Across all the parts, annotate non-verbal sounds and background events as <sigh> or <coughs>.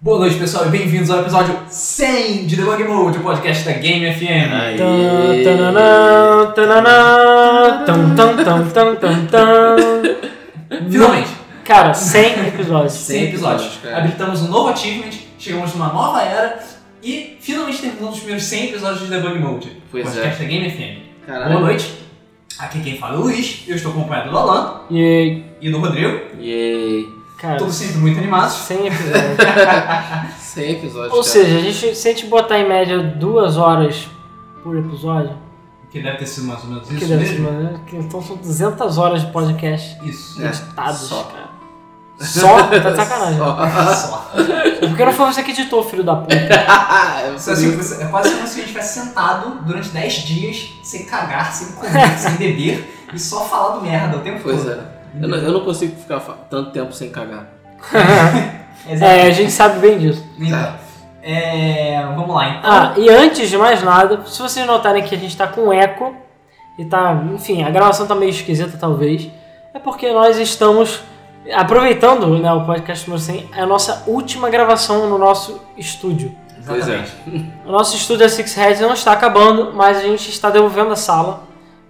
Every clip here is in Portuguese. Boa noite, pessoal, e bem-vindos ao episódio 100 de Debug Mode, o podcast da Game FM. Aí. Tan, tananã, tananã, tan, tan, tan, tan, tan, tan. Finalmente, Cara, 100 episódios. 100 episódios. episódios, cara. Habilitamos um novo achievement, chegamos numa nova era e finalmente terminamos os primeiros 100 episódios de Debug Mode, Pois é. podcast da Game FM. Caralho. é. Boa noite, aqui quem fala é o Luiz, eu estou acompanhado do Alan E, e do Rodrigo, Yay. cara, todos sempre muito animados. 100 episódios. 100 episódios, Ou cara. seja, a gente, se a gente botar em média duas horas por episódio, Que deve ter sido mais ou menos que isso deve ser, mesmo. mais ou menos, que- então são 200 horas de podcast Isso. É, editados, só. cara. Só? Tá de sacanagem. Só. <laughs> Só. Porque não foi você que editou, filho da puta. <laughs> É Isso é assim, possível. você- é quase como se a gente tivesse sentado durante 10 dias sem cagar, sem comer, sem beber e só falando merda o tempo Pois todo. é. Eu não, eu não consigo ficar fa- tanto tempo sem cagar. <laughs> É, a gente sabe bem disso. Então, é, vamos lá, então. Ah, e antes de mais nada, se vocês notarem que a gente tá com eco e tá, enfim, a gravação tá meio esquisita talvez, é porque nós estamos aproveitando, né, o podcast número 100, é a nossa última gravação no nosso estúdio. Pois é. Exatamente. O nosso estúdio da Six Heads não está acabando, mas a gente está devolvendo a sala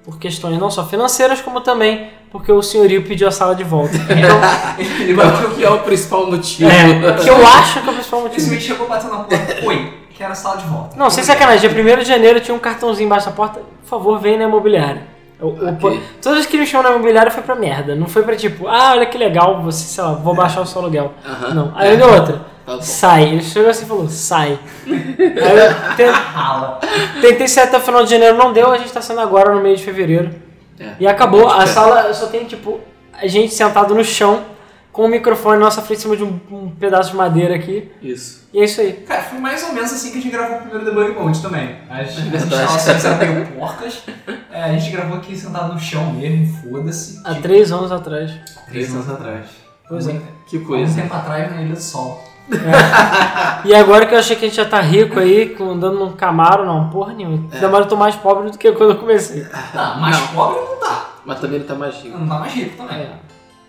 por questões não só financeiras, como também porque o senhorio pediu a sala de volta. Então, ele, ele bateu O que é o principal motivo? É, que eu acho que é o principal Esse motivo. bicho chegou batendo na porta. Oi, quero a sala de volta. Não, sem sacanagem, dia 1 de janeiro tinha um cartãozinho embaixo da porta, por favor, vem na imobiliária. Eu- eu- <laughs> Ok. Todas as que me chamam na imobiliária foi pra merda. Não foi pra tipo, ah, olha que legal, você, sei lá, vou baixar o seu aluguel. Aham. Não. Aí deu outra. Tá bom. Sai. Ele chegou assim e falou, sai. Aí eu ten- Rala. tentei ser até o final de janeiro, não deu, a gente tá sendo agora no meio de fevereiro. É. E acabou, a sala só tem, tipo, a gente sentado no chão, com o microfone na nossa frente em cima de um, um pedaço de madeira aqui. Isso. E é isso aí. Cara, foi mais ou menos assim que a gente gravou o primeiro Debug Mode também. As, as Verdade. instalações assim, eram meio porcas. É, a gente gravou aqui sentado no chão mesmo, foda-se. Há três anos atrás. Três anos atrás. Pois é. Que Um coisa. tempo atrás na Ilha do Sol. É. E agora que eu achei que a gente já tá rico aí, com- andando num Camaro, não, porra nenhuma. É. Ainda mais eu tô mais pobre do que quando eu comecei. Tá, mais Não. pobre não tá. Mas também ele tá mais rico. Não tá mais rico também. É.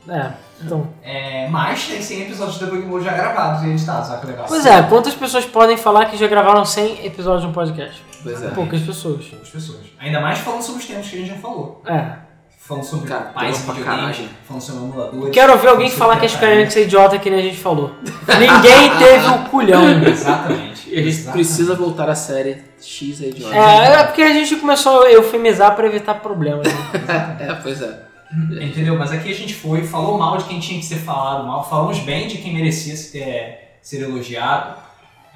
É, então. É, mas tem 100 episódios de Debug Mode já gravados e editados, olha que legal. Pois é, quantas pessoas podem falar que já gravaram 100 episódios de um podcast? Pois é. Poucas pessoas. Poucas pessoas. Ainda mais falando sobre os temas que a gente já falou. É. Falando sobre Cara, pais tema pra videogames, caralho. falando sobre emuladores. Quero ouvir alguém falando falar que sobre a Square detalhes. é idiota que nem a gente falou. Ninguém teve o <laughs> culhão. Exatamente. E a gente Exatamente. precisa voltar à série X aí de hoje. É, é porque a gente começou a eufemizar pra evitar problemas. né? É, pois é. Entendeu? Mas aqui a gente foi, falou mal de quem tinha que ser falado mal, falamos bem de quem merecia se- é, ser elogiado,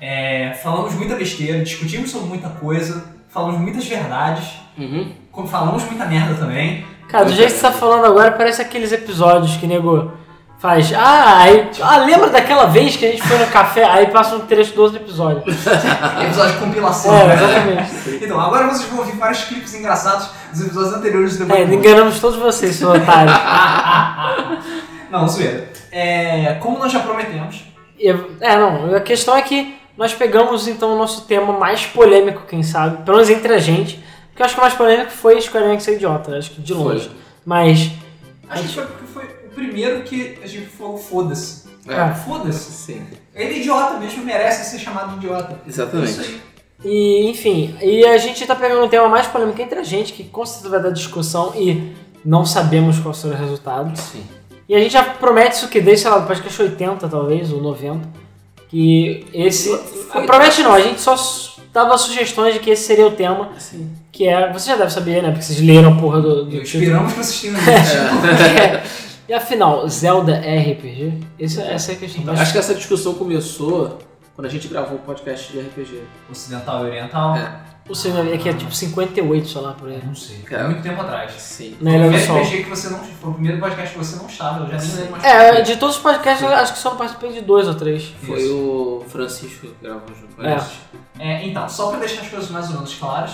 É, falamos muita besteira, discutimos sobre muita coisa, falamos muitas verdades, Uhum. como- falamos muita merda também. <laughs> Cara, do jeito que você tá falando agora, parece aqueles episódios que nego faz. Ah, aí, ah, lembra daquela vez que a gente foi no café? Aí passa um trecho do outro episódio. Episódio de compilação. É, né? exatamente. Então, agora vocês vão ouvir vários clipes engraçados dos episódios anteriores do É, Debug Mode. enganamos todos vocês, seu otário. <laughs> Não, zoeira. É, como nós já prometemos, E, É, não, a questão é que nós pegamos então o nosso tema mais polêmico, quem sabe, pelo menos entre a gente, porque eu acho que o mais polêmico foi Square Enix ser idiota, acho que de longe. Mas, acho que foi porque foi o primeiro que a gente falou foda-se. Ah. É. Foda-se. Sim. Ele é idiota mesmo, merece ser chamado de idiota. Isso Exatamente. aí. e, enfim, e a gente tá pegando um tema mais polêmico entre a gente, que com certeza vai dar discussão e não sabemos qual será o resultado. Sim. E a gente já promete isso que desde, sei lá, acho que acho 80 talvez, ou 90, que esse... Foi- promete não, a gente só su- dava sugestões de que esse seria o tema, Sim. que é... Você já deve saber, né, porque vocês leram a porra do, do título. Esperamos que vocês tenham É. visto. <laughs> E afinal, Zelda é RPG? Esse- essa é a questão. Acho que essa discussão começou quando a gente gravou o podcast de RPG. Ocidental e Oriental. É. o cinema é que é tipo 58, sei lá, por aí. Não sei. Cara. Muito tempo atrás. Sim. Na Ilha do Foi o Sol. RPG que você não. Foi o primeiro podcast que você não estava, eu já nem lembro mais. É, de todos os podcasts, eu acho que só participei de dois ou três. Foi Isso. o Francisco que gravou junto. É. É, então, só para deixar as coisas mais ou menos claras,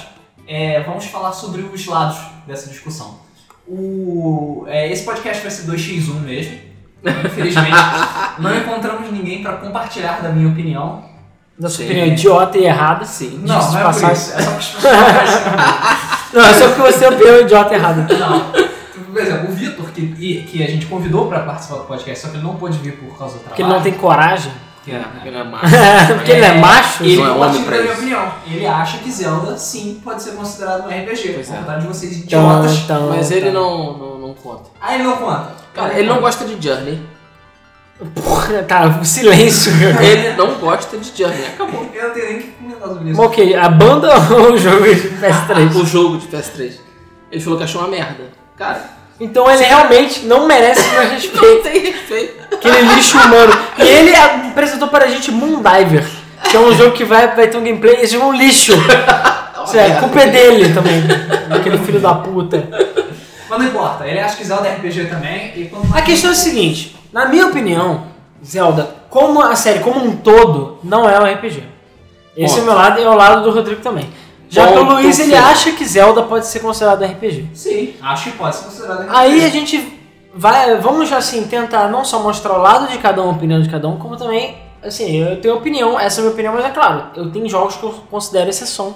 é, vamos falar sobre os lados dessa discussão. O- é, esse podcast vai ser 2x1 mesmo. <laughs> Infelizmente, não encontramos ninguém para compartilhar da minha opinião. Da sua Sim. opinião idiota e <laughs> errada. Ah, Sim. Não, não é por passagem. isso. É só para as pessoas não parecerem- <laughs> Não, é só porque você é o pior idiota e errada. Não. Tipo, Por exemplo, o Vitor, que, e- que a gente convidou para participar do podcast, só que ele não pôde vir por causa do trabalho. Porque ele não tem coragem. Que é, né? Ele é <laughs> massa. Porque ele é macho? Ele não é compartilha homem pra da minha isso. opinião. Ele acha que Zelda, sim, pode ser considerado um RPG. Por Pois é. vontade de vocês Então, idiotas. então, Mas ele então. não, não, não conta. Ah, ele não conta. Cara, ele não gosta de Journey. Porra, cara, silêncio, cara. Ele não gosta de Journey. Acabou. Eu não tenho nem o que comentar sobre Mas isso. Ok, a banda ou o jogo de PS3? O jogo de PS3. Ele falou que achou uma merda. Cara, Então ele realmente não merece o meu respeito. não tem respeito. Aquele lixo humano. E ele é apresentou para a gente Moondiver, que é um jogo que vai, vai ter um gameplay. Esse jogo é um lixo. Isso é, a culpa é dele também. Aquele filho da puta. Mas não importa, ele acha que Zelda é RPG também. E quanto A mais- questão é a seguinte: na minha opinião, Zelda, como a série como um todo, não é um RPG. Esse é o meu lado e é o lado do Rodrigo também. Já que o Ponto Luiz ele final. acha que Zelda pode ser considerado um RPG. Sim, acho que pode ser considerado RPG. Aí a gente vai, vamos assim, tentar não só mostrar o lado de cada um, a opinião de cada um, como também, assim, eu tenho opinião, essa é a minha opinião, mas é claro, eu tenho jogos que eu considero exceção.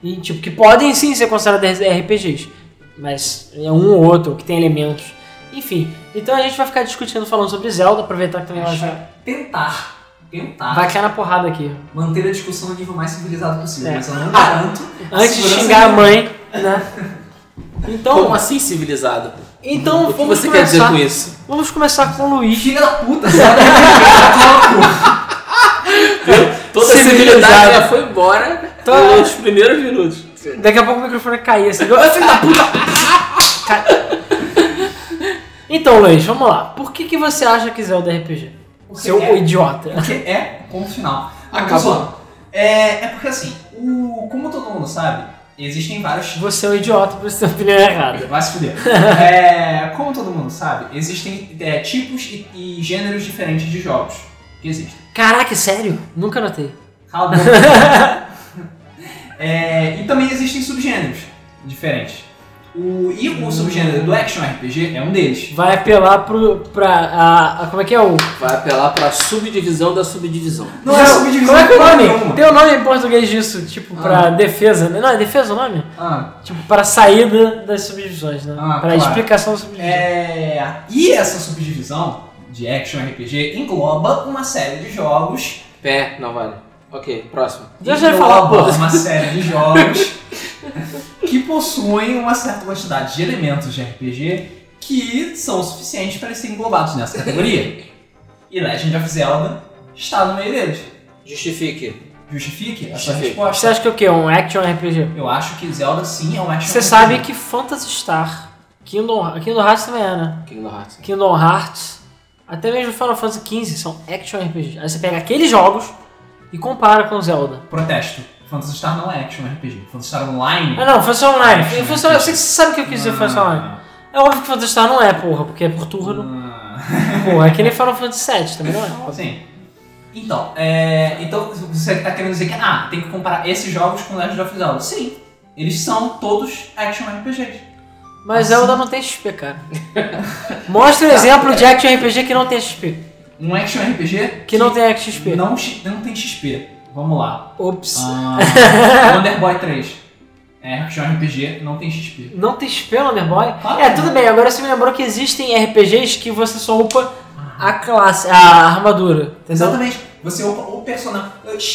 E, tipo, que podem sim ser considerados RPGs, mas é um ou outro, que tem elementos. Enfim, então a gente vai ficar discutindo, falando sobre Zelda, aproveitar que também A nós gente vai tentar, tentar vai cair na porrada aqui. manter a discussão no nível mais civilizado possível. É. Ah, Mas eu não garanto. Antes de segurança xingar a nenhuma. mãe, né? <laughs> Como Então, assim civilizado? então o que vamos você quer dizer começar. com isso? Vamos começar com o Luiz. Filha da puta, Zelda é RPG. Toda a Civilizado. civilidade já foi embora Tá. nos primeiros minutos. Daqui a pouco o microfone cair assim. "Ô, filho da puta! Cai. <laughs> Então, Luiz, vamos lá. Por que, que você acha que Zelda é RPG? Porque <laughs> Seu é- idiota. Porque é ponto final. Não, Acabou. tô zoando. É, é porque assim, o, como todo mundo sabe, existem vários Você é um idiota por sua opinião errada. Vai se fuder. <laughs> É, como todo mundo sabe, existem é, tipos e, e gêneros diferentes de jogos que existem. Caraca, sério? Nunca notei. Cala a boca. É, e também existem subgêneros diferentes. O, e o subgênero do Action RPG é um deles. Vai apelar pro. pra. A, a- como é que é o. Vai apelar pra subdivisão da subdivisão. Não é subdivisão Como é que é o porra nome? nenhuma. Tem um nome em português disso, tipo, pra defesa. né? Não, é defesa o nome? Ah, Tipo, pra saída das subdivisões, né? Ah, pra claro. explicação da subdivisão. é, e essa subdivisão de Action RPG engloba uma série de jogos. Pé, não vale. Ok, próximo. Deixa eu falar, engloba pô. Uma série de jogos que possuem uma certa quantidade de elementos de RPG que são suficientes para serem englobados nessa categoria. E Legend of Zelda está no meio deles. Justifique. Justifique a sua Justifique. Você resposta. acha que é o quê? Um action RPG? Eu acho que Zelda sim é um action Você RPG. sabe que Phantasy Star, Kingdom, Kingdom Hearts também é, né? Kingdom Hearts. Kingdom Hearts, até mesmo Final Fantasy XV são action RPG. Aí você pega aqueles jogos e compara com Zelda. Protesto. Phantasy Star não é action RPG. Phantasy Star Online... Ah não, Fantasy Online. Action Fantasy, RPG. eu sei que você sabe o que eu quis dizer Fantasy Online. É óbvio que Phantasy Star não é, porra, porque é <laughs> por turno. Ah. Porra, é que nem Final Fantasy VII também não é. Sim. Então, é, então você está querendo dizer que ah, tem que comparar esses jogos com Legend of Zelda? Sim, eles são todos action RPGs. Mas Assim. Zelda não tem XP, cara. Mostra um exemplo de action RPG que não tem XP. Um action RPG Que não tem action XP. não, chi- não tem XP. Vamos lá. Ops. <laughs> Ah, Wonder Boy 3. É action RPG, não tem XP. Não tem XP no Underboy? Claro. É, tudo bem, agora você me lembrou que existem RPGs que você só upa a classe, a armadura. Entendeu? Exatamente. Você upa o personagem.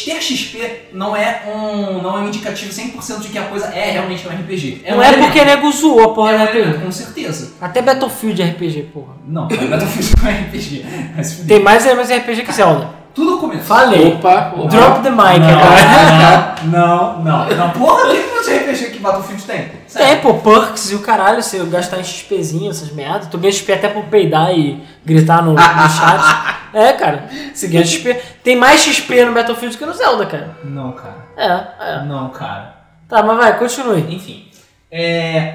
Ter XP não é um, não é um indicativo 100% de que a coisa é realmente um RPG. não um é elemento. porque nego zoou a porra É do um RPG. elemento, com certeza. Até Battlefield é RPG, porra. Não, Battlefield não é RPG. Mas fudeu. Tem mais elementos de RPG que Zelda. Tudo começou. Falei. Opa, opa. Drop the mic agora. Não, não, não, não. Porra, tem quantos RPG que Battlefield tem? <laughs> Tem, pô, perks e o caralho, se eu gastar em XPzinho, essas merdas. Tu ganha XP até pra peidar e gritar no, no chat. É, cara. Você ganha XP. Tem mais XP no Battlefield que no Zelda, cara. Não, cara. É, é. Não, cara. Tá, mas vai, continue. Enfim. É.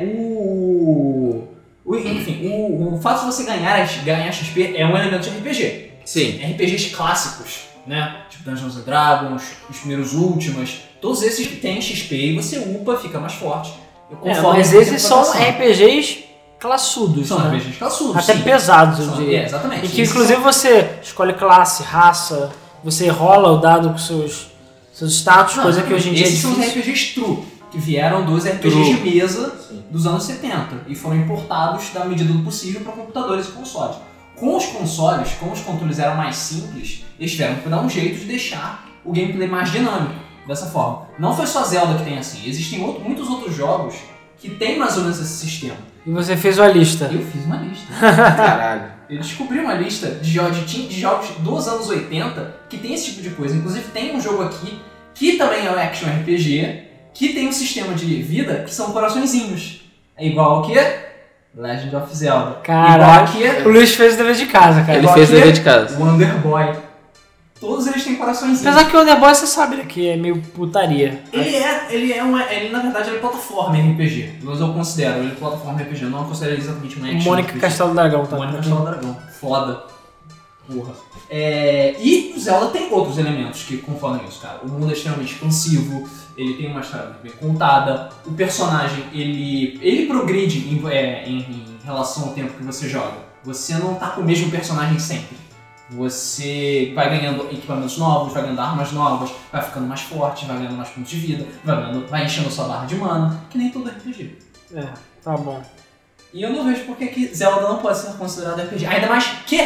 O. o- enfim, o, o fato de você ganhar, ganhar XP é um elemento de RPG. Sim. RPGs clássicos, né? Tipo Dungeons and Dragons, os primeiros últimos. Todos esses que tem XP e você upa, fica mais forte. Eu É, conforme mas o tempo esses da são sessão. RPGs classudos, São né? RPGs classudos. até sim. pesados, eu São- diria. é, exatamente. E que Esses inclusive você escolhe classe, raça, você rola o dado com seus, seus status, Não, coisa que hoje em dia é esses são os difícil. RPGs true, que vieram dos RPGs True. de mesa Sim. dos anos 70 e foram importados da medida do possível para computadores e consoles. Com os consoles, como os controles eram mais simples Eles tiveram que dar um jeito de deixar o gameplay mais dinâmico dessa forma. Não foi só Zelda que tem assim, existem outro- muitos outros jogos que tem mais ou menos esse sistema. E você fez uma lista. Eu fiz uma lista. Caralho. Eu descobri uma lista de jogos, de teen- de jogos dos anos 80 que tem esse tipo de coisa. Inclusive tem um jogo aqui que também é um action RPG, que tem um sistema de vida que são coraçõezinhos. É igual ao que? Legend of Zelda. Caraca. Igual ao O Luiz fez o dever de casa, cara. É, Ele igual fez o aqui. dever de casa. que? Wonder Boy. Todos eles têm coraçõezinhos. Apesar que o Underboy você sabe né, que é meio putaria. Ele é, ele é uma, ele na verdade ele é plataforma RPG. Mas eu considero ele plataforma RPG, eu não considero ele exatamente um action Mônica RPG. Castelo Dragão, tá? Mônica Castelo Dragão. Foda. Porra. É, e o Zelda tem outros elementos que confundem isso, cara. O mundo é extremamente expansivo, ele tem uma história muito bem contada, o personagem, ele, ele progride em, é, em- em relação ao tempo que você joga. Você não tá com o mesmo personagem sempre. Você vai ganhando equipamentos novos, vai ganhando armas novas, vai ficando mais forte, vai ganhando mais pontos de vida, vai, ganhando, vai enchendo sua barra de mana, que nem todo RPG. É, tá bom. E eu não vejo por que que Zelda não pode ser considerado RPG. Ainda mais que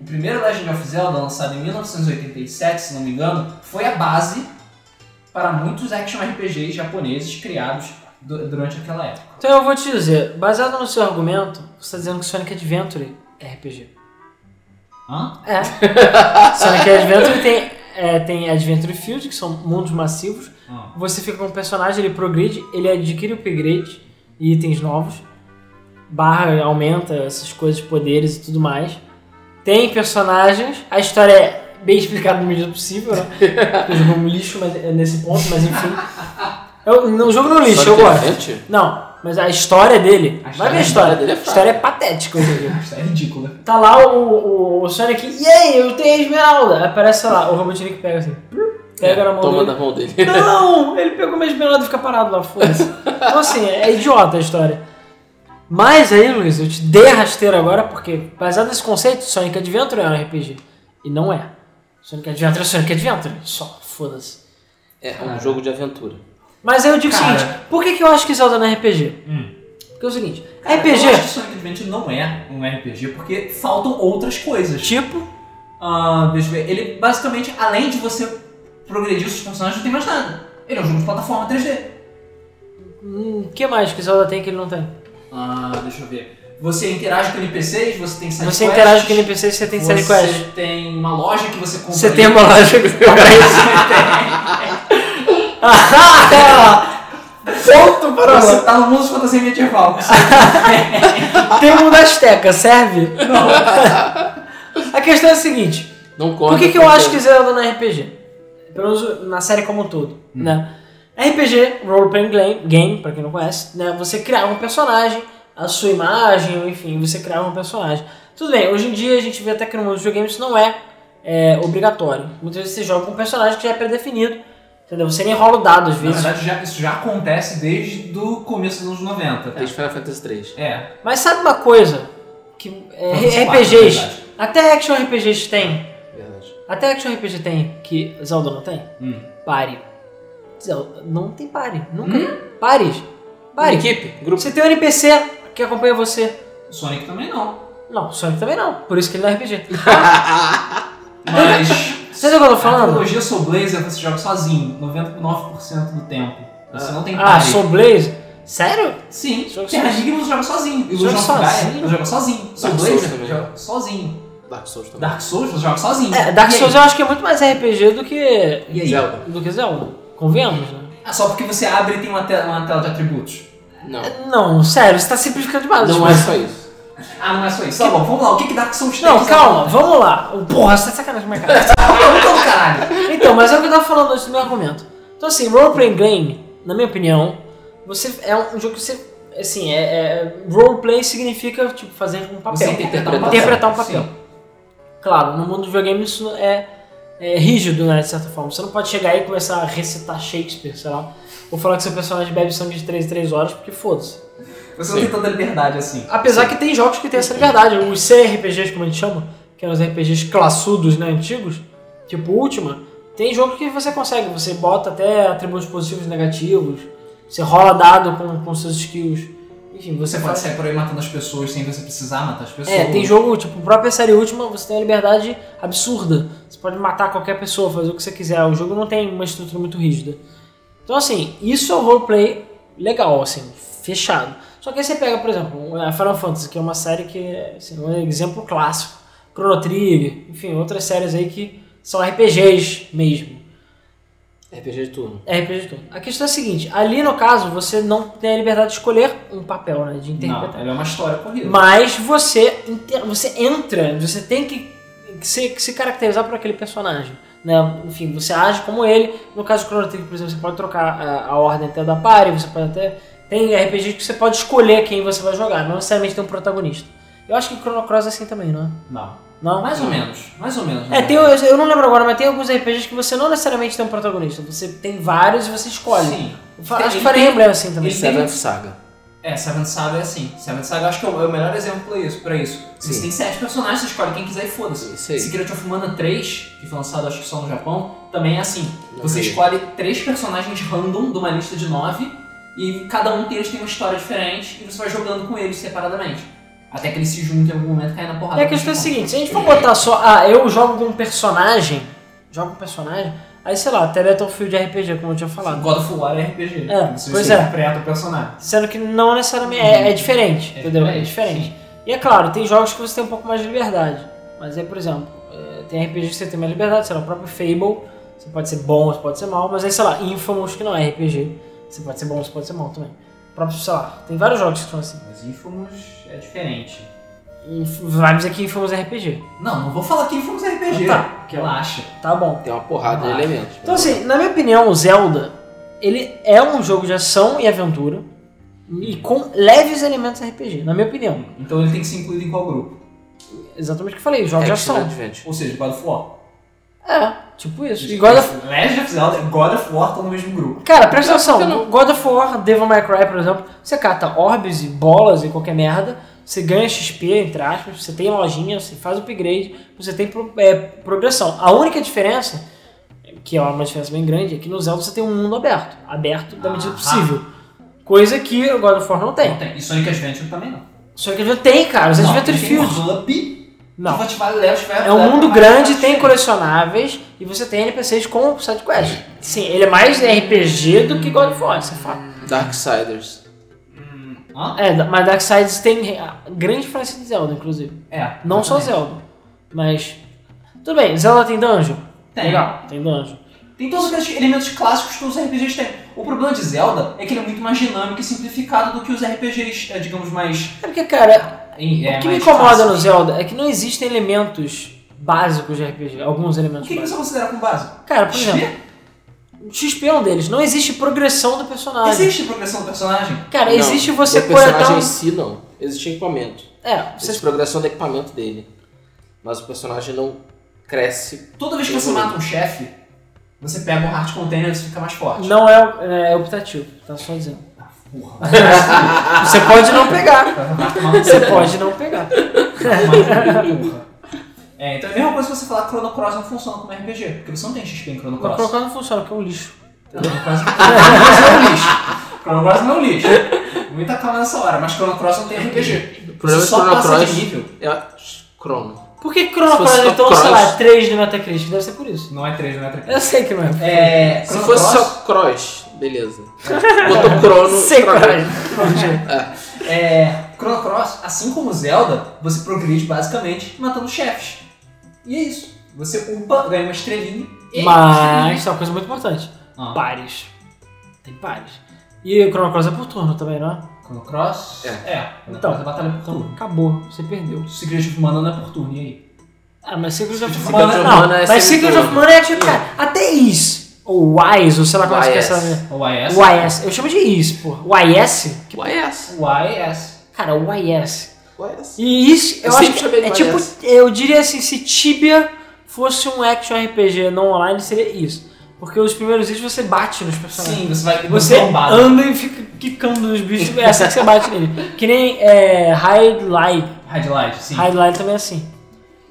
o primeiro Legend of Zelda, lançado em 1987, se não me engano, foi a base para muitos action RPGs japoneses criados du- durante aquela época. Então eu vou te dizer, baseado no seu argumento, você tá dizendo que Sonic Adventure é RPG. Hã? É. Sonic Adventure tem, é, tem Adventure Field, que são mundos massivos. Hã. Você fica com um personagem, ele progride, ele adquire upgrade e itens novos. Barra aumenta essas coisas, poderes e tudo mais. Tem personagens, a história é bem explicada na medida do possível, né? Eu jogo um lixo mas, é nesse ponto, mas enfim. Eu, não, o jogo não é um lixo, eu Sonic gosto. Adventure? Não, mas a história dele. A vai história ver a história. dele é a fraca. história é patética hoje em dia. Isso é ridículo. Tá lá o, o, o Sonic, e aí, eu tenho a esmeralda. Aí Aparece, sei lá, o Robotnik pega assim, pega na mão É, Toma dele. na mão dele. Não! Ele pegou minha esmeralda e fica parado lá, foda-se. Então assim, é idiota a história. Mas aí, Luiz, eu te dei a rasteira agora, porque baseado nesse conceito, Sonic Adventure é um RPG. E não é. Sonic Adventure é Sonic Adventure. Só, foda-se. É um jogo de aventura. Mas aí eu digo Cara. o seguinte, por que, que eu acho que Zelda não é RPG? Hum. Porque é o seguinte, Eu acho que RPG, Sonic Adventure não é um RPG porque faltam outras coisas. tipo, Ah, deixa eu ver. Ele basicamente, além de você progredir os seus personagens, não tem mais nada. Ele é um jogo de plataforma 3D. hum, o que mais que Zelda tem que ele não tem? Ah, deixa eu ver. Você interage com NPCs, você tem side Você quests, interage com NPC, você tem side quest. Você tem uma loja que você compra. Você tem uma loja que você compra <laughs> isso. Ah, Ponto para Você tá no mundo de fantasia medieval. Tem um da Azteca, serve? A questão é a seguinte: Não conta. por que, que eu porque- acho que Zelda não é RPG? Pelo menos na série como um todo, né? RPG, Role Playing gla- Game, pra quem não conhece, né? Você criava um personagem, a sua imagem, ou enfim, você criava um personagem. Tudo bem, hoje em dia a gente vê até que no mundo dos videogames isso não é, é, obrigatório. Muitas vezes você joga com um personagem que já é pré-definido, entendeu? Você nem rola o dado às Na vezes. verdade, já- isso já acontece desde o começo dos anos 90. Desde Final Fantasy III. É. Mas sabe uma coisa? Que é, Fantasy IV, RPGs, na verdade. até action RPGs tem. Verdade. Até Action RPG tem, que Zelda não tem? Hum. Pare. Zelda não tem pare. Nunca. Hum? Pares. Pare. é Equipe, grupo. Você tem um NPC que acompanha você. Sonic também não. Não, Sonic também não. Por isso que ele não é RPG. Mas. Você tá falando? A trilogia Soul Blazer você joga sozinho, 99% do tempo. Você não tem Ah, pai. Soul Blaze? Sério? Sim, Joga Terra Digna você joga sozinho. Ilusão Joga of Gaia, sozinho? você joga sozinho. Soul Dark Souls Blazer também. joga sozinho. Dark Souls também. Dark Souls você joga sozinho. É, Dark E aí? Souls eu acho que é muito mais RPG do que. E aí? Zelda. do que Zelda. Convenhamos, né? Ah, só porque você abre e tem uma tela, uma tela de atributos. Não. Não, sério, você tá simplificando demais. Não é só isso. Ah, não é só isso. Tá bom, vamos lá. O que, que Dark Souls tem? <laughs> Não, calma, vamos lá. Porra, você tá sacanagem com a minha cara. Então, caralho. Então, mas é o que eu tava falando antes do meu argumento. Então, assim, role-playing game, na minha opinião, você é um jogo que você. Assim, é, é, roleplay significa, tipo, fazer um papel. Você interpretar um papel. Interpretar um papel. Sim. Claro, no mundo do videogame isso é, é rígido, né, de certa forma. Você não pode chegar aí e começar a recitar Shakespeare, sei lá. Ou falar que seu personagem bebe sangue de 3 em 3 horas, porque foda-se. Você não tem Sim. tanta liberdade assim. Apesar que tem jogos que tem essa liberdade. Os CRPGs, como a gente chama, que eram os RPGs classudos, né, antigos, tipo Ultima, tem jogo que você consegue. Você bota até atributos positivos e negativos, você rola dado com, com seus skills. Enfim, Você você pode faz. sair por aí matando as pessoas sem você precisar matar as pessoas. É, tem jogo, tipo, a própria série última, você tem uma liberdade absurda. Você pode matar qualquer pessoa, fazer o que você quiser. O jogo não tem uma estrutura muito rígida. Então, assim, isso é um roleplay legal, assim, fechado. Só que aí você pega, por exemplo, a Final Fantasy, que é uma série que é assim, um exemplo clássico. Chrono Trigger, enfim, outras séries aí que são RPGs mesmo. RPG de turno. É RPG de turno. A questão é a seguinte, ali no caso, você não tem a liberdade de escolher um papel, né, de interpretar. Não, ela é uma história corrida. Mas você, inte- você entra, você tem que se, que se caracterizar por aquele personagem. Né? Enfim, você age como ele. No caso do Chrono Trigger, por exemplo, você pode trocar a, a ordem até da party, você pode até. Tem RPG que você pode escolher quem você vai jogar, não necessariamente tem um protagonista. Eu acho que Chrono Cross é assim também, não é? Não. Não? Mais ou menos. Mais ou menos. É, né? tem, eu, eu não lembro agora, mas tem alguns RPGs que você não necessariamente tem um protagonista. Você tem vários e você escolhe. Sim. Eu fa- Tem- acho que ele Fire tem- Emblem é assim também. ele- Seventh Saga. É, Seven Saga é assim. Seven Saga acho que é o é o melhor exemplo pra isso. Pra isso. Você Sim. tem sete personagens, você escolhe quem quiser e foda-se. Isso aí. Secret of Mana 3, que foi lançado acho que só no Japão, também é assim. Não Você vi. escolhe três personagens random de uma lista de nove e cada um deles tem uma história diferente e você vai jogando com eles separadamente. Até que eles se juntem em algum momento e caem na porrada. E a com questão é a os seguinte, se a gente for botar só, ah, eu jogo com um personagem, jogo com um personagem, aí sei lá, até Battlefield RPG, como eu tinha Japão. falado. God of War é RPG. É, você pois você é. interpreta o personagem. Sendo que não necessariamente é, é diferente, É entendeu? É diferente, diferente. E é claro, tem jogos que você tem um pouco mais de liberdade. Mas aí, por exemplo, é, tem RPG que você tem mais liberdade, sei lá, o próprio Fable, você pode ser bom, você pode ser mal, mas aí, sei lá, Infamous, que não é RPG, você pode ser bom, você pode ser mal também. O próprio, sei lá, tem vários jogos que são assim. Mas Infamous é diferente. Inf- Vai dizer que Infamous é RPG. Não, não vou falar que Infamous é RPG. Tá, que ela- Relaxa. tá bom. Tem uma porrada de Ah. elementos. Então assim, na minha opinião, o Zelda, ele é um jogo de ação e aventura e com leves elementos RPG, na minha opinião. Então ele tem que ser incluído em qual grupo? Exatamente o que eu falei, jogo de Action ação. Adventure. Ou seja, God of War. É, tipo isso. E God of... Legend of Zelda e God of War estão no mesmo grupo. Cara, presta atenção, por que God of War, Devil May Cry, por exemplo, você cata orbes e bolas e qualquer merda, você ganha XP, entre aspas, você tem lojinha, você faz upgrade, você tem pro- é, progressão. A única diferença, que é uma diferença bem grande, é que no Zelda você tem um mundo aberto, aberto da medida Ah. possível. Coisa que o God of War não tem. Não tem. E Sonic Adventure também não. Só que já tem, cara, os Não, Adventure tem Field. um hub que Não. vai te vai- leva- te vai- É um leva mundo pra vários grande, lugares tem diferentes. colecionáveis e você tem NPCs com sidequest. Sim, ele é mais RPG do que God of War, você Hum. fala. Darksiders. Hã? É, mas Darksiders tem a grande influência de Zelda, inclusive. É. Não só exatamente. Zelda, mas... Tudo bem, Zelda tem dungeon? Tem. Legal, tem dungeon. Tem todos aqueles elementos clássicos que os RPGs têm. O problema de Zelda é que ele é muito mais dinâmico e simplificado do que os RPGs, é, digamos, mais. É porque, cara, em- é, o que me mais incomoda fáceis. no Zelda é que não existem elementos básicos de RPG, alguns O elementos que, que básicos. você considera como base? Cara, por exemplo, XP? o XP é um deles. Não existe progressão do personagem. Existe progressão do personagem? Cara, Não, existe você O personagem coletar um... em si, não. Existe equipamento. É, Existe você... progressão do um equipamento dele. Mas o personagem não cresce. Toda vez que você mata um chefe, você pega um hard container e você fica mais forte. não é, é optativo, tá só dizendo. Ah, Porra. <laughs> Você pode não pegar. Vai tomar no <laughs> Você pode não pegar. É, então é a mesma coisa que você falar que Chrono Cross não funciona como RPG, porque você não tem XP em Chrono O Cross. Chrono Cross não funciona, porque é um lixo. Não, Chrono Cross Chrono Cross não é um lixo. Chrono Cross não é um lixo. Muita calma nessa hora, mas Chrono Cross não tem RPG. O é você problema de só Chrono passa de Cross nível. é a Chrono. Por que Chrono Se fosse Cross, só então, Cross- sei lá, 3 no Metacritic? Deve ser por isso. Não é 3, não é 3. Eu sei que não é. É, Se Chrono fosse Cross, só Cross, <laughs> beleza. Botou Crono. Sei qual Crono. é. <laughs> é, Chrono Cross, assim como Zelda, você progride basicamente matando chefes. E é isso. Você upa, ganha uma estrelinha e... Mas tem uma coisa muito importante. Ah. Pares. Tem pares. E o Chrono Cross é por turno também, não é? Chrono Cross... É. É. Chrono Então. Cross é batalha por Então, turno. acabou. Você perdeu. Secret of Mana não é por turno, e aí? Ah, mas Secret of Secret Mana of não. Mana é sempre mas Secret of todo. Mana é tipo, cara, até Is. Ou Wise, ou sei lá como é que é YS. essa... é O IS? YS. Eu chamo de Is, pô. YS? YS. YS. Cara, YS. YS. E Is, Eu eu, acho sempre que chamei de é tipo... YS. Eu diria assim, se Tibia fosse um action RPG não online, seria Is. Porque os primeiros Is você bate nos personagens. Sim, você vai... Você é um bombado. anda e fica quicando nos bichos. É assim que você bate nele. Que nem é, Highlight. Highlight, sim. Highlight também é assim.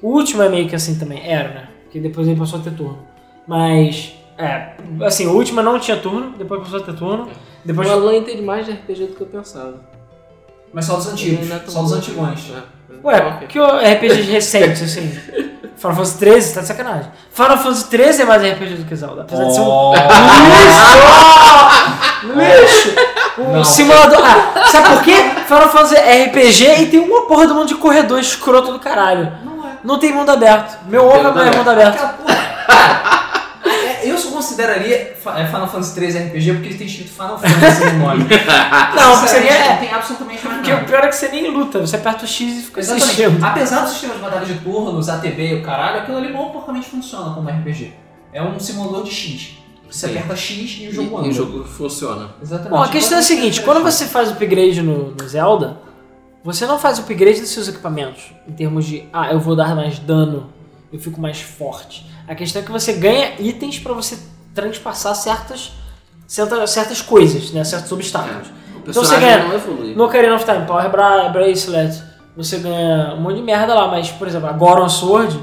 O último é meio que assim também, era, né? Porque depois ele passou a ter turno. Mas, é, assim, o último não tinha turno, depois passou a ter turno. O Depois. Alan entende mais de RPG do que eu pensava. Mas só dos antigos. Ele não é tão Só dos bom. antigões. É. Ué, Ok. que RPGs recentes, assim. Final Fantasy XIII, tá de sacanagem. Final Fantasy XIII é mais RPG do que Zelda. Apesar de ser um lixo! Um Não. simulador. Ah, sabe por quê? Final Fantasy é RPG e tem uma porra do mundo de corredor escroto do caralho. Não é. Não tem mundo aberto. Meu Não tem oca mundo não é aberto. mundo aberto. Aquela porra. É, Eu só consideraria fa- é, Final Fantasy 3 RPG porque ele é tem escrito Final Fantasy no <laughs> nome. Não, porque você Sinceramente, é, não nem. é. tem absolutamente mais Porque o nada. pior é que você nem luta, você aperta o X e fica Exatamente. assistindo. Apesar do sistema de batalha de turnos, ATB e o caralho, aquilo ali mal porcamente funciona como RPG. É um simulador de X. Você Sim. aperta X e o jogo E, anda. e o jogo funciona. Exatamente. Bom, a questão é a seguinte: quando você faz upgrade no, no Zelda, você não faz upgrade dos seus equipamentos. Em termos de, ah, eu vou dar mais dano, eu fico mais forte. A questão é que você ganha itens pra você transpassar certas, certas, certas coisas, né? certos obstáculos. O Então personagem você ganha- não evolui. No Ocarina of Time, Power Bra Bracelet, você ganha um monte de merda lá, mas, por exemplo, a Goron Sword,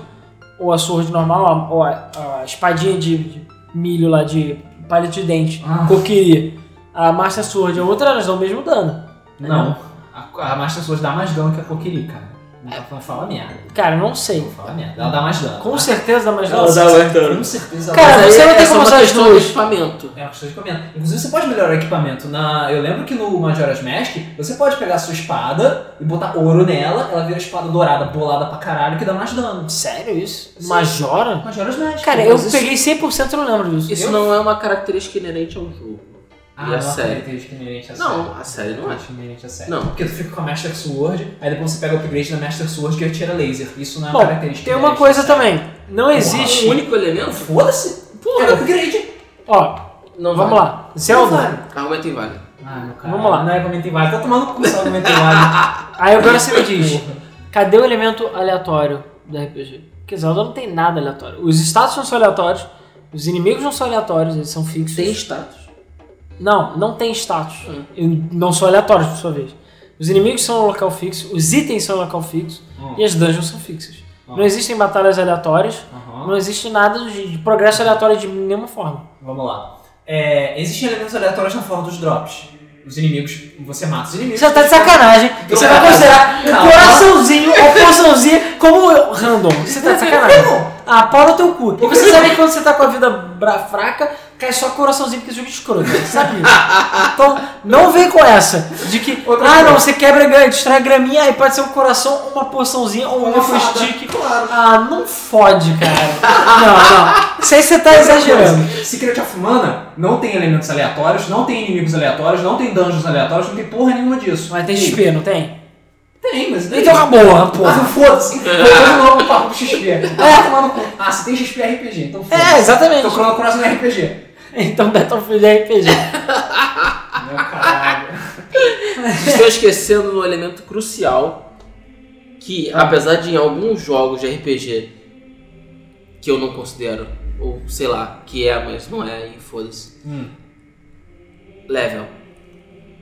ou a Sword normal, ou a, a espadinha de, de milho lá, de palito de dente, Ah. coquiri, a Master Sword e a outra, elas dão o mesmo dano. Não. A, a Master Sword dá mais dano que a Kokiri, cara. Ela fala merda. Cara, eu não sei. Ela fala merda. Ela dá mais dano. Com tá? certeza dá mais dano. Ela dá mais dano. é Com certeza ela Cara, dá Mas aí você não é tem só como uma usar as questão de duas. equipamento. É uma questão de equipamento. Inclusive, você pode melhorar o equipamento. Na... Eu lembro que no Majora's Mask, você pode pegar a sua espada e botar ouro nela, ela vira espada dourada, bolada pra caralho, que dá mais dano. Sério isso? Sim. Majora? Majora's Mask. Cara, eu Mas isso- peguei 100% e não lembro disso. Isso Eu- não é uma característica inerente ao jogo. Ah, e a não, série? característica inerente à série. Não, a série não é. Característica inerente à série. Não. Porque tu fica com a Master Sword, aí depois você pega o upgrade da Master Sword que atira laser. Isso não é Bom, característica Tem uma inerente à coisa série. também, não existe... Um único elemento? Foda-se! É Porra! upgrade! Ó, Não vamos vale. lá. Zelda, Argumento inválido. Ah, meu cara. Vamos lá. Não é argumento inválido. Tá tomando cu, só argumento inválido. <laughs> Aí agora você me diz, cadê o elemento aleatório do RPG? Porque Zelda não tem nada aleatório. Os status não são aleatórios, os inimigos não são aleatórios, eles são fixos. Tem status. Não, não tem status. Hum. E Não são aleatórios, por sua vez. Os inimigos são um local fixo, os itens são um local fixo Hum. e as dungeons são fixas. Hum. Não existem batalhas aleatórias, Aham. não existe nada de de progresso aleatório de nenhuma forma. Vamos lá. É, existem elementos aleatórios na forma dos drops. Os inimigos, você mata os inimigos. Você tá de sacanagem. Você vai considerar um Calma. coraçãozinho ou coraçãozinho como eu- random. Você tá de sacanagem. Ah, pau no teu cu. Porque você sabe que quando você tá com a vida bra- fraca, cai só coraçãozinho porque esse jogo é escroto. Você <laughs> sabe isso. Então, não vem com essa. De que, Outra ah, coisa. não, você quebra, gra- destrói a graminha, aí pode ser um coração, uma porçãozinha ou um Uma outro fada, stick. claro. Ah, não fode, cara. Não, não. Isso aí você tá exagerando. Secret of Mana não tem elementos aleatórios, não tem inimigos aleatórios, não tem dungeons aleatórios, não tem porra nenhuma disso. Mas tem XP, não tem? Tem, mas tem. Então acabou, Ah, porra. foda-se. Voltando logo pro papo do XP. <laughs> Ah, tomar no cu. Ah, você tem XP é RPG, então foda-se. É, exatamente. Então Chrono Cross não é RPG. Então Battlefield é RPG. Meu caralho. Estou esquecendo no elemento crucial que, Ah. apesar de em alguns jogos de RPG que eu não considero, ou sei lá, que é, mas não é, e foda-se. Hum, Level.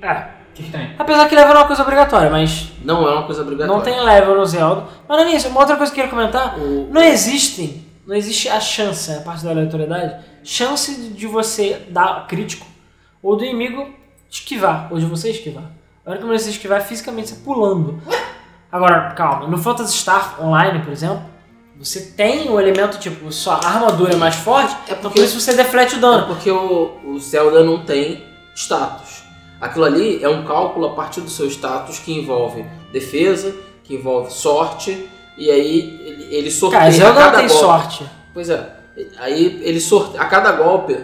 Ah, o que que tem? apesar que level é uma coisa obrigatória, mas Não é uma coisa obrigatória. não tem level no Zelda. Mas não é isso. Uma outra coisa que eu queria comentar O- Não existem, não existe a chance, a parte da aleatoriedade, chance de- de você dar crítico ou do inimigo esquivar, ou de você esquivar. A única maneira de você esquivar é fisicamente você pulando. Agora, calma, no Phantasy Star Online, por exemplo, você tem o elemento, tipo, sua armadura é mais forte, É então porque, por isso você deflete o é dano. porque o, o Zelda não tem status. Aquilo ali é um cálculo a partir do seu status que envolve defesa, que envolve sorte, e aí ele, ele sorteia Cara, Zelda não cada tem golpe. sorte. Pois é. Aí ele sorte a cada golpe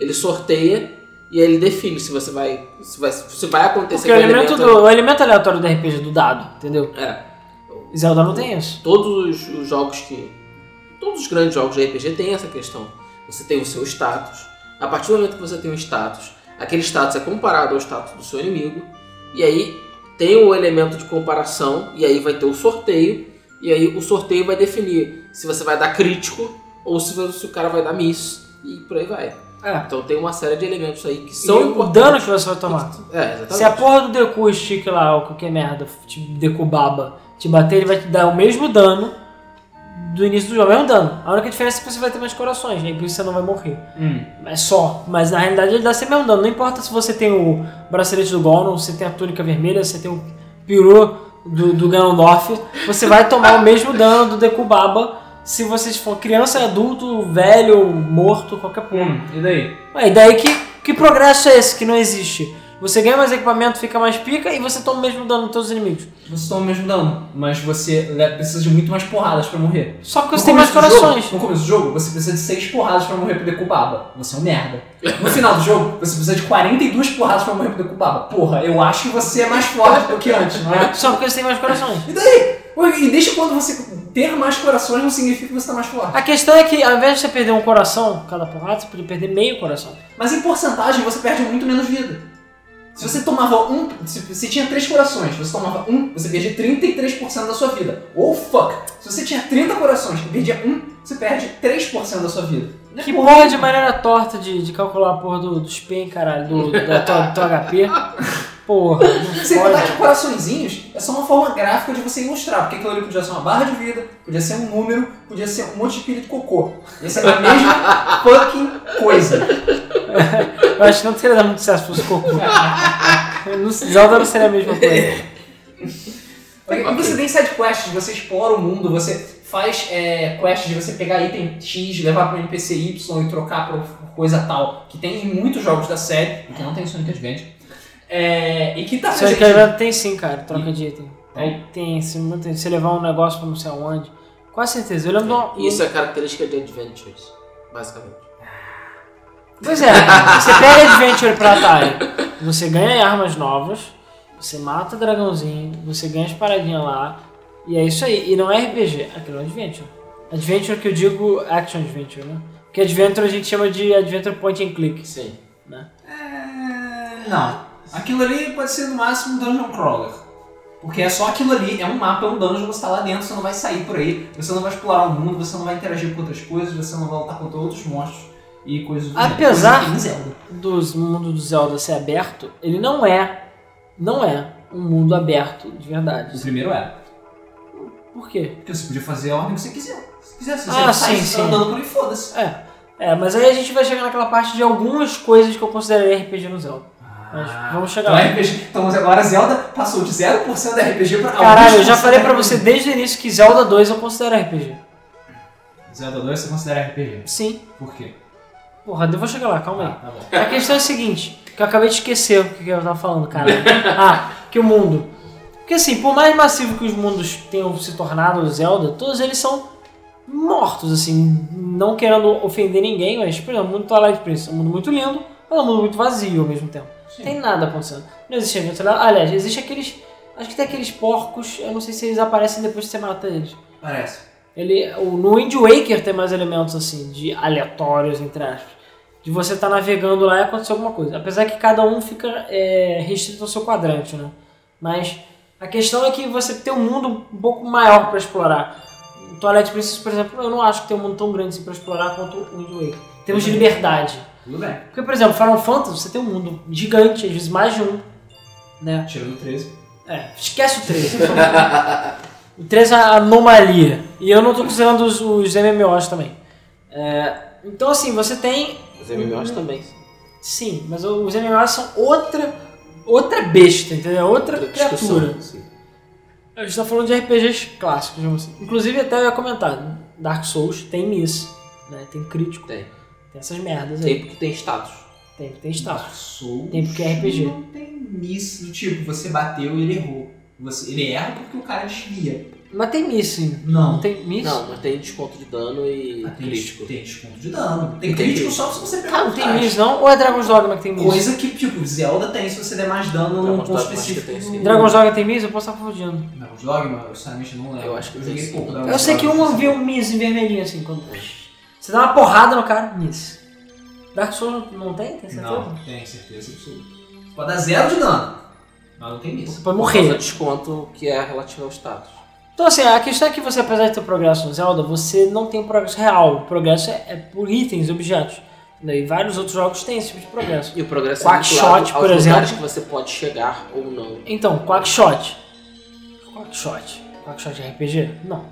ele sorteia e aí ele define se você vai se vai, se vai acontecer Porque o com elemento, do, o elemento aleatório do RPG é do dado, entendeu? É, Zelda não tem isso. todos os, os jogos que todos os grandes jogos de RPG têm essa questão. Você tem o seu status. A partir do momento que você tem um status, aquele status é comparado ao status do seu inimigo e aí tem o elemento de comparação e aí vai ter o sorteio e aí o sorteio vai definir se você vai dar crítico ou se, se o cara vai dar miss e por aí vai. É. Então tem uma série de elementos aí que São são e o dano que você vai tomar. É, exatamente. Se a porra do Deku estica lá, ou qualquer merda, te Deku baba, te bater, ele vai te dar o mesmo dano do início do jogo, o mesmo dano. A única diferença é que você vai ter mais corações, né? E por isso você não vai morrer. Hum. Mas só. Mas na realidade ele dá sempre o mesmo dano. Não importa se você tem o bracelete do Gollum, se você tem a túnica vermelha, se você tem o pirou do, do Ganondorf, você vai tomar o mesmo dano do Dekubaba se você for criança, adulto, velho, morto, qualquer porra. Hum, e daí? Ué, e daí que, que progresso é esse que não existe? Você ganha mais equipamento, fica mais pica e você toma o mesmo dano dos seus inimigos. Você toma o mesmo dano, mas você le- precisa de muito mais porradas pra morrer. Só porque No você tem mais começo do corações. Jogo, no começo do jogo, você precisa de 6 porradas pra morrer pro Decubaba. Você é um merda. No final do jogo, você precisa de 42 porradas pra morrer pro Decubaba. Porra, eu acho que você é mais forte do que antes, não é? Só porque você tem mais corações. Ué, E deixa quando você ter mais corações não significa que você tá mais forte. A questão é que ao invés de você perder um coração cada porrada, você podia perder meio coração. Mas em porcentagem você perde muito menos vida. Se você tomava um. Se, se tinha três corações, você tomava um, você perdia 33% da sua vida. Ou fuck! Se você tinha 30 corações e perdia um, você perde 3% da sua vida. Não é Que porra porra de maneira torta de, de calcular a porra do, do spin, caralho, do, do, da tua, do teu HP. Porra, não Sem contar pode. que tipo, coraçõezinhos é só uma forma gráfica de você ilustrar, porque aquilo ali podia ser uma barra de vida, podia ser um número, podia ser um monte de espírito cocô. Ia ser a <laughs> mesma fucking coisa. Eu acho que não teria dado muito sucesso se fosse cocô. Não- Zelda não seria a mesma coisa. E você tem side quests, você explora o mundo, você faz é, quests de você pegar item X, levar para um NPC Y e trocar por coisa tal, que tem em muitos jogos da série, que não tem em Sonic Adventure. É, e que tá Sonic presente- Adventure Ah, tem sim, cara, troca de item. Tem? Tem, se não tem, se você levar um negócio pra não sei aonde. Quase certeza, eu lembro de um- uma- Isso é característica de Adventures, basicamente. Pois é, você pega Adventure pra Atari, você ganha armas novas, você mata dragãozinho, você ganha as paradinhas lá, e é isso aí. E não é RPG, aquilo é Adventure. Adventure que eu digo Action Adventure, né? Porque Adventure a gente chama de Adventure Point and Click. Sim. É, Não. Aquilo ali pode ser no máximo um dungeon crawler. Porque é só aquilo ali, é um mapa, é um dungeon, você tá lá dentro, você não vai sair por aí, você não vai explorar o mundo, você não vai interagir com outras coisas, você não vai lutar contra outros monstros e coisas do Apesar- gênero. Coisa que tem em Zelda. do mundo do Zelda ser aberto, ele não é, não é um mundo aberto de O verdade. primeiro era. Por quê? Porque você podia fazer a ordem que você quiser. Se quiser, se você Ah, sair sim, sim. andando por aí, foda-se. É, é, mas aí a gente vai chegar naquela parte de algumas coisas que eu consideraria RPG no Zelda. Mas Ah. vamos chegar então, lá. RPG, então agora Zelda passou de 0% da RPG pra Caralho, eu já 11% falei da pra RPG. você desde o início que Zelda 2 eu considero RPG. Zelda 2 você considera RPG. Sim. Por quê? Porra, eu vou chegar lá, calma aí. Ah, tá bom. A questão é a seguinte, que eu acabei de esquecer o que eu tava falando, cara. Ah, que o mundo. Porque assim, por mais massivo que os mundos tenham se tornado o Zelda, todos eles são mortos, assim, não querendo ofender ninguém, mas, por exemplo, o mundo do Twilight Princess é um mundo muito lindo, mas é um mundo muito vazio ao mesmo tempo. Sim. Não tem nada acontecendo. Não existe evento lá. Aliás, existe aqueles. Acho que tem aqueles porcos, eu não sei se eles aparecem depois que você mata eles. Parece. Ele, o- no Wind Waker tem mais elementos assim, de aleatórios, entre aspas. De você estar navegando lá e acontecer alguma coisa. Apesar que cada um fica é, restrito ao seu quadrante, né? Mas a questão é que você tem um mundo um pouco maior para explorar. O Twilight Princess, por exemplo, eu não acho que tem um mundo tão grande assim, para explorar quanto o Wind Waker. Em termos de liberdade. Tudo bem. Porque, por exemplo, Final Fantasy, você tem um mundo gigante, às vezes mais de um, né? Tirando 13. É, esquece o 13. <laughs> o 13 é a anomalia. E eu não tô considerando os, os MMOs também. É, então, assim, você tem. Os MMOs também. Sim, mas o- os MMOs são outra, outra besta, entendeu? É Outra discussão, criatura. sim. A gente tá falando de RPGs clássicos, digamos assim. Inclusive, até eu ia comentar: Dark Souls tem isso. Né? Tem crítico, Tem. tem essas merdas aí. Tem porque tem status. Tem, tem status. Souls Tá. Tem porque é RPG. Não tem miss do tipo, você bateu e ele errou. Você, ele erra porque o cara desvia. Mas tem miss, sim. Não Não. tem miss? Não, mas tem desconto de dano e Ah, Tem, crítico. tem desconto de dano. Tem Entendi. crítico só se você pegar Ah, não por tem trás. miss, não? Ou é Dragon's Dogma que tem miss? Coisa que, tipo, Zelda tem se você der mais dano num Dragon's ponto Dogma, acho que específico. tem, sim. Dragon's Dogma tem miss? Eu posso estar confundindo. Dragon's Dogma, eu sinceramente não lembro. Eu acho que eu tem, joguei sim. pouco. Dragon's Eu sei que Dogma, um assim. viu um miss em vermelhinho assim quando. Você dá uma porrada no cara, miss. Dark Souls não tem? Tem certeza? Não, tem certeza absoluta. Você pode dar zero de dano, mas não tem miss. Você pode Por causa do morrer. desconto que é relativo ao status. Então assim, a questão é que você, apesar de ter progresso no Zelda, você não tem um progresso real. O progresso é, é por itens, objetos. E vários outros jogos têm esse tipo de progresso. E o progresso Quackshot, vinculado por aos lugares exemplo. que você pode chegar ou não. Então, Quackshot. Quackshot. Quackshot é RPG? Não.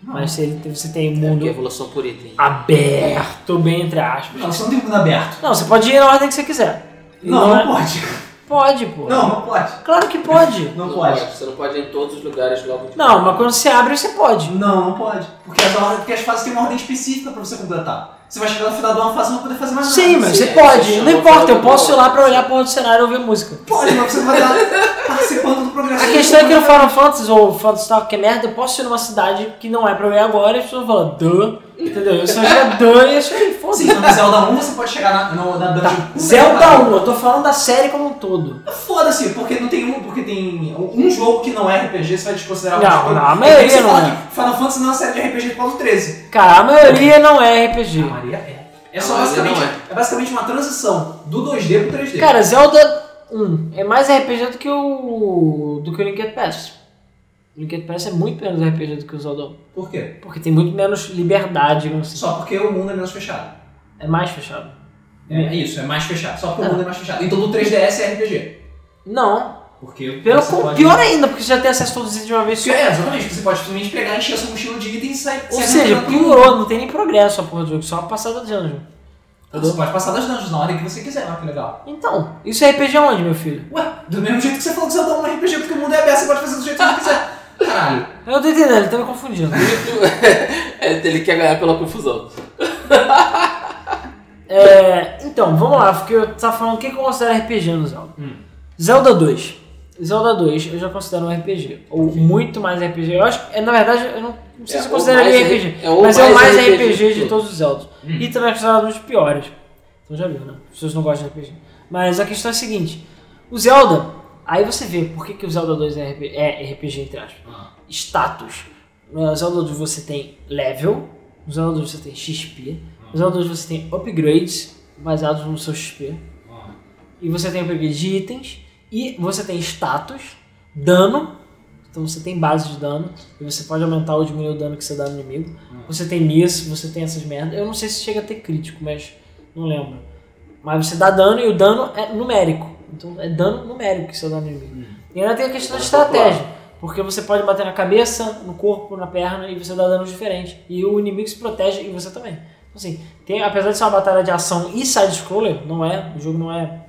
Não. Mas se ele- você tem um Porque é mundo evolução por item. aberto, bem entre aspas. Não, você não tem mundo aberto. Não, você pode ir na ordem que você quiser. E Não, não, é- pode. Pode, pô. Não, não pode. Claro que pode. Não pode. Você não pode ir em todos os lugares logo de Não, mas quando você abre, você pode. Não, não pode. Porque as, ordens- porque as fases têm uma ordem específica pra você completar. Você vai chegar no final de uma fase e não vai poder fazer mais nada. Sim, mas sim, você é, pode. você Não chama importa, pra eu posso ir lá outra. pra olhar pra outro cenário e ouvir música. Pode, mas você não vai estar participando do progresso. A questão é que no Final Fantasy ou Fantasy Star, que é merda, eu posso ir numa cidade que não é pra eu ir agora e as pessoas falam, duh, entendeu? Eu só já duh e isso aí, Sim, foda-se. então no Zelda 1 você pode chegar na, no, na dungeon. um, Puta que Tá. Zelda pariu. 1, eu tô falando da série como um todo. Foda-se, porque não tem um, porque tem um jogo que não é RPG, você vai desconsiderar Não, um jogo. não, a Tem maioria que você não falar é. que Final Fantasy não é uma série de RPG de Paulo 13. Cara, a maioria não é A RPG. Maria é. É só A maioria basicamente, não é. basicamente uma transição do 2D pro 3D. Cara, Zelda 1 é mais RPG do que o. do que o Linked Pass. O Linked Pass é muito menos RPG do que o Zelda 1. Por quê? Porque tem muito menos liberdade, digamos assim. Só porque o mundo é menos fechado. É mais fechado. É, é isso, é mais fechado. Só porque Ah. o mundo é mais fechado. Então do 3DS é RPG. Não. Porque Pelo você pode- Pior ainda, porque você já tem acesso a todos eles de uma vez só. É, exatamente. Você pode simplesmente pegar, encher sua mochila de itens e sair. Ou sair seja, andando pelo mundo. piorou, não tem nem progresso a porra do jogo, só a passada de anjo. Então Você pode passar das dungeons na hora que você quiser, olha que legal. Então, isso é RPG onde, meu filho? Ué, do mesmo jeito que você falou que você dá um RPG porque o mundo é aberto, você pode fazer do jeito que você <laughs> quiser. Caralho. Eu tô entendendo, ele tá me confundindo. <laughs> ele, É, ele quer ganhar pela Tá confusão. É, então, vamos lá, porque eu tava falando o que que eu considero RPG no Zelda. Hum. Zelda 2. Zelda 2 eu já considero um RPG. Ou muito mais RPG. Eu acho que, é, na verdade, eu não, não sei É, se eu ou consideraria mais RPG. R- é, ou mas é o mais mais RPG, RPG de todos os Zeldas. Hum. E também é considerado um dos piores. Então já viu, né? As pessoas não gostam de RPG. Mas a questão é a seguinte: o Zelda, aí você vê por que, que o Zelda 2 é RPG, é RPG entre aspas status. No Zelda 2 você tem level, no Zelda 2 você tem XP, no Zelda 2 você tem upgrades baseados no seu XP, ah. e você tem upgrades de itens, e você tem status, dano, então você tem base de dano, e você pode aumentar ou diminuir o dano que você dá no inimigo. Você tem miss, você tem essas merdas. Eu não sei se chega a ter crítico, mas não lembro. Mas você dá dano e o dano é numérico. Então é dano numérico que você dá no inimigo. E ainda tem a questão da Dano popular. estratégia. Porque você pode bater na cabeça, no corpo, na perna e você dá danos diferentes. E o inimigo se protege e você também. Então, assim, tem, apesar de ser uma batalha de ação e side-scroller, não é, o jogo não é.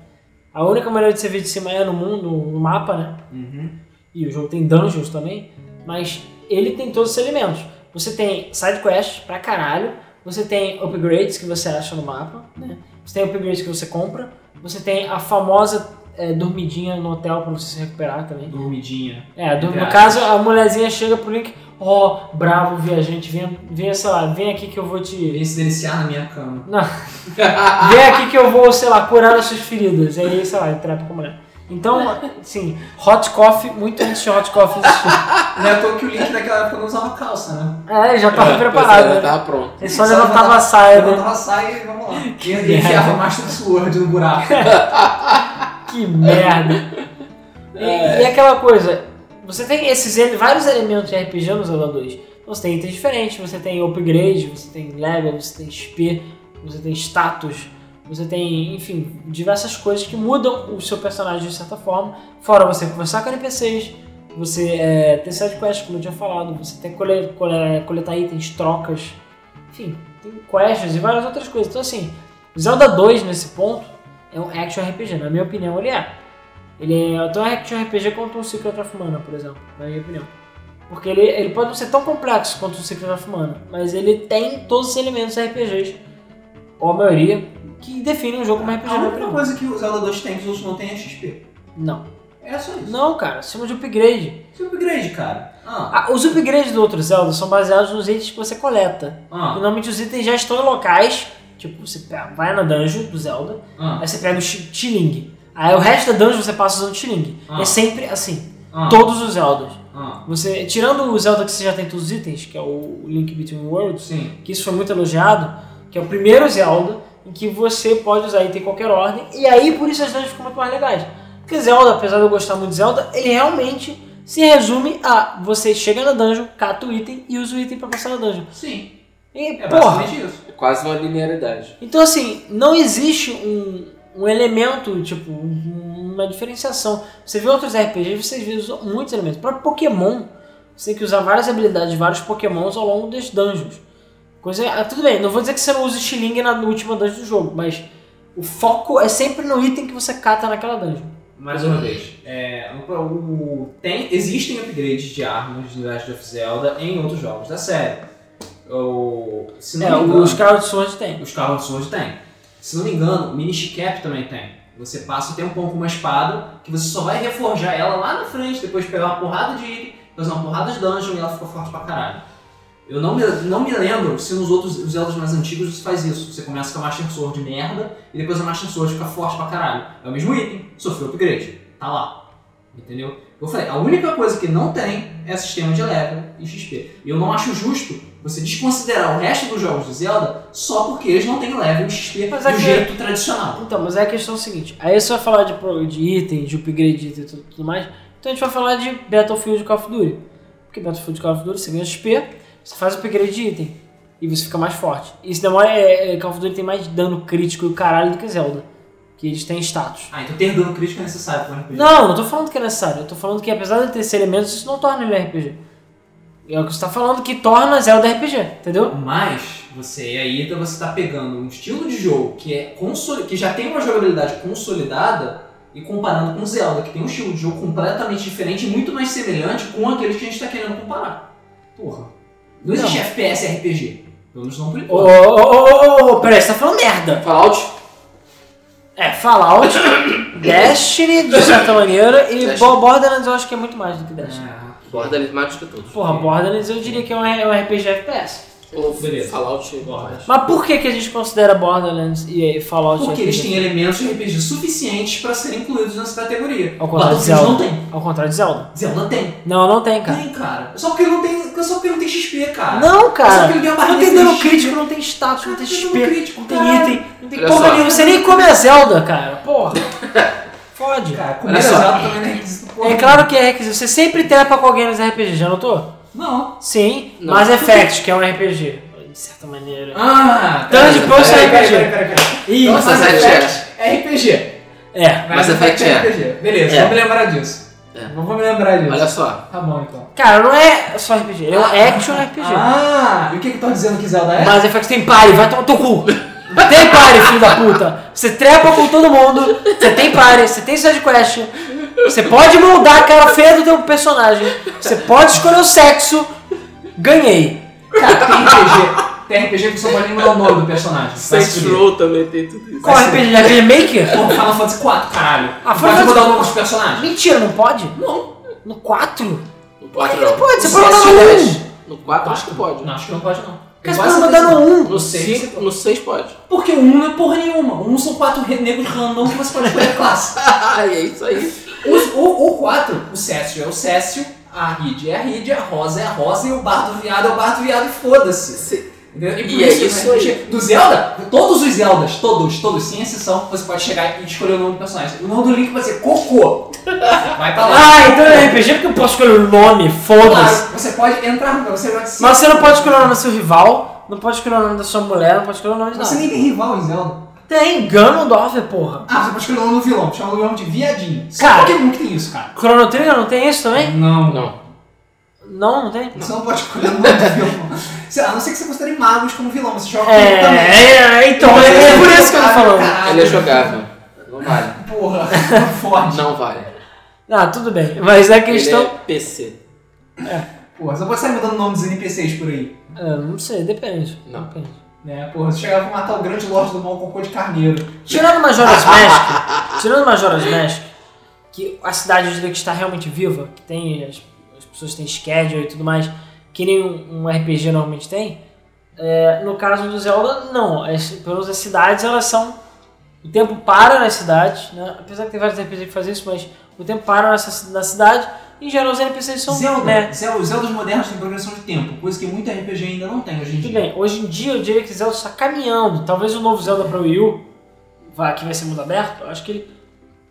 A única maneira de você ver de cima é no mundo, no mapa, né? Uhum. E o jogo tem dungeons também, mas ele tem todos os elementos. Você tem side quests pra caralho, você tem upgrades que você acha no mapa, né? Você tem upgrades que você compra, você tem a famosa eh, dormidinha no hotel pra você se recuperar também. Dormidinha. É, do- Entre no aspas. caso, a mulherzinha chega pro Link, ó, bravo viajante, venha, venha, sei lá, vem aqui que eu vou Eu te. vim se deliciar na minha cama. Não. Vem aqui que eu vou, sei lá, curar as suas feridas. E aí, sei lá, ele trepa com a mulher. Então, assim, hot coffee, muito antes de hot coffee existir. <laughs> Não é à toa que o Link naquela época não usava calça, né? É, já tava É, preparado. pois é, né? Tava pronto. Ele só levantava a saia, né? Levantava a saia e vamos lá. E ele enfiava a Master Sword no buraco. Que merda. E, e aquela coisa, você tem esses ele- vários elementos de RPG no Zelda 2. Então você tem itens diferentes, você tem upgrade, você tem level, você tem XP, você tem status, você tem, enfim, diversas coisas que mudam o seu personagem de certa forma. Fora você conversar com NPCs, você é, ter side quests, como eu tinha falado, você tem que cole- cole- coletar itens, trocas, enfim, tem quests e várias outras coisas. Então assim, Zelda 2 nesse ponto é um action RPG, na minha opinião ele é. Ele é tão action RPG quanto um Secret of Mana, por exemplo, na minha opinião. Porque ele, ele pode não ser tão complexo quanto um Secret of Mana, mas ele tem todos os elementos RPGs, ou a maioria, que definem um jogo como RPG, A na minha única opinião. Ah, coisa que o Zelda 2 tem que os outros não tem é XP. Não. É só isso. Não, cara, chama de upgrade. Isso é upgrade, cara. Ah, Ah, os upgrades do outro Zelda são baseados nos itens que você coleta. E, ah, Normalmente os itens já estão em locais, tipo, você pega- vai na dungeon do Zelda, ah, Aí você pega o chi- Chiling. Aí o resto da dungeon você passa usando Chiling. Ah. É sempre assim. ah, Todos os Zeldas. ah. Você, tirando o Zelda que você já tem todos os itens, que é o Link Between Worlds, Sim. que isso foi muito elogiado, que é o primeiro Zelda em que você pode usar item em qualquer ordem. E aí por isso as dungeons ficam muito mais legais. Porque Zelda, apesar de eu gostar muito de Zelda, ele realmente se resume a você chega na dungeon, cata o item e usa o item pra passar na dungeon. Sim. E, É porra, basicamente isso. É quase uma linearidade. então, assim, não existe um, um elemento, tipo, um- uma diferenciação. Você vê outros RPGs, você vê os- muitos elementos. O próprio Pokémon, você tem que usar várias habilidades de vários Pokémons ao longo das dungeons. Coisa, ah, tudo bem, não vou dizer que você não usa estilingue na última dungeon do jogo, mas o foco é sempre no item que você cata naquela dungeon. mais uma vez, é, o- o- tem, existem upgrades de armas de Last of Zelda em outros jogos da série. O, se não É, me engano, os caras de Sword tem. os carros de Sword tem. Se não me engano, o Mini Cap também tem. Você passa o tempão com uma espada, que você só vai reforjar ela lá na frente, depois pegar uma porrada de item, fazer uma porrada de dungeon e ela fica forte pra caralho. Eu não me, não me lembro se nos outros os Zeldas mais antigos você faz isso. Você começa com a Master Sword merda e depois a Master Sword fica forte pra caralho. É o mesmo item, sofreu upgrade. Tá lá. Entendeu? Eu falei, a única coisa que não tem é sistema de level e XP. E eu não acho justo você desconsiderar o resto dos jogos do Zelda só porque eles não têm level e XP Mas do é que- jeito tradicional. Então, mas é a questão seguinte. Aí você vai falar de, pro- de itens, de upgrade de itens e tudo, tudo mais. Então a gente vai falar de Battlefield e Call of Duty. Porque Battlefield e Call of Duty você ganha XP, você faz upgrade de item. E você fica mais forte. E se demora, é, é, Call of Duty tem mais dano crítico e o caralho do que Zelda. Que eles têm status. Ah, então ter dano crítico é necessário pra um RPG. Não, não tô falando que é necessário. Eu tô falando que apesar de ter esses elementos, isso não torna ele RPG. É o que você tá falando que torna Zelda RPG, entendeu? Mas você aí então você tá pegando um estilo de jogo que é consoli- que já tem uma jogabilidade consolidada e comparando com Zelda, que tem um estilo de jogo completamente diferente e muito mais semelhante com aqueles que a gente tá querendo comparar. Porra. Não existe FPS RPG. Pelo menos não por Ô, ô, enquanto. ô, ô, ô, ô, peraí, você tá falando merda. Fallout? É, <coughs> Fallout, Destiny, de certa maneira, e Destiny. Bo- Borderlands eu acho que é muito mais do que Destiny. Ah, Borderlands mais do que todos. Porra, Borderlands eu diria que é um, é um RPG FPS. Ou Beleza. Fallout Borderlands. Mas por que, que a gente considera Borderlands e eh, Fallout Porque RPG? eles têm elementos de RPG suficientes pra serem incluídos nessa categoria. Ao contrário de Battlefield Zelda. não tem. Ao contrário de Zelda. Zelda tem. Não, não tem, cara. Tem, cara. Só porque não tem, só porque não tem XP, cara. Não, Só cara. porque ele deu uma Não barriga tem dano de XP. crítico, não tem status, não tem Cara, XP, dano crítico, não tem caralho. item, não tem Olha porra só. nenhuma. Você nem come a Zelda, cara. <laughs> Porra. Fode. Cara, comer Olha só. Zelda Ah, também não é requisito. porra. É claro que é requisito. Você sempre trepa com alguém nos RPG, já notou? Não. Sim, Não. mas é Fact, que é um RPG. De certa maneira. Ah, Então de post tá, é peraí, peraí, RPG. peraí, peraí, peraí. Ih, Então, Nossa, Mass Effect Effect é RPG. É. Mass Effect é. RPG. Beleza, É. vamos lembrar disso. É. Vamos me lembrar disso. Olha só. Tá bom, então. Cara, não é só RPG, é um action RPG. Ah, e o que que eu tô dizendo que Zelda é? Mas Effect tem pare, vai tomar teu cu. Tem pare, filho da puta. Você trepa com todo mundo, você tem pare, você tem side quest. Você pode moldar a cara feia do teu personagem. Você pode escolher o sexo. Ganhei. Cara, tem RPG. Tem RPG que você pode nem mudar o nome do personagem. Vai se Saints fuder. Row também tem tudo isso. Qual Vai se RPG? RPG Maker? Porra, Final Fantasy 4, caralho. Ah, Final pode Fantasy mudar o nome IV. dos personagens? Mentira, não pode? Não. No 4? No 4 Não não. pode, você No pode CS mudar no dez. No 4 acho que pode. Não, acho que não pode, não. Cara, você Quase pode mudar certeza no não. 1. No sei. 6, no 6 pode. Porque um não é porra nenhuma. Um são quatro re- negros random que você pode escolher a classe. <laughs> Ah, é isso aí. Os- o, o 4, o Cécio é o Cécio, a Ride é a Ride, a Rosa é a Rosa e o Bardo Viado é o Bardo Viado e foda-se. Se- Entendeu? E por E é isso né, aí. gente, Do Zelda, todos os Zeldas, todos, todos, sem exceção, você pode chegar e escolher o nome do personagem. O nome do Link vai ser Cocô. Vai pra lá. Ah, então é RPG porque eu posso escolher o nome, foda-se. Claro, você pode entrar, você vai Mas você não pode escolher o nome do seu rival, não pode escolher o nome da sua mulher, não pode escolher o nome de Você nada. nem tem rival em Zelda. Tem Ganondorf, porra. Ah, você pode escolher o nome do vilão, chama o vilão de viadinho. Só Cara. Pokémon que tem isso, cara. Chrono Trigger não tem isso também? Não, Não. Não, não tem. Você não pode escolher o <laughs> nome do vilão. Sei lá, A não ser que você considere magos como vilão, você joga com ele também. É, é, então, é, é por isso que eu tô falando. Caralho. Ele é jogável. Não vale. <laughs> Porra, não fode. Não vale. Ah, tudo bem. Mas a Ele questão. é PC. Porra, você não pode sair mudando o nome dos NPCs por aí. É, não sei, depende. Não. Depende. Né? Porra, você chegava pra matar o grande lorde do mal com cor de carneiro. Tirando Majora's Mask, tirando Majora's Mask, que a cidade eu diria que está realmente viva, que tem as, as pessoas têm schedule e tudo mais, que nem um, um RPG normalmente tem. é, no caso do Zelda, não. As, pelo menos as cidades elas são o tempo para nas cidades, né? apesar que tem vários RPG que fazem isso, mas o tempo para nessa, na cidade. Em geral os NPCs são Zelda, né, Zelda, Zeldas modernos têm progressão de tempo, coisa que muito RPG ainda não tem hoje em Tudo dia. bem, hoje em dia eu diria que Zelda está caminhando. Talvez o novo Zelda para Wii U, vai- que vai ser mundo aberto, eu acho que ele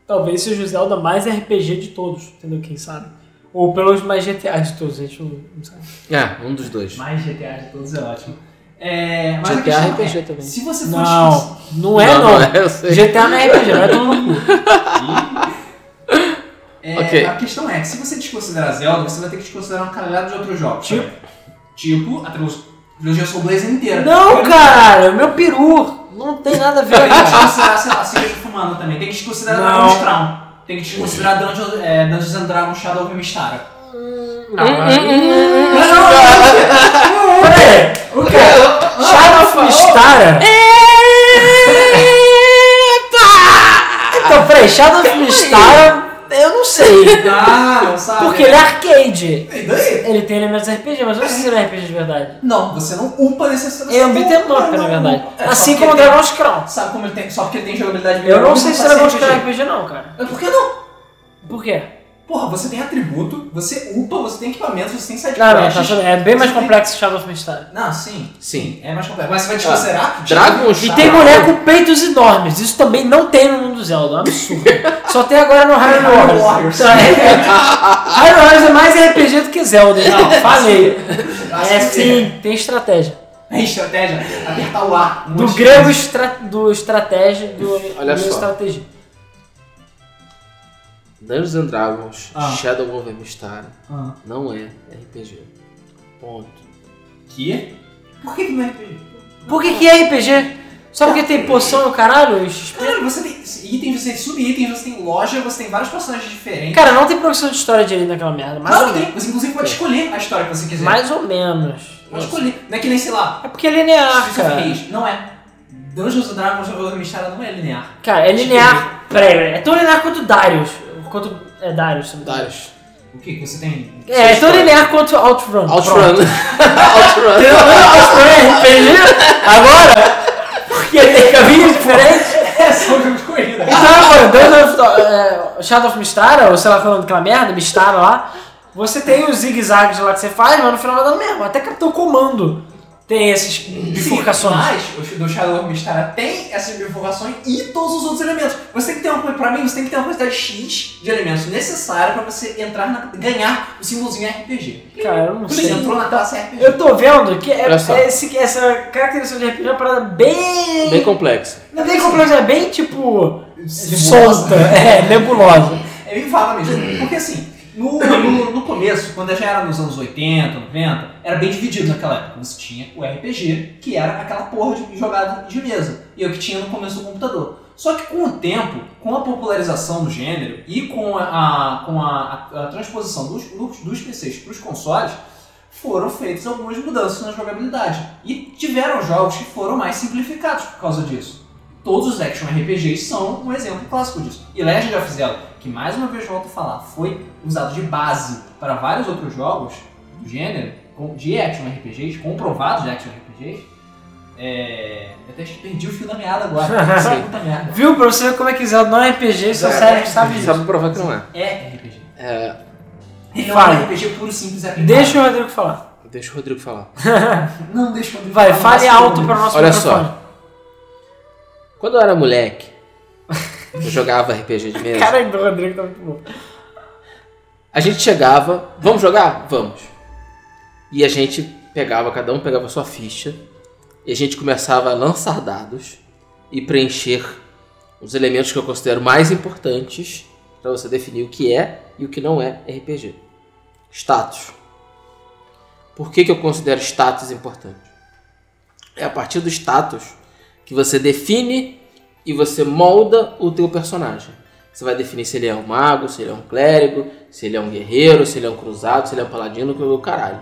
talvez seja o Zelda mais RPG de todos, entendeu? Quem sabe? Ou pelo menos mais GTA de todos, a gente não, não sabe. É, um dos dois. Mais GTA de todos é ótimo. É, mas a GTA questão RPG é, também. Se você for Não, não é não. é, eu sei. GTA não é RPG, vai tomar no cu. É, Ok. A questão é que se você desconsiderar Zelda, você vai ter que desconsiderar uma caralhada de outros jogos. Tipo? né? Tipo, a trilogia- trilogia Soul Blazer inteira. Não, caralho, é meu peru não tem nada a ver Tem que cara. <laughs> desconsiderar, sei lá, Secret of Mana também. Tem que desconsiderar Não. Dragon's Crown. tem que desconsiderar Dungeons, é, Dungeons and Dragons Shadow of Mistara. <laughs> Não, Não, não, não, Peraí, não. O quê? Shadow of Mistara? Então, peraí, Shadow of Mistara, eu não sei. Ah, não sabe. Porque ele é arcade. E daí? Ele tem elementos RPG, mas eu não sei se ele é RPG de verdade. Não, você não upa necessariamente. É um beat 'em up, na verdade. Assim como o Dragon's Crown. Sabe como ele tem. Só porque ele tem jogabilidade Eu não melhor, sei se passa Dragon's RPG. Crown é RPG não, cara. Mas Por que não? Por quê? Porra, você tem atributo, você upa, você tem equipamento, você tem side Não, não, tá quests. tudo bem. é bem mais complexo que Shadow of Mistara. Não, sim. Sim. É mais complexo. Mas você vai desconsiderar? que Dragon E Ah, tem mulher com peitos enormes, isso também não tem no mundo Zelda, é um absurdo. Só tem agora no Hyrule Warriors. Warriors. Então, é- Hyrule Warriors é mais RPG do que Zelda, não, falei. Acho É que sim, tem estratégia. É <laughs> estratégia. Apertar o A. um Do monte de grego vezes. estra... do estratégia do Olha do só. estratégia. Dungeons and Dragons Ah. Shadow of Mistara Ah, não é RPG. Ponto. Que? Por que que não é RPG? Por que, que é RPG? Só porque tem poção e o caralho? e XP? Caralho, você tem itens, você tem sub-itens, você tem loja, você tem vários personagens diferentes. Cara, É. não tem profissão de história direito naquela merda, mais Não, ou menos. tem. Você inclusive pode escolher a história que você quiser. Mais ou menos. Pode escolher. Não é que nem, sei lá, É porque é linear, Streets of cara. Rage. Não é. Dungeons and Dragons ou Mistara não é linear. Cara, é linear. Peraí, peraí. É tão linear quanto Darius. Quanto. É Darius, sabe? Darius. O que que você tem? <laughs> É, é tão História. linear quanto Outrun. Pronto. <laughs> Outrun. <laughs> Outrun. Outrun é RPG? Agora? Porque tem <laughs> caminhos diferentes? É só um jogo de corrida. Então, agora, Dungeons of, é, Shadow of Mistara, ou sei lá, é falando aquela merda, Mistara lá, você tem os zigue-zagues lá que você faz, mas no final vai dando mesmo. Até Capitão Comando tem esses bifurcações. Mas o do Shadow of Mistara tem essas bifurcações e todos os outros elementos. Você tem que ter uma pra mim, você tem que ter uma quantidade X de elementos necessária pra você entrar na, ganhar o símbolozinho RPG. Cara, eu não Você sei. entrou na classe RPG. Eu tô vendo que é- Olha só. é esse- essa caracterização de RPG é uma parada bem. Bem complexo. Não tem como é bem tipo. Nebulosa. solta, é, nebulosa. É bem fala mesmo. Porque assim, no, no, no começo, quando já era nos anos 80, 90, era bem dividido naquela época. Você tinha o RPG, que era aquela porra de jogada de mesa, e eu que tinha no começo do computador. Só que com o tempo, com a popularização do gênero e com a, a- com a, a- a transposição dos, dos, dos PCs para os consoles, foram feitas algumas mudanças na jogabilidade. E tiveram jogos que foram mais simplificados por causa disso todos os action RPGs são um exemplo clássico disso. E Legend of Zelda, que mais uma vez volto a falar, foi usado de base para vários outros jogos do gênero, com- de action RPGs, comprovados de action RPGs. É... Eu até perdi o fio da meada agora. Sim. Puta merda. Viu? Pra você ver como é que Zelda não é RPG, seu Não, cérebro é sabe RPG. disso. Sabe provar que não é. É RPG. É, Ele Fale. é um RPG puro e simples aplicado. Deixa o Rodrigo falar. deixa o Rodrigo falar. Não, deixa eu... Vai, fale Nossa, alto para o nosso Olha microfone. Quando eu era moleque, eu jogava RPG de mesa. Cara do Rodrigo tá muito bom. A gente chegava, vamos jogar? Vamos. E a gente pegava, cada um pegava sua ficha, e a gente começava a lançar dados e preencher os elementos que eu considero mais importantes para você definir o que é e o que não é RPG. Status. Por que, que eu considero status importante? É a partir do status que você define e você molda o teu personagem. Você vai definir se ele é um mago, se ele é um clérigo, se ele é um guerreiro, se ele é um cruzado, se ele é um paladino, que o caralho.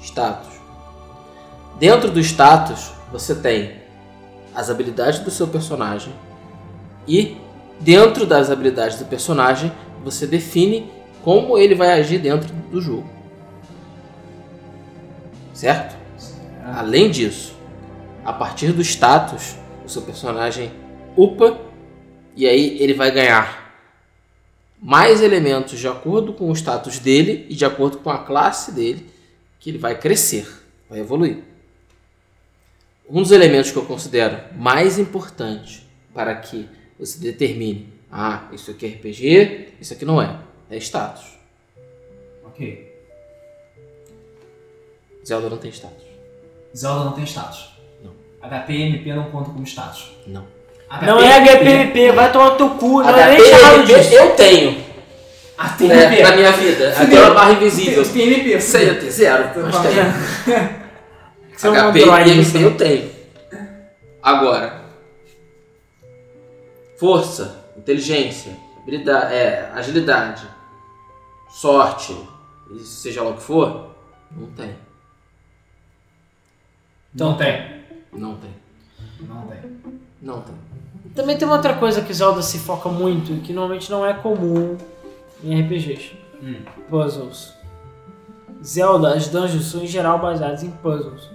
Status. Dentro do status, você tem as habilidades do seu personagem e dentro das habilidades do personagem, você define como ele vai agir dentro do jogo. Certo? Além disso, a partir do status, o seu personagem upa e aí ele vai ganhar mais elementos de acordo com o status dele e de acordo com a classe dele, que ele vai crescer, vai evoluir. Um dos elementos que eu considero mais importante para que você determine, ah, isso aqui é RPG, isso aqui não é, é status. Ok. Zelda não tem status. Zelda não tem status. Não. HP e MP não contam como status. Não. Não é HPMP, vai tomar no teu cu, não é nem chamado disso. eu tenho HP e né, MP. na minha vida. Fudeu. Aquela barra invisível. Tem MP. Sei, eu tenho zero, mas tenho. <laughs> Você é um HP androide, e você MP eu tenho. Agora. Força, inteligência, brida- é, agilidade, sorte, e seja lá o que for, não tem. Não tem. Não tem. Não tem. Não tem. Também tem uma outra coisa que Zelda se foca muito, e que normalmente não é comum em RPGs. Hum. Puzzles. Zelda, as dungeons são em geral baseadas em puzzles.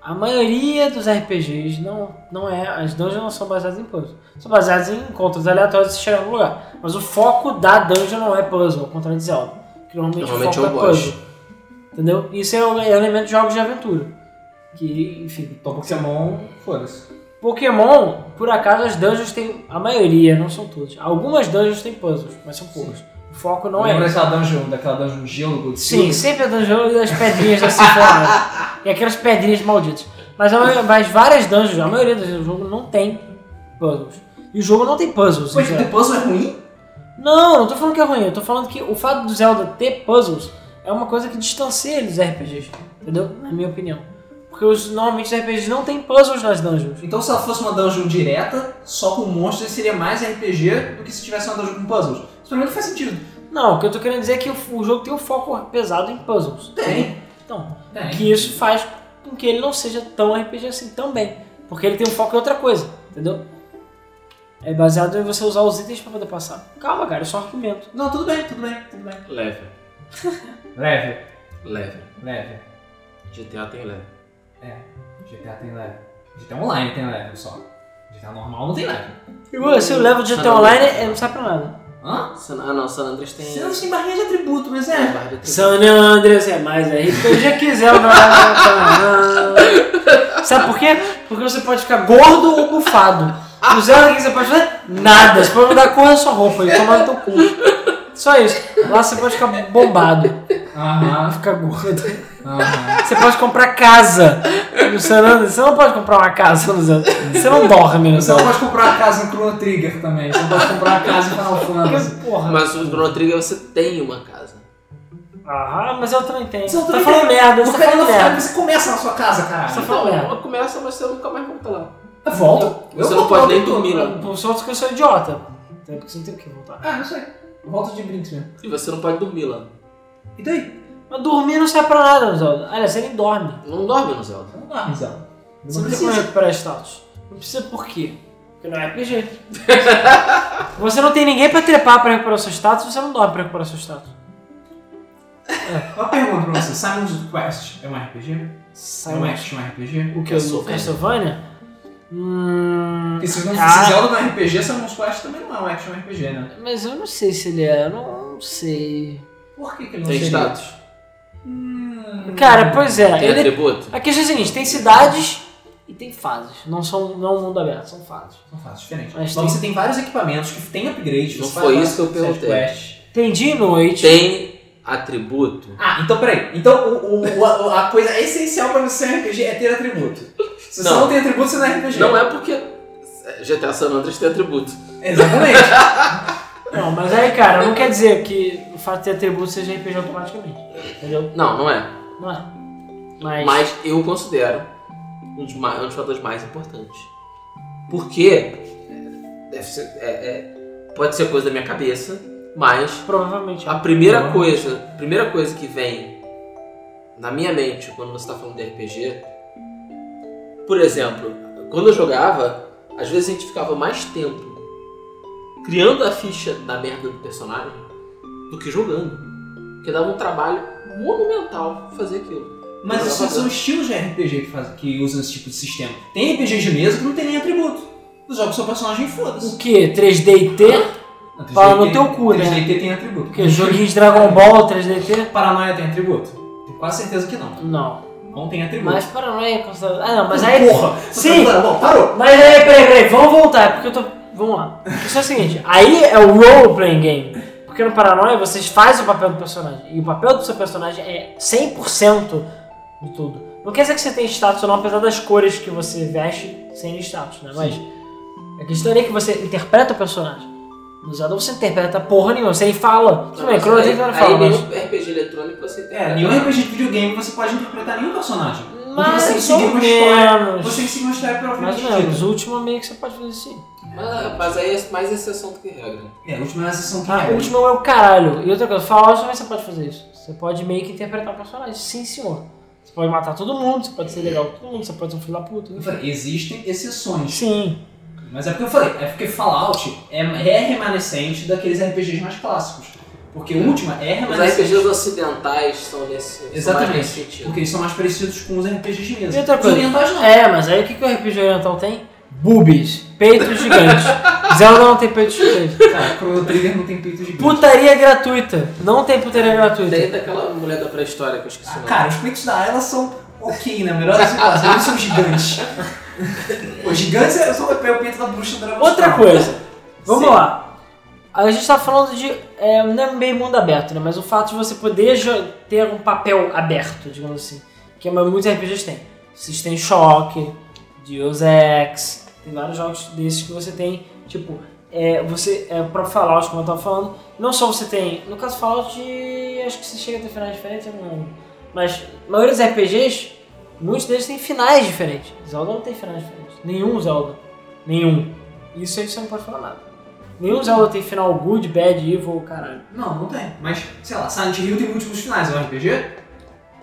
A maioria dos RPGs não, não é. As dungeons não são baseadas em puzzles. São baseadas em encontros aleatórios de chegar no lugar. Mas o foco da dungeon não é puzzle, ao contrário de Zelda. Que normalmente, Normalmente o é foco um é, boss. puzzle. Entendeu? Isso é um elemento de jogos de aventura. Que, enfim, Então Pokémon, foda-se. Pokémon, por acaso, as dungeons têm. A maioria, não são todas. Algumas dungeons têm puzzles, mas são poucas. O foco não Lembra é. daquela dungeon, daquela dungeon de gelo, Godzilla? Sim, sempre a dungeon e as pedrinhas da <laughs> Sinfonia. e aquelas pedrinhas malditas. Mas, a maioria- mas várias dungeons, a maioria das vezes, o jogo não tem puzzles. E o jogo não tem puzzles. em Mas geral. o puzzle é ruim? Não, não tô falando que é ruim. Eu tô falando que o fato do Zelda ter puzzles é uma coisa que distancia ele dos RPGs. Entendeu? Na minha opinião. Porque os, normalmente os RPGs não têm puzzles nas dungeons. Então se ela fosse uma dungeon direta, só com monstros, seria mais RPG do que se tivesse uma dungeon com puzzles. Isso pra mim não faz sentido. Não, o que eu tô querendo dizer é que o, o jogo tem um foco pesado em puzzles. Tem. Então, Tem. que isso faz com que ele não seja tão RPG assim também. Porque ele tem um foco em outra coisa, entendeu? É baseado em você usar os itens pra poder passar. Calma, cara, é só argumento. Não, tudo bem, tudo bem, tudo bem. Leve. Leve, Leve. leve. GTA tem leve. GTA tem leve. GTA Online tem leve só. GTA normal não tem leve. E se o level de San GTA Andreas. Online é, não sai pra nada. Hã? San- Ah não, San Andreas tem. Você não tem barrinha de atributo, mas tem é. barra de atributo. San Andreas é mais RPG que Zelda. Sabe por quê? Porque você pode ficar gordo ou bufado. O Zelda, o que você pode fazer? Nada. Você pode mudar a cor da sua roupa e tomar no teu cu. Só isso. Lá você pode ficar bombado. Aham, Ficar gordo. aham. Você pode comprar casa no San Andreas. Você não pode comprar uma casa no San Andreas. Você não dorme <laughs> no Você San não Andreas. pode comprar uma casa em Chrono Trigger também. Você não pode comprar uma casa em <laughs> Final Fantasy. Porque, Porra. Mas o Chrono Trigger você tem uma casa. Ah, mas eu também tenho. Você não Você tá tem- falando merda, você Porque tá aí falando no final merda. você começa na sua casa, Você caralho. tá falando merda. Então, começa, mas você nunca mais volta lá. Volta. Você não pode nem dormir lá. Por sorte que eu sou idiota. Então, porque você não tem o que voltar. Ah, não sei. Volta de brinks mesmo. E você não pode dormir lá. E daí? Mas dormir não serve pra nada, no Zelda. Aliás, você nem dorme. Não dorme no Zelda. Não dá, Rizal. Você Não não precisa precisa. recuperar status. Não precisa por quê? Porque não é RPG. <laughs> você não tem ninguém pra trepar pra recuperar seu status, você não dorme pra recuperar seu status. Uma pergunta pra você. Simon's Quest é um RPG? É um action RPG? O que? O Castlevania. Castlevania? Hum... Porque se não Ah. se Zelda não é RPG, Simon's Quest também não é um action RPG, né? Mas eu não sei se ele é, eu não sei. Por que que ele não Tem seria? status. Hum. Cara, pois é. Tem ele- atributo. A questão é a seguinte, tem cidades e tem fases. Não são não é um mundo aberto, são fases. Não faço diferente. Mas Então tem- você tem vários equipamentos que tem upgrade. Não você foi vai isso que eu lá, side perguntei. quest. Tem dia e noite. Tem atributo. Ah, então peraí. Então o, o- a, a coisa essencial pra você ser RPG é ter atributo. Se você Não. não tem atributo, você não é RPG. Não é porque GTA San Andreas tem atributo. Exatamente. <laughs> Não, mas aí, cara, não quer dizer que o fato de ter atributo seja RPG automaticamente. Entendeu? Não, não é. Não é. Mas. Mas eu considero um dos, mais, um dos fatores mais importantes. Porque é, deve ser- é- é- pode ser coisa da minha cabeça, mas Provavelmente. a primeira coisa, primeira coisa que vem na minha mente quando você está falando de RPG, por exemplo, quando eu jogava, às vezes a gente ficava mais tempo criando a ficha da merda do personagem do que jogando. Porque dava um trabalho monumental fazer aquilo. é Mas isso são estilos de RPG que, faz, que usam esse tipo de sistema. Tem RPG de mesa que não tem nem atributo. Os jogos são personagem O foda-se. que? 3D e T? Não, 3D Fala no tem- teu cu, né? 3DT tem atributo. O que? Joguinho de Dragon Ball, 3D e T? Paranoia tem atributo? Tenho quase certeza que não. Não. Não tem atributo. Mas paranoia é considerado. Ah, não, mas aí. Porra! Sim. Bom, parou! Mas aí, peraí, peraí, vamos voltar, porque eu tô. Vamos lá. A questão é a seguinte: aí é o role playing game. Porque no Paranoia vocês fazem o papel do personagem. E o papel do seu personagem é 100% de tudo. Não quer dizer que você tem status ou não, apesar das cores que você veste sem status, né? Mas a questão ali é que você interpreta o personagem. No Zelda você não interpreta porra nenhuma, você nem fala. Tudo bem, Chrono Trigger aí, não fala, aí mas. nenhum RPG eletrônico você tem. É, nenhum RPG de videogame você pode interpretar nenhum personagem. Porque você tem que Mais seguir ou uma história. menos. Você tem que seguir uma história pra hum- Mais ou menos. O último meio que você pode fazer assim. Mas, mas aí é mais exceção do que regra. É, a última é a sessão que Ah, é. o último é o caralho. E outra coisa, Fall Out também você pode fazer isso. Você pode meio que interpretar o personagem. Sim, senhor. Você pode matar todo mundo, você pode ser legal com todo mundo, você pode ser um filho da puta. Eu enfim. falei, existem exceções. Sim. Mas é porque eu falei, é porque Fallout é, é remanescente daqueles RPGs mais clássicos. Porque o última é Os remanescente. RPGs ocidentais são nesse, são mais Exatamente. nesse sentido. Porque eles são mais parecidos com os RPGs chineses. E outra Os coisa? orientais não. É, mas aí o que, que o RPG oriental tem? Boobies. Peitos gigantes. Zelda não tem peitos gigantes. Cara, Chrono Trigger não tem peito gigante. Putaria gratuita. Não tem putaria gratuita. Tem daquela mulher da pré-história que eu esqueci o Ah, nome. cara, os peitos da Ayla são ok, na melhor das hipóteses. Eles são gigantes. <laughs> Os gigantes é- são é o peito da bruxa do Dragon Outra Ball. coisa, vamos Sim. lá. A gente tá falando de. É, não é meio mundo aberto, né? Mas o fato de você poder jo- ter um papel aberto, digamos assim. Que muitos RPGs têm. Vocês têm Choque, Deus Ex, tem vários jogos desses que você tem, tipo, é, você. É, o próprio Fallout, como eu tava falando. Não só você tem. No caso Fallout, acho que você chega a ter finais diferentes, eu não lembro. Mas a maioria dos RPGs, muitos deles têm finais diferentes. Zelda não tem finais diferentes. Nenhum Zelda. Nenhum. Isso aí você não pode falar nada. Nenhum Zelda tem final good, bad, evil, caralho. Não, não tem. Mas, sei lá, Silent Hill tem múltiplos finais, é um RPG?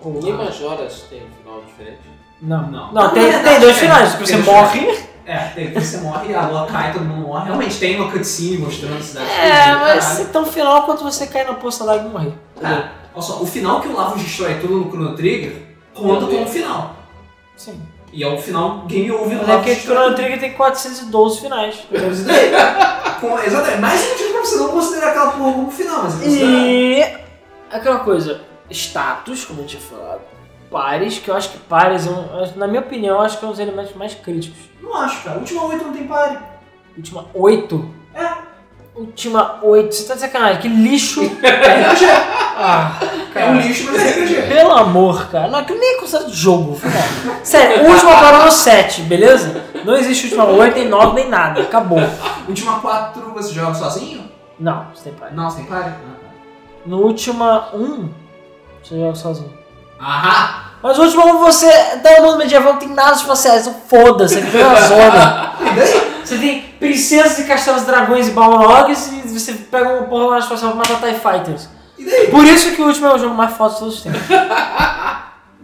Ou- Nem Majoras tem um final diferente. Ah, Não, Não. não. Não, Não, tem, na verdade, tem <laughs> dois tem. finais, que você Tem dois morre. É, tem. Você morre, a lua cai, todo mundo morre. Realmente tem uma cutscene mostrando a cidade. É, explodindo, mas caralho. é tão final quanto você cai na poça d'água e morrer. Entendeu? Ah, olha só, o final que o Lavos destrói tudo no Chrono Trigger conta como final. Sim. E é o final game over do Mas é Lavos porque o destrói. Chrono Trigger tem 412 <laughs> finais. Temos isso daí. Ah, Com- Exatamente. Mais um motivo pra você não considerar aquela porra como final, mas é considerado. E aquela coisa, status, como eu tinha falado, pares, que eu acho que pares, é um- na minha opinião, eu acho que é um dos elementos mais críticos. Não acho, cara. Última 8 não tem pare. Última 8. É. Última 8. Você tá de sacanagem, que lixo. É RPG. ah. É um lixo, mas é RPG. Pelo amor, cara. Não, aquilo nem é considerado jogo. cara. Sério, última parou no 7, beleza? Não existe última 8, nem 9, nem nada. Acabou. Última 4 você joga sozinho? Não, você tem pai. Não, você tem pare? Ah, No última 1, você joga sozinho. tá. Ahá! Mas no último 1 você tá no mundo medieval, não tem nada de você. Então foda-se, aqui é uma <laughs> zona. E daí? Você tem princesas e castelos, dragões e balrogs e você pega uma porra lá na situação pra matar TIE Fighters. E daí? Por isso que o último é o jogo mais foda de todos os tempos. <laughs>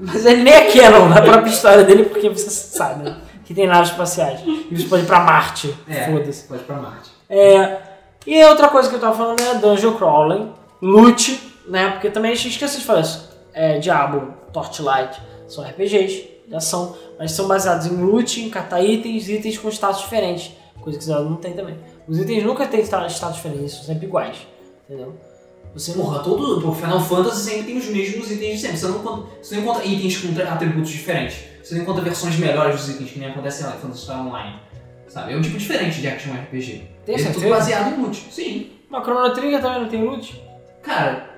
Mas ele nem é canon na própria história dele, porque você sabe né? que tem naves espaciais. E você pode ir pra Marte. É. Foda-se. Pode ir pra Marte. É, e a outra coisa que eu tava falando é Dungeon Crawling, Loot, né? Porque também a gente esquece de falar isso. É, Diablo, Torchlight, são RPGs, já são, mas são baseados em loot, em catar itens, itens com status diferentes. Coisa que Zelda não tem também. Os itens nunca têm sta- status diferentes, são sempre iguais. Entendeu? Você não Porra, todo. Pô, Final Fantasy sempre tem os mesmos itens de sempre. Você não encontra, você não encontra itens com tra- atributos diferentes. Você não encontra versões melhores dos itens, que nem acontece lá em Fantasy Star Online. Sabe? É um tipo diferente de Action RPG. tem Ele é tudo certeza. baseado em loot. Sim. Mas Chrono Trigger também não tem loot? Cara,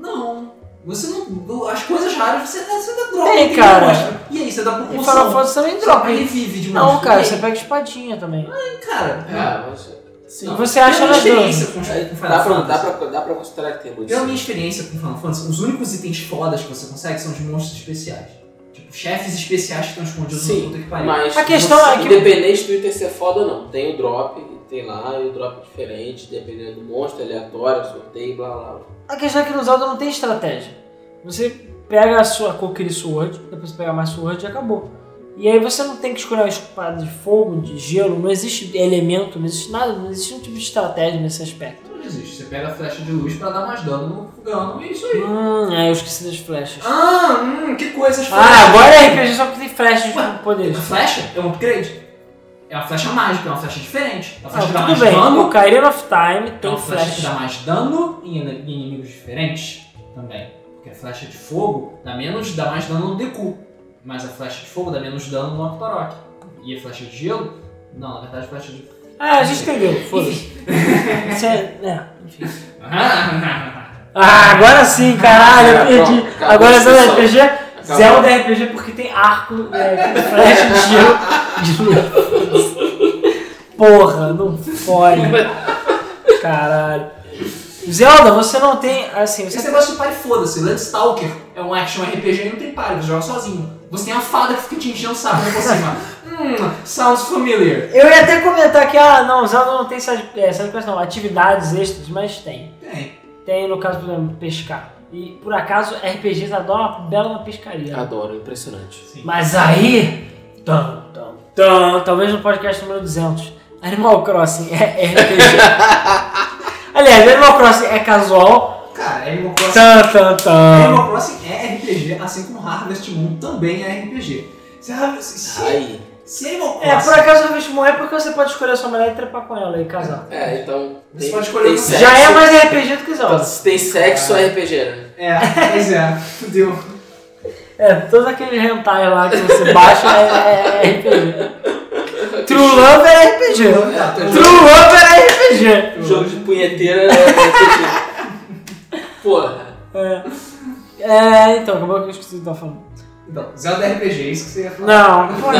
não. Você não. As coisas raras você dá, você dá droga. Tem, entendeu? cara. Mostra. E aí, você dá E Final propulsão. Fantasy também Você dropa. revive de Não, monstro. cara, E você aí, pega espadinha também. Cara, Ah, mas. E não. você acha Pela elas minha duas. experiência com, Aí, com É, Final Dá pra, Fantasy. dá, pra, dá pra considerar que tem muito. Pela minha experiência com Final Fantasy, os únicos itens fodas que você consegue são os monstros especiais. Tipo, chefes especiais que estão escondidos Sim, no puta que pariu. Mas A questão você- é que- Independente do item ser foda ou não, tem o drop, tem lá, e o drop é diferente, dependendo do monstro, aleatório, sorteio, blá blá blá. A questão é que no Zelda não tem estratégia. Você pega a sua Kokiri Sword, depois você pega mais Sword e acabou. E aí você não tem que escolher uma espada de fogo, de gelo, não existe elemento, não existe nada, não existe um tipo de estratégia nesse aspecto. Então, Não existe. Você pega a flecha de luz pra dar mais dano no fogão. É isso aí. Hum, é, eu esqueci das flechas. Ah, hum, que coisas Ah, agora é RPG só que tem flechas com poderes. A flecha é um upgrade. É uma flecha mágica, é uma flecha diferente. É uma Ah, flecha que Tá dá mais tudo bem, dano. no Ocarina of Time É tem Então, uma flecha que flecha. dá mais dano em ine- em inimigos diferentes também. Porque a flecha de fogo dá menos, dá mais dano no Deku. Mas a flecha de fogo dá menos dano no Octorok. E a flecha de gelo? Não, na verdade a flecha de. <laughs> Ah, a gente entendeu, <laughs> foda-se. Isso é- é, enfim. Ah, agora sim, caralho, eu Ah, perdi. pronto, acabou Agora a é Zelda discussão. RPG. Acabou. Zelda RPG porque tem arco, é, com flecha de gelo de luz. Porra, não fode. Caralho. Zelda, você não tem. Assim, Esse você negócio de pare foda-se. Landstalker é um action RPG e não tem pare, você joga sozinho. Você tem a fada que fica te enchendo o saco por <laughs> cima. Hum, sounds familiar. Eu ia até comentar que, ah, não, Zelda não tem side, é, side quest, não, atividades extras, mas tem. Tem. Tem, no caso, por exemplo, pescar. E, por acaso, RPGs adoram uma bela uma pescaria. Adoro, impressionante. Sim. Mas aí. Tam, tam, tam, talvez no podcast número 200. Animal Crossing é <laughs> RPG. Aliás, Animal Crossing é casual. Cara, Animal Crossing, Tam, tam, tam. Animal Crossing é RPG, assim como Harvest Moon também é RPG. Se, Harvest- se, Aí. se Animal É, Crossing... por acaso eu vejo morrer porque você pode escolher a sua mulher e trepar com ela e casar. É, então. Você pode escolher um. sexo. Já é mais RPG do que Então, Zelda. se tem sexo, é RPG, né? É, pois é. <laughs> Fudeu. É, todo aquele hentai lá que você baixa é, é RPG. True Love é RPG. Tá, tô- True Love é RPG. Jogo de punheteira é RPG. Porra. É, então, acabou que eu esqueci de estar falando. Então, Zelda é RPG, é isso que você ia falar. Não, Não.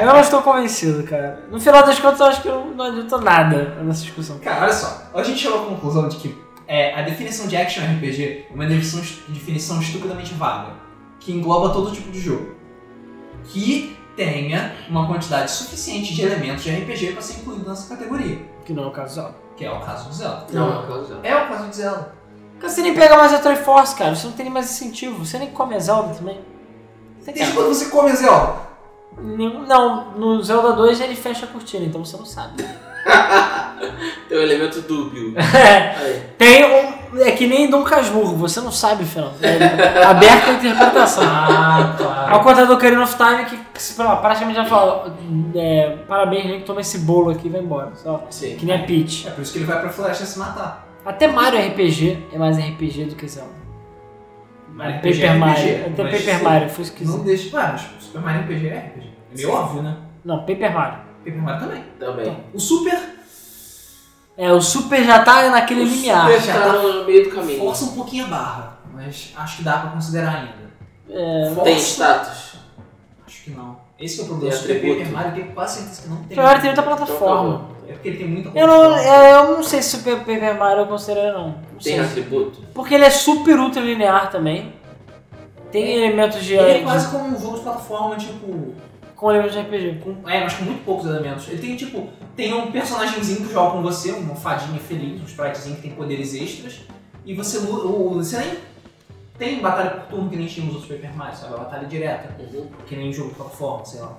eu não estou convencido, cara. No final das contas, eu acho que eu não adiantou nada nessa discussão. Cara, olha só. A gente chegou à conclusão de que é, a definição de action RPG é uma definição, definição estupidamente vaga, que engloba todo tipo de jogo, que tenha uma quantidade suficiente de elementos de RPG para ser incluído nessa categoria, Que não é o caso Zelda. que é o caso do Zelda. Não, não. É o caso do Zelda. Cara, você nem pega mais a Triforce, cara. Você não tem nem mais incentivo. Você nem come a Zelda também. Você tem Desde quando você come a Zelda? Nenhum- Não, no Zelda 2 ele fecha a cortina, então você não sabe. Tem um elemento dúbio. Aí. Tem um. É que nem Dom Casmurro, você não sabe o final. É aberta a interpretação. Ah, claro. Ao contrário do Ocarina of Time, que sei lá, praticamente já fala: é, parabéns, Link, toma esse bolo aqui e vai embora. Só. Sim. Que nem a Peach. É por isso que ele vai pra floresta se matar. Até Mario RPG é mais RPG do que Zelda. Mario Paper RPG, Mario. Até é mas Paper sim. Mario, foi isso que Não não... deixa. Ué, mas Super Mario RPG é RPG. É meio óbvio, né? não, Paper Mario. Paper Mario também. Também. O Super É, o Super já tá naquele O limiar. Super tá no meio do caminho. força um pouquinho a barra, mas acho que dá pra considerar ainda. Tem Força- status. Acho que não. Esse que é o problema. Tem Super Paper atributo. Mario eu tenho quase certeza que não tem. Agora tem outra Então, plataforma. É porque ele tem muita Eu não, plataforma. é, eu não sei se Super Paper Mario eu considero não. Não sei. Tem atributo. Porque ele é super ultra linear também. Tem elementos de, Ele é de- quase como um jogo de plataforma, tipo. com elementos de RPG. com- é, mas com muito poucos elementos. Ele tem, tipo, tem um personagemzinho que joga com você, uma fadinha feliz, um spritezinho que tem poderes extras. E você luta. o- Você nem tem batalha por turno que nem tinha os outros Paper Mario, sabe? A batalha direta, Uhum. que nem jogo de plataforma, sei lá.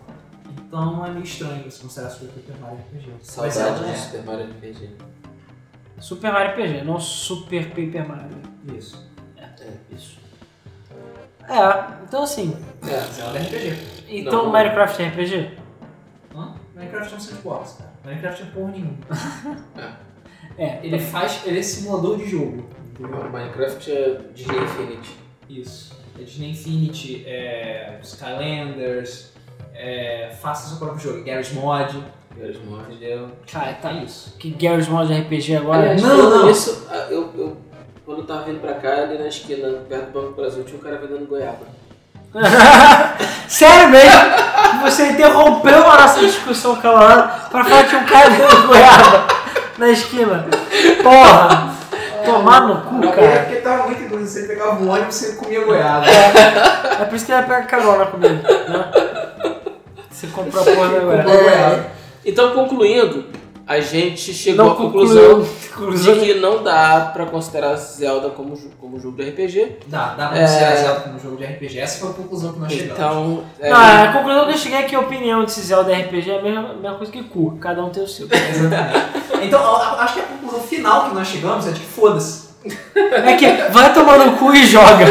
Então é meio estranho você considerar Super Paper Mario RPG. Mas Saudade ela do é. Super Mario RPG. Super Mario RPG, não Super Paper Mario. Isso. É, isso. É, então assim. É. Mas ela é RPG. Então Não. Minecraft é RPG? Hã? Minecraft é um sandbox, cara. Minecraft é porra nenhuma. É. Ele faz. Ele é simulador de jogo. Entendeu? Minecraft é Disney Infinity. Isso. É Disney Infinity, é. Skylanders, é. Faça seu próprio jogo. Garry's Mod, Garry's Mod. entendeu? Cara, tá É isso. isso. Que Garry's Mod é RPG agora. Aliás, Não, falando não. Isso, eu, eu, quando eu tava vindo pra cá, ali na esquina, perto do Banco do Brasil, tinha um cara vendendo goiaba. <laughs> Sério mesmo? Você interrompeu a nossa discussão calorada pra falar que um cara deu goiaba na esquina. Porra! Tomar no cu, cara. porque tava muito doido. Você pegava um ônibus e você comia goiaba. É por isso que ele pega carona comigo, né? Você comprou a porra da Comprou goiaba. goiaba. É. Então, concluindo, a gente chegou Não à conclusão concluiu. de conclusão. que não dá pra considerar Zelda como, ju- como jogo de RPG. Dá, dá pra É. considerar Zelda como um jogo de RPG. Essa foi a conclusão que nós chegamos. Então, é, Não, a conclusão que eu cheguei é que a opinião de Zelda RPG é a mesma, a mesma coisa que cu, cada um tem o seu. Exatamente. Então, a- a- acho que a conclusão final que nós chegamos é de que foda-se. É que vai tomar no cu e joga.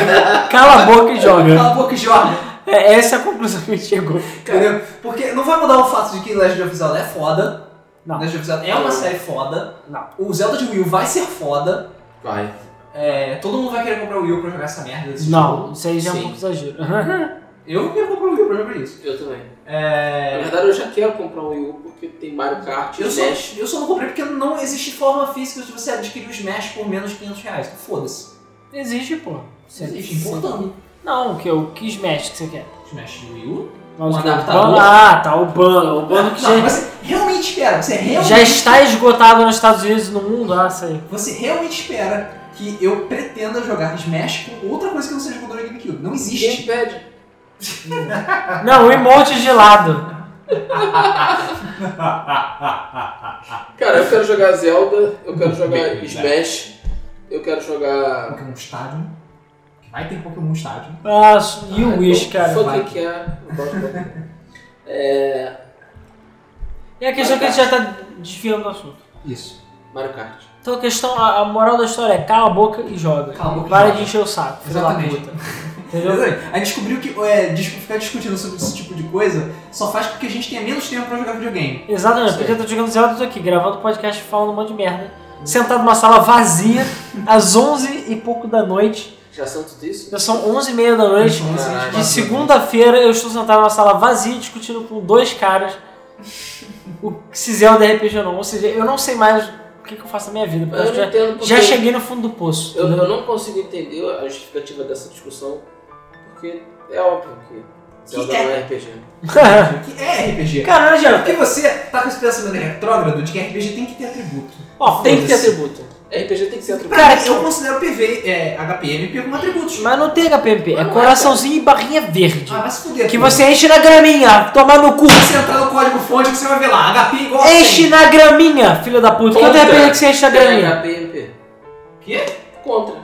Cala a boca e joga. Cala a boca e joga. É, essa é a conclusão que a gente chegou. Entendeu? Porque não vai mudar o fato de que Legend of Zelda é foda. Não. Legend of Zelda é uma série foda. Não. O Zelda de Wii U vai ser foda. vai. É, todo mundo vai querer comprar o Wii U pra jogar essa merda. desse jogo. Não, isso aí já é um Sim. pouco exagero. <laughs> Eu quero comprar o Wii U pra jogar isso. Eu também. Na É, verdade, eu já quero comprar um Wii U porque tem Mario Kart, eu, só, Smash. eu só não comprei porque não existe forma física de você adquirir o Smash por menos de 500 reais. Então, Foda-se. Existe, pô. Você- Existe, um importando. Não, que é o que Smash que você quer? Smash de Wii U? Mas Um o adaptador? ban- Ah, tá, o ban. O ban que Não, já, é você realmente espera. Você realmente, já está esgotado nos Estados Unidos e no mundo. Ah, isso aí. você realmente espera que eu pretenda jogar Smash com outra coisa que não seja o controle GameCube. Não existe. Gamepad. Não, um emote gelado. Cara, eu quero jogar Zelda, eu quero Bem, jogar né? Smash, eu quero jogar. <laughs> Pokémon Stadium. que Vai ter Pokémon Stadium. Ah, you wish, Ah, cara. Fuck vai. que é. eu gosto de Pokémon. E a questão é que a gente já tá desviando do assunto. Isso. Mario Kart. Então a questão, a, a moral da história é cala a boca e joga. Cala a boca e Para joga. de encher o saco, filho da Exatamente. puta. Entendeu? Aí descobriu que é, dis- ficar discutindo sobre esse tipo de coisa só faz com que a gente tenha menos tempo pra jogar videogame. Exatamente, Sim. porque eu tô jogando Zelda, eu tô aqui gravando podcast falando um monte de merda. Sentado numa sala vazia, às 11 e pouco da noite. Já são tudo isso? Já são 11 e meia da noite. Então, assim, a gente Caralho. De passa- segunda-feira eu estou sentado numa sala vazia discutindo com dois caras o se Zelda é RPG ou não. Ou seja, eu não sei mais o que, que eu faço na minha vida. porque Eu eu não já, entendo porque já cheguei no fundo do poço. <laughs> Eu, entendeu? eu não consigo entender a justificativa dessa discussão, porque é óbvio que Zelda Que é? não é RPG. Que é RPG. Cara, não adianta. Porque você tá com esse pensamento retrógrado de que RPG tem que ter atributo. Ó, Tem que ter Foda-se. atributo. RPG tem que ser atributo. Pra mim, eu considero PV, é, HPMP como atributos. mas não tem HPMP, é Não é, coraçãozinho e barrinha verde. Ah, vai se fuder. Que pô. você enche na graminha, toma no cu. Se você entrar no código fonte que você vai ver lá, HP igual a 100. Enche na graminha, filho da puta. Quanto é Contra. RPG que você enche na graminha? PMP. Quê? Contra.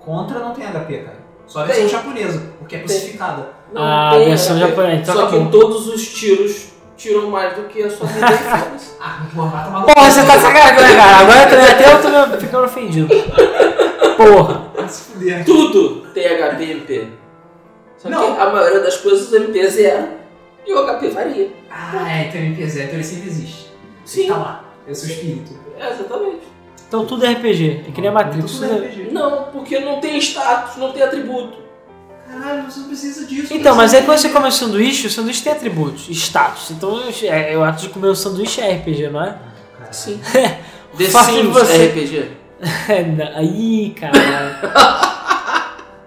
Contra não tem HP, cara. Só a Tem. versão japonesa, porque é crucificada. Não, Ah, tem versão HP. japonesa, então Só acabou. que todos os tiros tiram mais do que a sua vida. e foda-se. Ah, porra, vai tomar no Porra, cu. você tá de sacanagem, né, cara? Agora eu tô- até eu tô me- ficando ofendido. Porra. Vai se fuder. Tudo tem HPMP. Só Não. que a maioria das coisas o MP é zero e o HP varia. Ah, é, então ele pesa, então ele sempre existe. Sim, Tá lá, é o seu espírito. é, exatamente. Então tudo é RPG, é que nem a Matrix. Tudo tudo é- é RPG. Não, porque não tem status, não tem atributo. Caralho, você não precisa disso. Então, cara. mas aí quando você come um sanduíche, o sanduíche tem atributos, status. Então é, o ato de comer um sanduíche é RPG, não é? <laughs> Caralho. Sim. The The Fato É, de Sims Sims você- RPG. É, não. Aí, cara.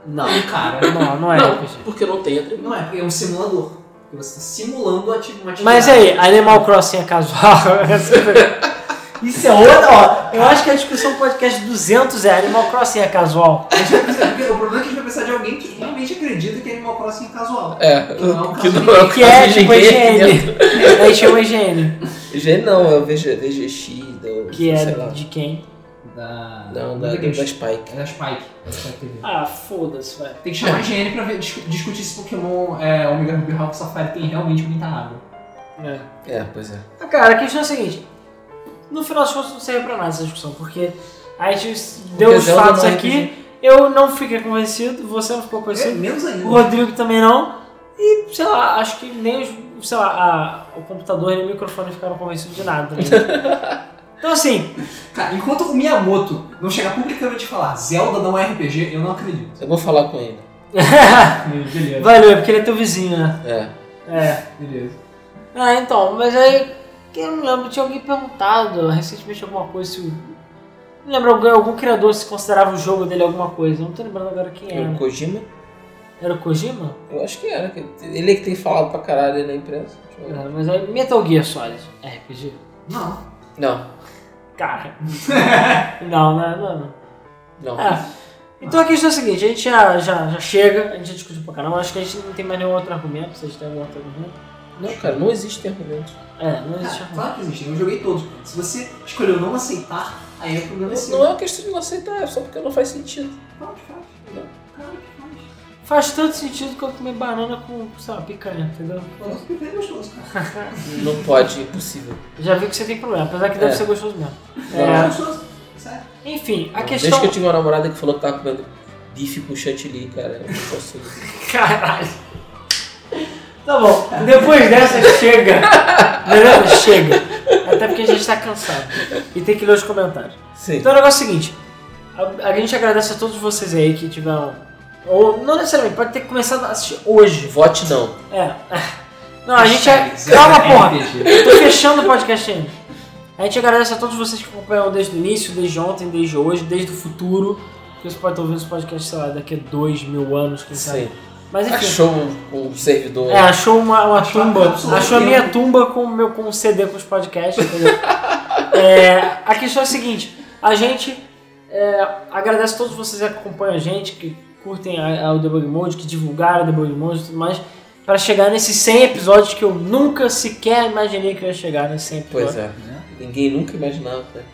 Não, Cara, não, não é RPG. Não, porque não tem atributo. não é, porque é um simulador. Porque você tá simulando a tipo- uma atividade. Mas aí, Animal Crossing é casual? <laughs> Isso é outra, ó. Eu acho que a discussão podcast 200 é Animal Crossing é casual. A gente vai precisar- porque o problema é que a gente vai precisar de alguém que realmente acredita que Animal Crossing é casual. É, Que não é um que caso não é o Que é tipo a IGN. IGN. Aí chama IGN. IGN não, é o VG, VGX, do, Que sei é lá. de quem? Da. Não, da, do- da Spike. É da Spike. da Spike TV. Ah, foda-se, velho. Tem que chamar a IGN pra ver- discu- discutir se Pokémon é, Omega Ruby Hawk Safari tem realmente muita água. É. É, pois é. Ah, Cara, a questão é a seguinte. No final das contas não serve pra nada essa discussão, porque a gente deu Porque os Zelda fatos não é aqui, eu não fiquei convencido, você não ficou É, convencido, menos ainda. o Rodrigo também não, e sei lá, acho que nem os, sei lá, a- o computador e o microfone ficaram convencidos <laughs> de nada. né? então assim, <laughs> Cara, enquanto o Miyamoto não chegar publicamente e falar Zelda não é RPG, eu não acredito. Eu vou falar com ele. Beleza, valeu, porque ele é teu vizinho, né? É. É. beleza. Ah, então, mas aí, que eu não lembro, tinha alguém perguntado recentemente alguma coisa se... o- Não lembro, algum, algum criador se considerava o jogo dele alguma coisa, eu não tô lembrando agora quem era. O Kojima, Era o Kojima? eu acho que era. que Ele é que tem falado pra caralho aí na imprensa. Deixa eu ver. É, mas é Metal Gear Solid. É RPG? Não. É. Não, Cara. <laughs> não, não, não. não. não. É. Então a questão é a seguinte, a gente já, já, já chega, a gente já discutiu pra caramba, acho que a gente não tem mais nenhum outro argumento, vocês têm algum outro argumento? Não, cara, não existe argumento. É, não existe Cara, argumento. Ah, claro que existe, eu joguei todos. Se você escolheu não aceitar, aí é problema Não, seu. não é uma questão de não aceitar, é só porque não faz sentido. Claro que faz. Claro que faz. Faz tanto sentido que eu comer banana com, sei lá, picanha, entendeu? Eu não fiquei bem gostoso, cara. Não pode, é impossível. Já vi que você tem problema, apesar que deve É. ser gostoso mesmo. É É. gostoso. Sério. Enfim, a Não, questão... Desde que eu tive uma namorada que falou que tava comendo bife com chantilly, cara, eu não consigo. <laughs> Caralho. Tá bom, depois dessa chega. Beleza? Chega. Até porque a gente tá cansado. E tem que ler os comentários. Sim. Então o negócio é o seguinte: a, a gente agradece a todos vocês aí que tiveram. Ou não necessariamente, pode ter começado a assistir hoje. Vote não. É. Não, a gente é. Hashtag <laughs> Calma, Zelda porra! RPG. Tô fechando o podcast ainda. A gente agradece a todos vocês que acompanham desde o início, desde ontem, desde hoje, desde o futuro. Porque você pode estar ouvindo esse podcast, sei lá, daqui a dois mil anos, quem sabe. Sim. Mas enfim. Achou um, um servidor. É, achou uma, uma Achou a tumba. cápsula achou a do minha tempo. tumba com o meu com um CD com os podcasts, entendeu? <laughs> É, a questão é a seguinte: a gente é, agradece a todos vocês que acompanham a gente, que curtem a- a- o Debug Mode, que divulgaram o Debug Mode e tudo mais, pra chegar nesses 100 episódios que eu nunca sequer imaginei que eu ia chegar nesses 100 episódios. Pois é. né? Ninguém nunca imaginava, né? cara.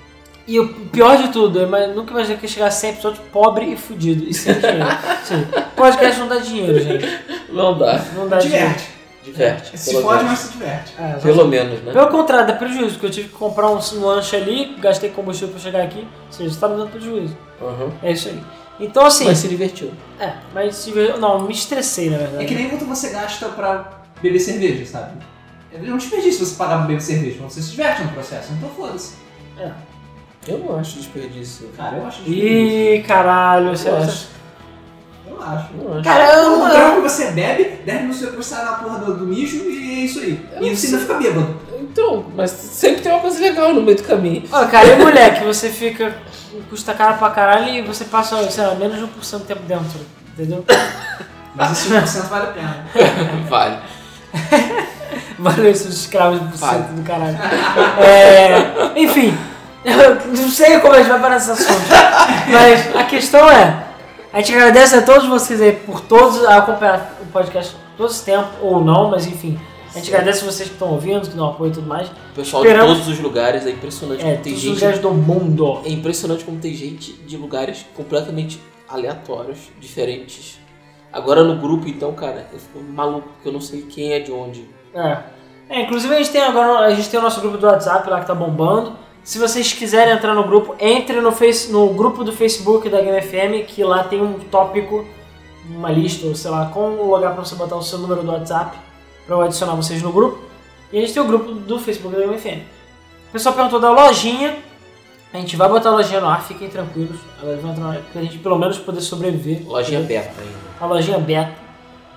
E o pior de tudo, eu ima- nunca imaginei que ia chegar a 100 episódios pobre e fudido e sem <laughs> dinheiro. Ou seja, podcast não dá dinheiro, gente. Não dá. Não dá dinheiro. Diverte. Diverte. Se pelo pode, menos. mas se diverte. É, nós- Pelo menos, né? É. Pelo contrário, dá prejuízo, porque eu tive que comprar um, um lanche ali, gastei combustível pra chegar aqui, ou seja, tá me dando prejuízo. Aham. É isso aí. Então, assim, Mas se divertiu. é, mas se ver- não, me estressei na verdade. É que nem quanto você gasta pra beber cerveja, sabe? É um desperdício você pagar pra beber cerveja, mas você se diverte no processo, então foda-se. Eu não acho desperdício. Cara, eu acho desperdício. Ih, caralho, você Nossa. acha? Eu acho. Não acho. O Caramba! grau que você bebe, 10 minutos depois sai na porra do, do mijo e é isso aí. E você ainda fica bêbado. Então, mas sempre tem uma coisa legal no meio do caminho. Ó, cara, e mulher que você fica. custa caro pra caralho e você passa, sei lá, menos de 1% do tempo dentro, entendeu? Mas esse 1% vale a pena. <laughs> Vale. Valeu esses escravos do Fala. centro do caralho. É, enfim, <laughs> eu não sei como a gente vai parar nesse assunto. Mas a questão é, a gente agradece a todos vocês aí por todos a acompanhar o podcast todo esse tempo, ou não, mas enfim. A gente agradece vocês que estão ouvindo, que dão apoio e tudo mais. O pessoal Esperamos- de todos os lugares, é impressionante É, como tem todos os gente. lugares do mundo. É impressionante como tem gente de lugares completamente aleatórios, diferentes. Agora no grupo, então, cara, eu fico maluco, porque eu não sei quem é de onde. É. É, inclusive a gente tem agora, a gente tem o nosso grupo do WhatsApp lá que tá bombando. Se vocês quiserem entrar no grupo, entre no, face, no grupo do Facebook da Game FM, que lá tem um tópico, uma lista, ou sei lá, com o lugar pra você botar o seu número do WhatsApp pra eu adicionar vocês no grupo. E a gente tem o grupo do Facebook da Game FM. O pessoal perguntou da lojinha. A gente vai botar a lojinha no ar, fiquem tranquilos. Agora vai entrar na pra gente pelo menos poder sobreviver. Lojinha beta ainda. A lojinha beta.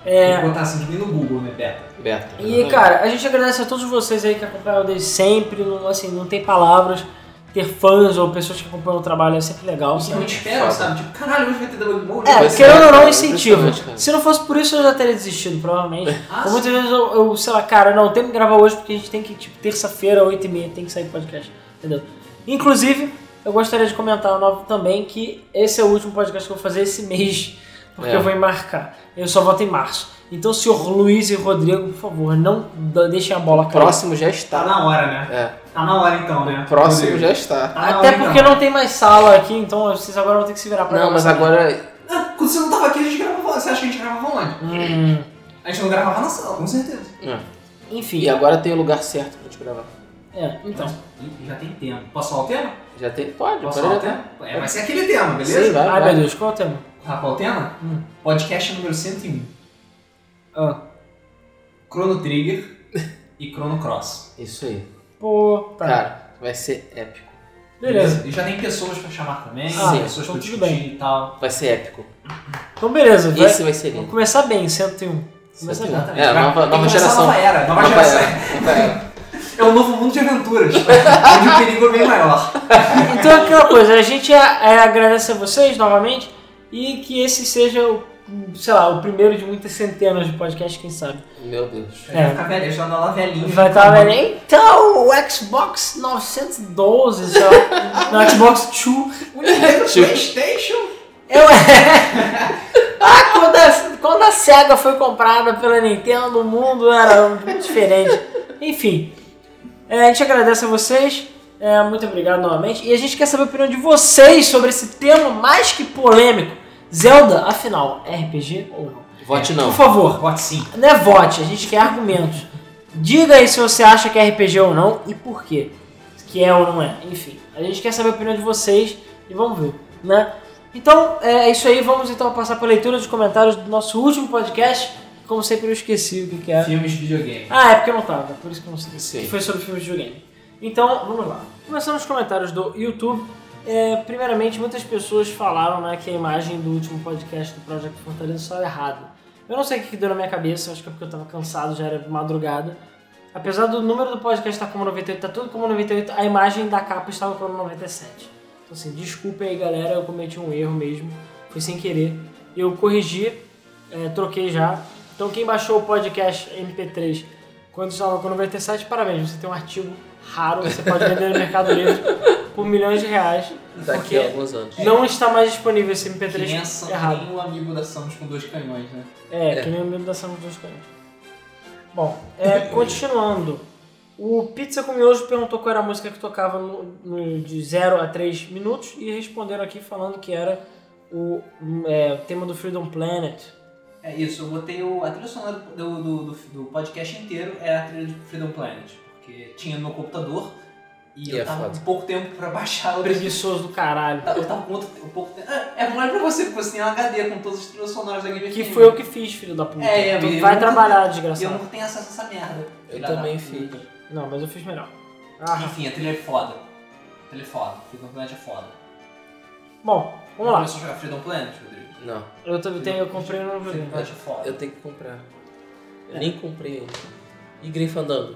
Tem que botar assim, que nem no Google, né, beta. Beta. E cara, a gente agradece a todos vocês aí que acompanham desde sempre, não, assim, não tem palavras. Ter fãs ou pessoas que acompanham o trabalho é sempre legal. Os que não Sabe? esperam, sabe? Tipo, caralho, hoje vai ter debug mode. É, vai ser, ser- querendo ou não, cara, um incentivo. impressionante, cara. Se não fosse por isso, eu já teria desistido, provavelmente. Tá Ah, Ou muitas sim. vezes eu, eu, sei lá, cara, não, tem que gravar hoje porque a gente tem que, tipo, terça-feira, 8h30, tem que sair podcast, entendeu? Inclusive, eu gostaria de comentar novo também que esse é o último podcast que eu vou fazer esse mês, porque É. eu vou embarcar. Eu só volto em março. Então, senhor Luiz e Rodrigo, por favor, não d- deixem a bola cair. Próximo já Tá está. na hora, né? É. Tá na hora então, né? Próximo Rodrigo? já está. Tá na Até hora, porque então. não tem mais sala aqui, então vocês agora vão ter que se virar pra Não, gravar. mas agora. Ah, Quando você não tava aqui, a gente gravava. Você acha que a gente gravava onde? Hum, A gente não gravava na sala, com certeza. é. enfim, E agora tem o lugar certo pra te gravar. é, então. Ih, Já tem tema. Posso falar o tema? Já tem? Pode, Posso agora falar já o tem. tema? É, vai ser aquele tema, Sim, beleza? vai, Ai, vai. meu Deus, qual é o tema? Sabe qual é o tema? Hum. Podcast número 101. Ah, Chrono Trigger e Chrono Cross. Isso aí. pô, tá. Cara, vai ser épico. Beleza. E já tem pessoas pra chamar também, Ah, tem pessoas então pra tudo discutir bem. e tal. Vai ser épico. Então, beleza. Vai... Esse vai ser Vamos lindo. começar bem, 101. Começa Sim. já. Exatamente. É, Vai- nova- tem que nova começar a geração. Nova era, nova Vai pra geração. ela, vai pra ela. É um novo mundo de aventuras, <laughs> onde o perigo é bem maior. Então é aquela coisa, a gente é, é, agradece a vocês novamente e que esse seja o, sei lá, o primeiro de muitas centenas de podcasts, quem sabe. Meu Deus. Vai ficar velha, já na velhinha. É. Vai tá estar vendo, então, o Xbox 912, sei lá, <laughs> no Xbox 2. O Nintendo Tipo- Playstation. Eu, ah, quando a, quando a SEGA foi comprada pela Nintendo, o mundo era muito diferente. Enfim, é, a gente agradece a vocês. é, muito obrigado novamente. E a gente quer saber a opinião de vocês sobre esse tema mais que polêmico. Zelda, afinal, é RPG ou não? Vote não. Por favor, Vote sim. não é vote, a gente quer argumentos. Diga aí se você acha que é RPG ou não e por quê. Que é ou não é. Enfim, a gente quer saber a opinião de vocês e vamos ver, né? Então, é isso aí. Vamos então passar para a leitura dos comentários do nosso último podcast. Como sempre, eu esqueci o que, que era. Filmes de videogame. Ah, é porque eu não tava, por isso que eu não sei. Sim. Que foi sobre filmes de videogame. Então, vamos lá. Começando os comentários do YouTube. É, primeiramente, muitas pessoas falaram né, que a imagem do último podcast do Project Fortaleza só errada. Eu não sei o que que deu na minha cabeça, acho que é porque eu tava cansado, já era madrugada. Apesar do número do podcast estar como 98, tá tudo como 98, a imagem da capa estava como 97. Então assim, desculpem aí galera, eu cometi um erro mesmo, foi sem querer. Eu corrigi, é, troquei já. Então quem baixou o podcast MP3 quando estava com 97, parabéns, você tem um artigo raro, você pode vender no Mercado Livre por milhões de reais. daqui a alguns anos. Não está mais disponível esse MP3 Quem é Sam- Tá errado. quem é o amigo da Samus com dois canhões, né? É, É. que nem o membro da Samus dos Canhões. Bom, é, continuando. O Pizza com Miojo perguntou qual era a música que tocava no, no- de 0 a 3 minutos e responderam aqui falando que era o hum, é, o tema do Freedom Planet. É isso, eu botei o, a trilha sonora do, do, do, do podcast inteiro é a trilha de Freedom Planet, porque tinha no meu computador e, E eu é tava foda. com pouco tempo pra baixar. Eu, Preguiçoso do caralho. eu tava com outro, um pouco tempo. Ah, É mole pra você, porque você tem um HD com todas as trilhas sonoras da Game Que FM. foi eu que fiz, filho da puta. É, é, tu eu vai nunca- E trabalhar, eu desgraçado. nunca tenho acesso a essa merda. Eu filha da também puta. fiz. Não, mas eu fiz melhor. Ah, Enfim, a trilha é foda. A trilha é foda. Freedom Planet é foda. bom, Já vamos lá. Começou a jogar Freedom Planet, Rodrigo? Não, Eu, também tenho, eu comprei um no Freedom Planet é foda. eu tenho que comprar. Eu nem comprei ainda. E Grifandango?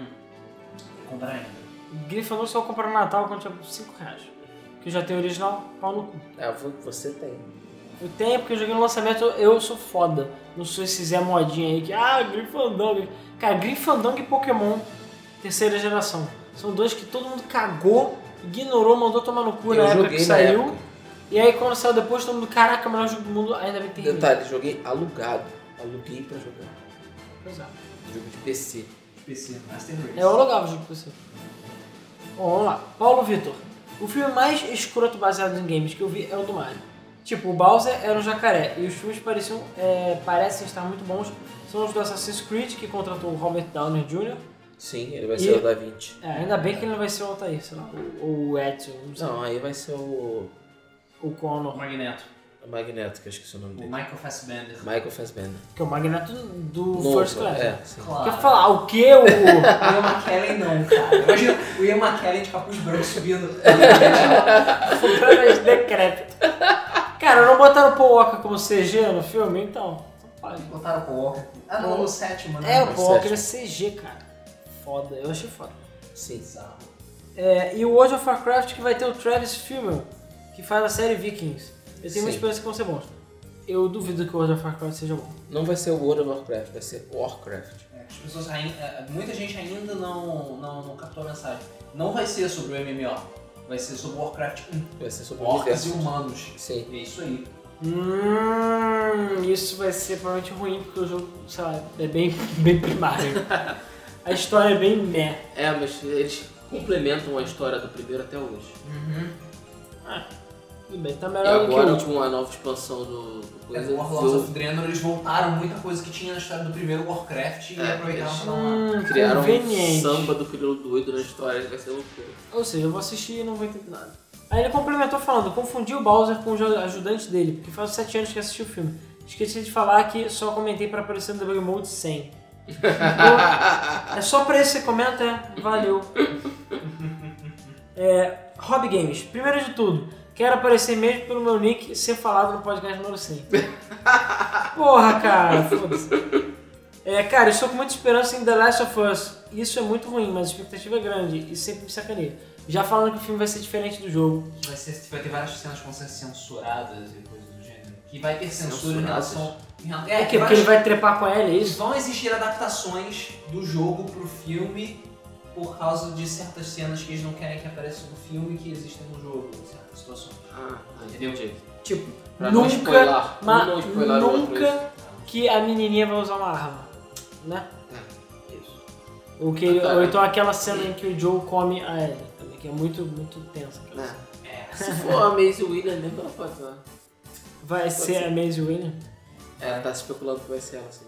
Vou comprar ainda. Grifanor só comprar no Natal quando tinha 5 reais. Que eu já tenho original, pau no cu. Ah, vo- você tem. Eu tenho porque eu joguei no lançamento, eu sou foda. Não sou esse Zé modinha aí que, ah, Grifandang. Cara, Grifandang e Pokémon terceira geração. São dois que todo mundo cagou, ignorou, mandou tomar no cu Eu na época joguei que na saiu. época. E aí quando saiu depois, todo mundo, caraca, é melhor jogo do mundo, ainda bem que tem. Detalhe, joguei alugado. Aluguei pra jogar. Pois é. Jogo de PC. PC, Master Race. É, eu alugava o jogo pra você. Bom, vamos lá. Paulo Vitor. O filme mais escroto baseado em games que eu vi é o do Mario. Tipo, o Bowser era um jacaré e os filmes pareciam, é, parecem estar muito bons. São os do Assassin's Creed, que contratou o Robert Downey Jr. Sim, ele vai ser E- o da 20. É, ainda bem que ele não vai ser o Altair, sei lá, ou- ou o Edson, não sei, Não, aí vai ser o, o O Connor. Magneto. o Magneto, que eu esqueci o nome O dele. Michael Fassbender. Michael Fassbender. Que é o Magneto do Novo, First Class. É, sim. Claro. Quer falar, o que o... <laughs> O Ian McKellen não, cara. Imagina o Ian McKellen tipo, de capuz branco subindo. <laughs> Cara, Futuras é decrépito. Cara, não botaram o Paul Walker como CG no filme? Então, não pode. Botaram o Walker. Ah, não, no sétimo, né? É, o Mas Paul Walker sério. é CG, cara. Foda, eu achei foda. sim. Bizarro. É, e o World of Warcraft que vai ter o Travis Fimmel, que faz a série Vikings. Eu tenho uma Sim. esperança que vão ser bons. Eu duvido que o World of Warcraft seja bom. Não vai ser o World of Warcraft, vai ser Warcraft. É, As pessoas ainda, muita gente ainda não, não, não captou a mensagem. Não vai ser sobre o MMO, vai ser sobre Warcraft 1. Vai ser sobre o Orcs universo. e humanos. Sim. E é isso aí. Hum, isso vai ser provavelmente ruim, porque o jogo, sei lá, é bem, <laughs> bem primário. <laughs> a história é bem meh. É, mas eles complementam a história do primeiro até hoje. Tudo bem, tá E melhor do que o agora, último. com a nova expansão do, do É, coisa, o Warlords viu- of Draenor, eles voltaram muita coisa que tinha na história do primeiro Warcraft e É, aproveitaram eles- pra dar uma... Hum, criaram um conveniente. samba do filho doido na história, vai ser <laughs> loucura. Ou seja, eu vou assistir e não vou entender nada. Aí ele complementou falando, confundi o Bowser com o jo- ajudante dele, porque faz 7 anos que assisti o filme. Esqueci de falar que só comentei pra aparecer no Debug Mode 100. Ah, Então, é só pra isso que você comenta, é? Valeu. É, Hobby Games. Primeiro de tudo, quero aparecer mesmo pelo meu nick e ser falado no podcast número 100. Porra, cara, foda-se. É, cara, eu estou com muita esperança em The Last of Us. Isso é muito ruim, mas a expectativa é grande e sempre me sacaneia. Já falando que o filme vai ser diferente do jogo. Vai, ser, vai ter várias cenas que vão ser censuradas e coisas do gênero. Que vai ter censura em Censuradas? relação... em rela- É, que, porque várias- ele vai trepar com ela, é Eles isso? vão exigir adaptações do jogo pro filme por causa de certas cenas que eles não querem que apareçam no filme que existem no jogo, em certas situações. Ah, Entendeu? Tipo, Pra não nunca, spoilar, ma- não spoilar o outro, nunca que a menininha vai usar uma arma, né? Isso. Ou, que, ou então aquela cena em que o Joe come a Ellie também, que é muito, muito tensa. aquela cena. É. <laughs> Se for a Maisie Williams mesmo, ela pode usar. Vai ser ser. a Maisie Williams? É, tá especulando que vai ser ela, sim.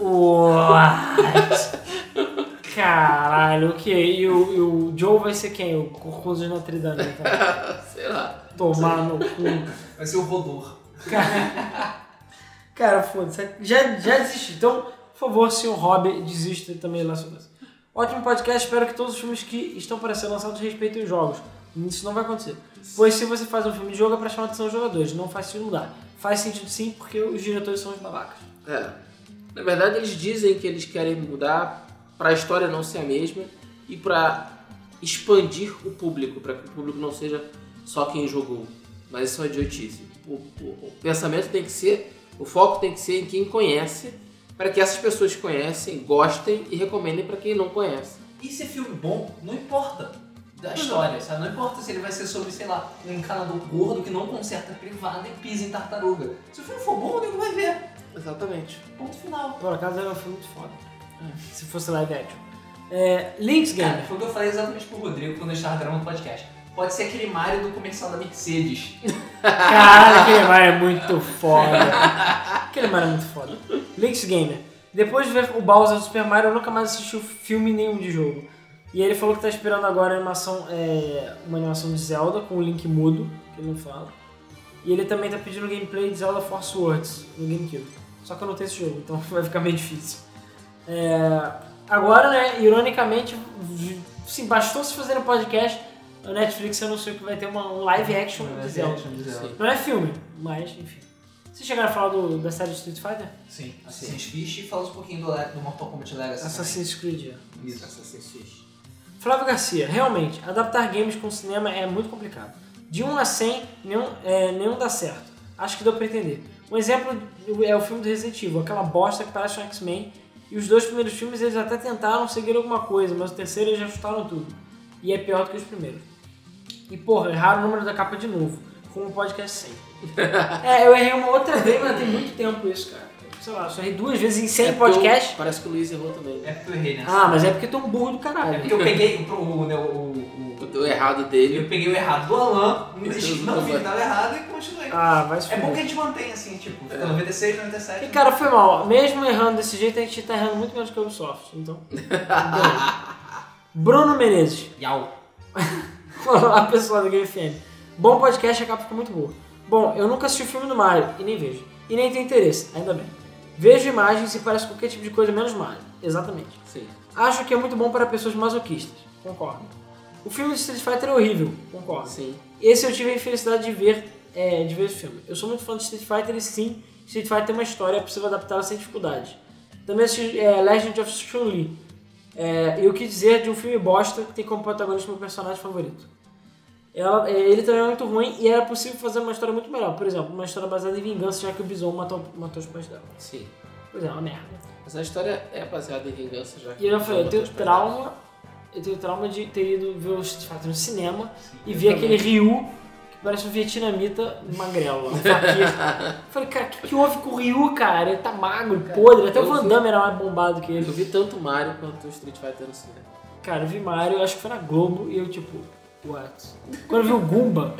<laughs> What? Caralho, o que? E o, e o Joe vai ser quem? O Corcunda de Notre Dame, tá? Ah, Sei lá. Tomar no cu. Vai ser o Rodor. Cara, <laughs> cara foda-se. Já, já desisti. Então, por favor, se o Hobby desista também lá sobre isso. Ótimo podcast, espero que todos os filmes que estão para ser lançados respeitem os jogos. Isso não vai acontecer. Pois se você faz um filme de jogo é para chamar atenção dos jogadores, não faz sentido mudar. Faz sentido sim, porque os diretores são os babacas. É. Na verdade, eles dizem que eles querem mudar pra história não ser a mesma e pra expandir o público, pra que o público não seja só quem jogou. Mas isso é uma idiotice. O, o- o pensamento tem que ser, o foco tem que ser em quem conhece, para que essas pessoas que conhecem, gostem e recomendem pra quem não conhece. E se é filme bom, não importa da história, sabe? Não importa se ele vai ser sobre, sei lá, um encanador gordo que não conserta privada e pisa em tartaruga. Se o filme for bom, ninguém vai ver. Exatamente. Ponto final. Por acaso era um filme muito foda. Se fosse live action. É, Links Cara, Game. foi o que eu falei exatamente pro Rodrigo quando eu estava gravando o podcast. Pode ser aquele Mario do comercial da Mercedes. Caralho, aquele Mario é muito foda. Aquele Mario é muito foda. Links Gamer. Depois de ver o Bowser do Super Mario, eu nunca mais assisti o filme nenhum de jogo. E ele falou que tá esperando agora a animação, é, uma animação de Zelda com o Link mudo, que ele não fala. E ele também tá pedindo gameplay de Zelda Force Words no GameCube. Só que eu não tenho esse jogo, então <laughs> vai ficar meio difícil. É, agora, né, ironicamente, sim, bastou se fazer um podcast, a Netflix anunciou que vai ter uma, um live action de Zelda. Sim. Não é filme, mas enfim. Vocês chegaram a falar do, da série Street Fighter? Sim. Assassin's Creed e fala um pouquinho do, Le- do Mortal Kombat Legacy. Assassin's Creed. é. também. Isso. Assassin's Creed. Flávio Garcia, realmente, adaptar games com cinema é muito complicado. De 1 a 100, nenhum, é, nenhum dá certo. Acho que deu pra entender. Um exemplo é o filme do Resident Evil, aquela bosta que parece um X-Men. E os dois primeiros filmes eles até tentaram seguir alguma coisa, mas o terceiro eles já chutaram tudo. E é pior do que os primeiros. E porra, erraram o número da capa de novo, como o podcast <laughs> sempre. é, eu errei uma outra vez, mas tem muito tempo isso, cara. Sei lá, eu só errei duas vezes em 100 É porque podcasts. o- Parece que o Luiz errou também. É porque eu errei, né? Ah, mas é porque tu é um burro do É caralho. porque eu peguei o, o, né, o, o- o- O errado dele. Eu peguei o errado do Alan, me desisti, não vi Deus, que tava errado e continuei. Ah, vai se É bom fuder. que a gente mantém assim, tipo, fica 96, 97. E cara, foi mal. Mesmo errando desse jeito, a gente tá errando muito menos que a Ubisoft. Então. dane. Bruno Menezes. <laughs> Yau. Olá, pessoal da Game FM. Bom podcast, a capa ficou muito boa. Bom, eu nunca assisti o filme do Mario e nem vejo. E nem tenho interesse, ainda bem. Vejo imagens e parece qualquer tipo de coisa menos Mario. Exatamente. Sim. Acho que é muito bom para pessoas masoquistas. Concordo. O filme de Street Fighter é horrível. Concordo. Sim. Esse eu tive a infelicidade de ver, é, de ver esse filme. Eu sou muito fã de Street Fighter e sim, Street Fighter tem uma história, é possível adaptá-la sem dificuldade. Também assisti é, Legend of Chun-Li. É, e o que dizer de um filme bosta que tem como protagonista meu personagem favorito. Ela- é, ele também é muito ruim e era possível fazer uma história muito melhor. Por exemplo, uma história baseada em vingança, já que o Bison matou, matou os pais dela. Sim. Pois é, uma merda. Mas a história é baseada em vingança já. E eu falei, eu tenho trauma. Eu tenho trauma de ter ido ver o Street Fighter no cinema e ver aquele Ryu que parece um vietnamita magrelo, um faquir. Eu falei, cara, o que, que houve com o Ryu, cara? Ele tá magro, podre. Até o eu Van vi- Damme era mais bombado que Eu ele. vi tanto Mario quanto Street Fighter no cinema. Cara, eu vi Mario, acho que foi na Globo, e eu tipo, what? Quando eu vi o Goomba,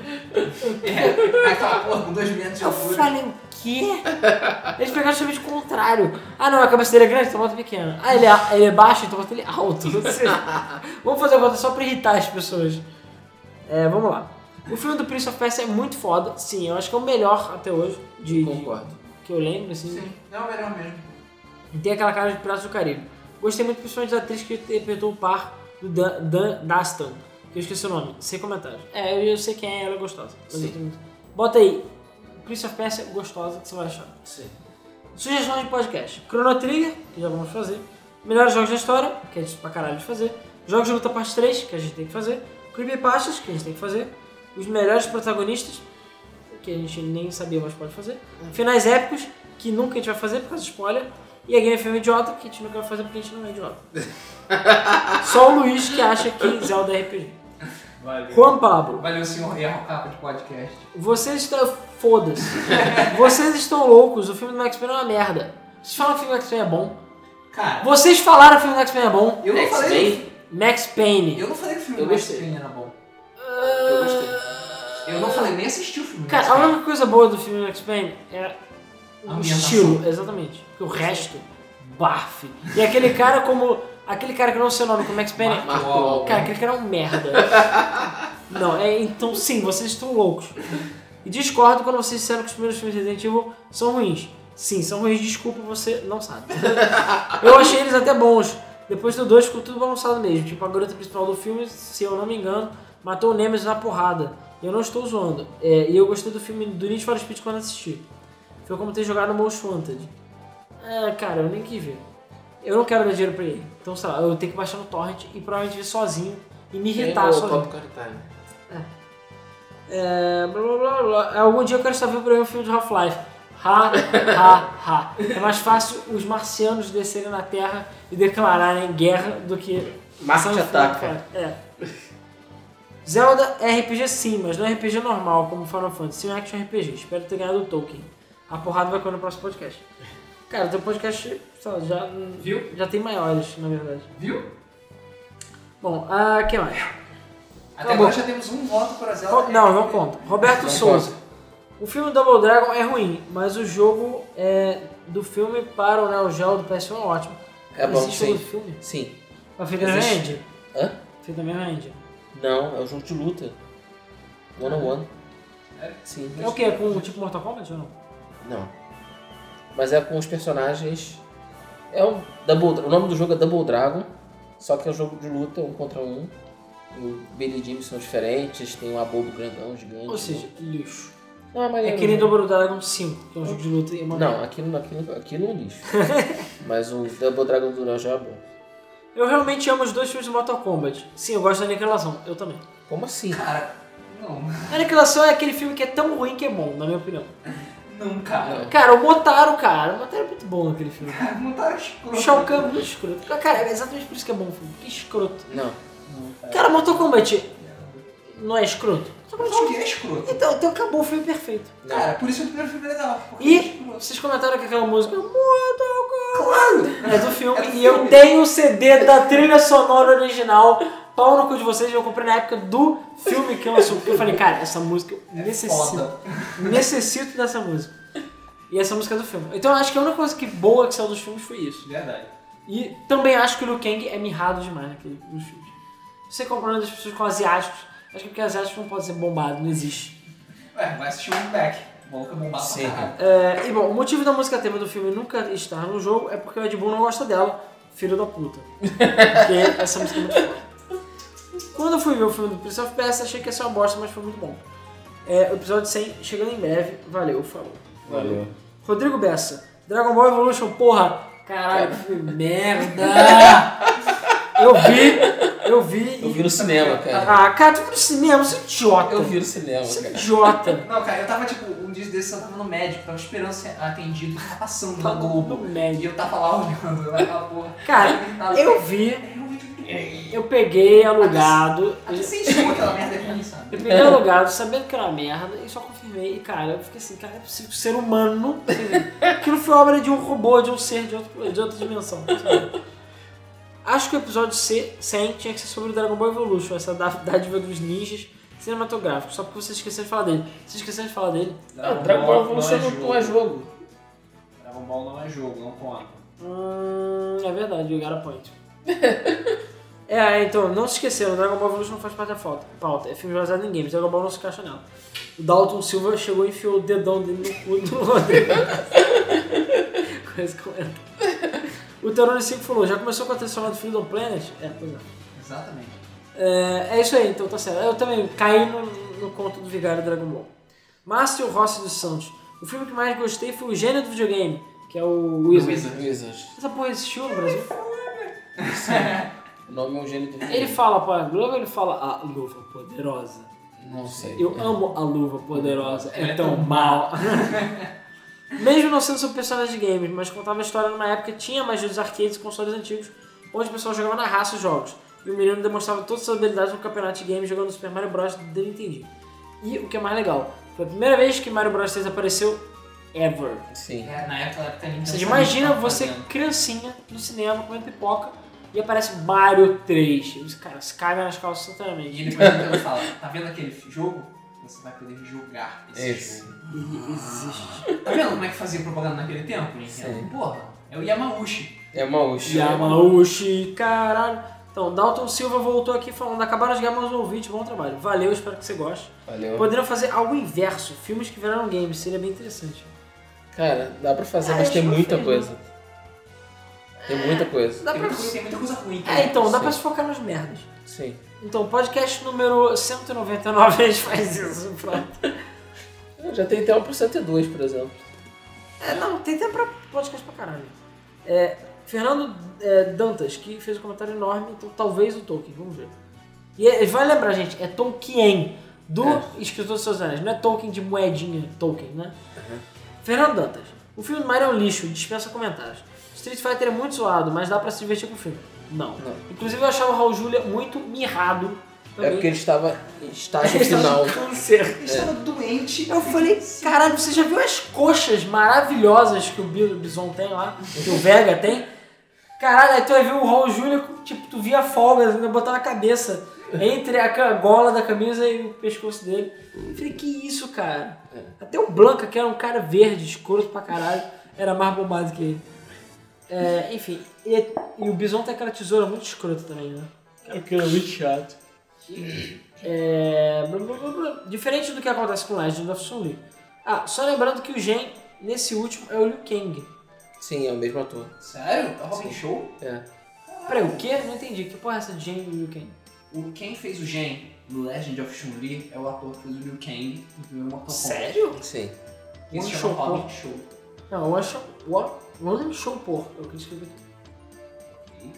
É, aquela porra com dois metros de eu altura. falei, o quê? Eles pegaram justamente o contrário. Ah não, a cabeça dele é grande, então bota pequena. Ah, ele é, ele é baixo, então bota ele alto. Não sei. Vamos fazer uma coisa só pra irritar as pessoas. É, vamos lá. O filme do Prince of Persia é muito foda, sim, eu acho que é o melhor até hoje, de, de- Concordo. que eu lembro, assim. Sim, não é o melhor mesmo. E tem aquela cara de Piratas do Caribe. Gostei muito principalmente da atriz que interpretou o par do Dan, Dan Dastan, que eu esqueci o nome, sem comentários. É, eu, eu sei quem é, ela é gostosa. mas eu Sim. tô muito- Bota aí, Prince of Persia é gostosa, que você vai achar. Sim. Sugestões de podcast: Chrono Trigger, que já vamos fazer. Melhores jogos da história, que é difícil pra caralho de fazer. Jogos de luta parte 3, que a gente tem que fazer. Creepypastas, que a gente tem que fazer. Os melhores protagonistas, que a gente nem sabia, mas pode fazer. Finais épicos, que nunca a gente vai fazer por causa de spoiler. E a Game FM idiota, que a gente nunca vai fazer porque a gente não é idiota. Só o Luiz que acha que Zelda é RPG. Valeu. Juan Pablo, Valeu, senhor erro capa de podcast. vocês estão. Foda-se. Vocês estão loucos, o filme do Max Payne é uma merda. Vocês falam que o filme do Max Payne é bom. Cara, Vocês falaram que o filme do X-Men é bom. eu não falei. X-Men? Max Payne. Eu não falei que o filme Eu do Max gostei. Payne era bom. Ah, Eu gostei. Eu não falei, nem assisti o filme. do Cara, Max a Payne. única coisa boa do filme do X-Men é A o ambientação. estilo, exatamente. Porque o resto, baf. E aquele cara como. Aquele cara que eu não sei o nome, como Max Payne. Mark Marco Wahlberg. Cara, aquele cara é um merda. <laughs> Não, é, então sim, vocês estão loucos. E discordo quando vocês disseram que os primeiros filmes de Resident Evil são ruins. Sim, são ruins, desculpa, você não sabe. <laughs> Eu achei eles até bons. Depois do 2 ficou tudo balançado mesmo. Tipo, a garota principal do filme, se eu não me engano, matou o Nemesis na porrada. E Eu não estou zoando. É, e eu gostei do filme do Need for Speed quando assisti. Foi como ter jogado Most Wanted. É, cara, eu nem quis ver. Eu não quero dar dinheiro pra ele. Então, sei lá, eu tenho que baixar no torrent e provavelmente ver sozinho e me irritar É, Tem o sozinho. Top Car Time. É, blá, blá, blá, blá. Algum dia eu quero saber o primeiro filme de Half-Life. Ha, ha, ha. É mais fácil os marcianos descerem na Terra e declararem guerra do que Massa te Sanfona, ataca. cara. É. Zelda é RPG sim, mas não é RPG normal, como Final Fantasy, sim é um action RPG. Espero ter ganhado o Tolkien. A porrada vai correr no próximo podcast. Cara, teu podcast sei lá, já, Viu? já tem maiores, na verdade. Viu? Bom, ah, que mais? Até Acabou. agora já temos um voto para Zelda. É. Ro- Não, não conta. Roberto Não Souza. O filme Double Dragon é ruim, mas o jogo é do filme para o Neo Geo do PS1 é ótimo. É bom, Existe jogo sim. do filme? Sim. Mas feito da mesma Existe. engine? Hã? Feito da mesma engine. Não, é um jogo de luta. One on one. É? Sim. É o quê? Com tipo Mortal Kombat ou não? Não. Mas é com os personagens. É um Double Dra- O nome do jogo é Double Dragon, só que é um jogo de luta, um contra um. E o Billy e Jimmy são diferentes, tem um abobo grandão, gigante. Ou seja, lixo. não, é É maneiro, que nem né? Double Dragon 5, que é um jogo de luta e uma Não, aquilo, aquilo, aquilo é um lixo. Mas o Double Dragon do Neo Geo é bom. Eu realmente amo os dois filmes de Mortal Kombat. Sim, eu gosto da Aniquilação. Eu também. Como assim? é. Cara, não. <laughs> A Aniquilação é aquele filme que é tão ruim que é bom, na minha opinião. Não, cara. Cara, o Motaro, cara. O Motaro é muito bom naquele filme. Cara, não tá O escroto. Shao Kahn é muito escroto. Cara, é exatamente por isso que é bom o filme. Que escroto. Não. Cara, Mortal Kombat não é escroto? Mas Mortal Kombat é alguém é escroto. Então, então acabou o filme perfeito. Cara, por isso que o primeiro filme é legal. porque E- é escroto. Vocês comentaram que aquela música Mortal Kombat Claro! é do filme É do e eu filme. tenho o CD da trilha sonora original. Pau no cu de vocês, eu comprei na época do filme que lançou. Porque eu falei, cara, essa música eu É necessito. foda. Necessito dessa música. E essa música é do filme. Então eu acho que a única coisa que boa que saiu dos filmes foi isso. Verdade. E também acho que o Liu Kang é mirrado demais naquele, nos filmes. Você comprando as pessoas com asiáticos, acho que é porque asiáticos não pode ser bombado, não existe. Ué, vai assistir o Back. O maluco é bombado pra Sim. caralho. É, e bom, o motivo da música tema do filme nunca estar no jogo é porque o Ed Boon não gosta dela, filho da puta. Porque essa música é muito forte. Quando eu fui ver o filme do Prince of Persia, achei que ia ser uma bosta, mas foi muito bom. É, o episódio 100 chegando em breve. Valeu, falou. Valeu. Rodrigo Bessa. Dragon Ball Evolution, porra! Caralho, que filme <laughs> merda! Eu vi, eu vi. Eu vi no cinema, cara. Ah, cara, tu foi no cinema, você é um idiota. Eu vi no cinema, Você é um cara. idiota. Não, cara, eu tava tipo, um dia desses eu tava no médico, tava esperando ser atendido, tava passando Tá na no Globo. médio. E eu tava lá olhando, naquela porra. Cara, Nada. eu vi. É um vídeo muito bom. Eu peguei alugado. Até sentiu aquela merda ali, sabe? Eu peguei alugado sabendo que era uma merda e só confirmei. E cara, eu fiquei assim, cara, é possível que o ser humano. Aquilo foi obra de um robô, de um ser de, outro- de outra dimensão. sabe? Acho que o episódio C, 100 tinha que ser sobre o Dragon Ball Evolution, essa da dádiva dos ninjas cinematográficos. Só porque vocês esqueceram de falar dele. Vocês esqueceram de falar dele? Não, Ah, Dragon Ball Evolution não, jogo. é jogo. Dragon Ball não é jogo, não conta. Hum, é verdade, o Gara Point. <laughs> é, então, não se esqueceram, Dragon Ball Evolution não faz parte da falta. pauta. É filme baseado em games, Dragon Ball não se encaixa nela. O Dalton Silva chegou e enfiou o dedão dele no cu do Rodrigo. <laughs> Com esse comentário. O Terone 5 falou, já começou com a trilha sonora do Freedom Planet? É, pois é. Exatamente. É, é isso aí, então tá certo. Eu também caí no, no conto do Vigário Dragon Ball. Márcio Rossi dos Santos. O filme que mais gostei foi O Gênio do Videogame, que é o Wizard. Wizard. Essa porra existiu no Brasil? O nome é um gênio do Ele fala para a Globo, ele fala a luva poderosa. Não sei. Eu amo a luva poderosa, é tão mal. <laughs> Mesmo não sendo sobre personagens de games, mas contava a história numa época que tinha mais dos arcades e consoles antigos, onde o pessoal jogava na raça os jogos. E o menino demonstrava todas as habilidades no campeonato de games jogando Super Mario Bros. do Nintendo. E o que é mais legal, foi a primeira vez que Mario Bros 3 apareceu ever. Sim. É, na época, na época ninguém Você sabia imagina o que tava você Tá fazendo. criancinha no cinema comendo pipoca e aparece Mario 3. E os caras cagam nas calças instantaneamente. E ele vai tentando e fala, tá vendo aquele jogo? Você vai poder jogar esse Esse. jogo. Ele existe. Tá vendo como é que fazia propaganda naquele tempo, Nintendo? Sim. Porra, é o Yamauchi. É Maushi. Yamauchi, caralho. Então, Dalton Silva voltou aqui falando: acabaram de ganhar mais um ouvinte, bom trabalho. Valeu, espero que você goste. É. Valeu. Poderiam fazer algo inverso, filmes que viraram games, seria bem interessante. Cara, dá pra fazer, Ah, mas eu tem acho muita feio. coisa. Tem muita coisa. Dá tem, pra. muita coisa- tem muita coisa ruim. É, cara. então, dá Sim. pra se focar nas merdas. Sim. Então, podcast número 199 a gente faz isso, <laughs> pronto. Eu já tem até 1 pro 102, por exemplo. É, não, tem tempo pra podcast pra caralho. É, Fernando é, Dantas, que fez um comentário enorme, então talvez o Tolkien, vamos ver. E é, vai lembrar, gente, é Tolkien, do É. Escritor dos Seus Anéis, não é Tolkien de moedinha, Tolkien, né? Fernando Dantas, o filme do Mario é um lixo, dispensa comentários. Street Fighter é muito zoado, mas dá pra se divertir com o filme. Não. Não. Inclusive eu achava o Raul Júlia muito mirrado. É Também. porque ele estava em estágio <laughs> Ele é tava final. de câncer. Ele estava doente. É. Eu falei, caralho, você já viu as coxas maravilhosas que o Bi- Bison tem lá, que o Vega tem? Caralho, aí tu vai ver o Raul Júlia, tipo, tu via folgas, ainda botava a cabeça entre a ca- gola da camisa e o pescoço dele. Eu falei, que isso, cara? Até o Blanca, que era um cara verde, escroto pra caralho, era mais bombado que ele. É, enfim, e, e o Bison tem aquela tesoura muito escrota também, né? É porque era muito chato. É, blá, blá, blá, blá. Diferente do que acontece com Legend of Sun Li. Ah, só lembrando que o Gen, nesse último, é o Liu Kang. Sim, é o mesmo ator. Sério? É o Robin Show? É. Peraí, o quê? Não entendi. Que porra é essa de Gen e Liu Kang? O, quem fez o Gen no Legend of Chun-Li é o ator que fez o Liu Kang no primeiro Mortal Kombat. Sim. Ele se One chama Shot Robin Show. Não, One Show... One, one Show Porra. é Eu queria escrever aqui.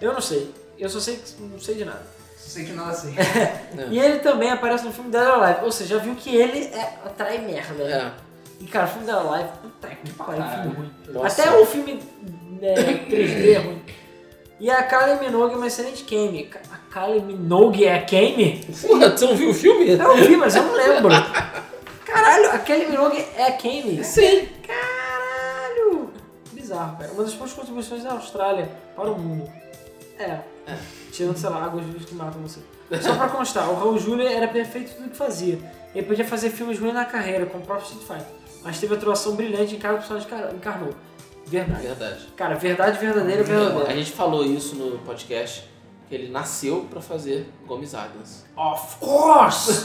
Eu não sei. Eu só sei que não sei de nada. Não sei de nada assim. Ah. E ele também aparece no filme Dead or Alive. Ou seja, já viu que ele é, atrai merda. né? É. E cara, o filme Dead or Alive, puta que pariu, filme Caralho. ruim. Nossa. Até o filme é, 3D é ruim. E a Kylie Minogue é uma excelente Kame. Ca- A Kylie Minogue é a Kame? Porra, tu não viu o filme? Eu vi, mas eu não lembro. Caralho, a Kylie Minogue é a Kame? Sim. Caralho! Bizarro, cara. Uma das poucas contribuições da Austrália para o mundo. É. Tirando, sei lá, águas vivas que matam você. Só pra constar, o Raul Júlia era perfeito em tudo que fazia. Ele podia fazer filmes ruins na carreira, como o próprio Street Fighter. Mas teve atuação brilhante em cada personagem que encar- encarnou. Verdade. É Verdade. Cara, verdade verdadeira, verdadeira. A gente falou isso no podcast. que Ele nasceu pra fazer Gomes Adams. Of course!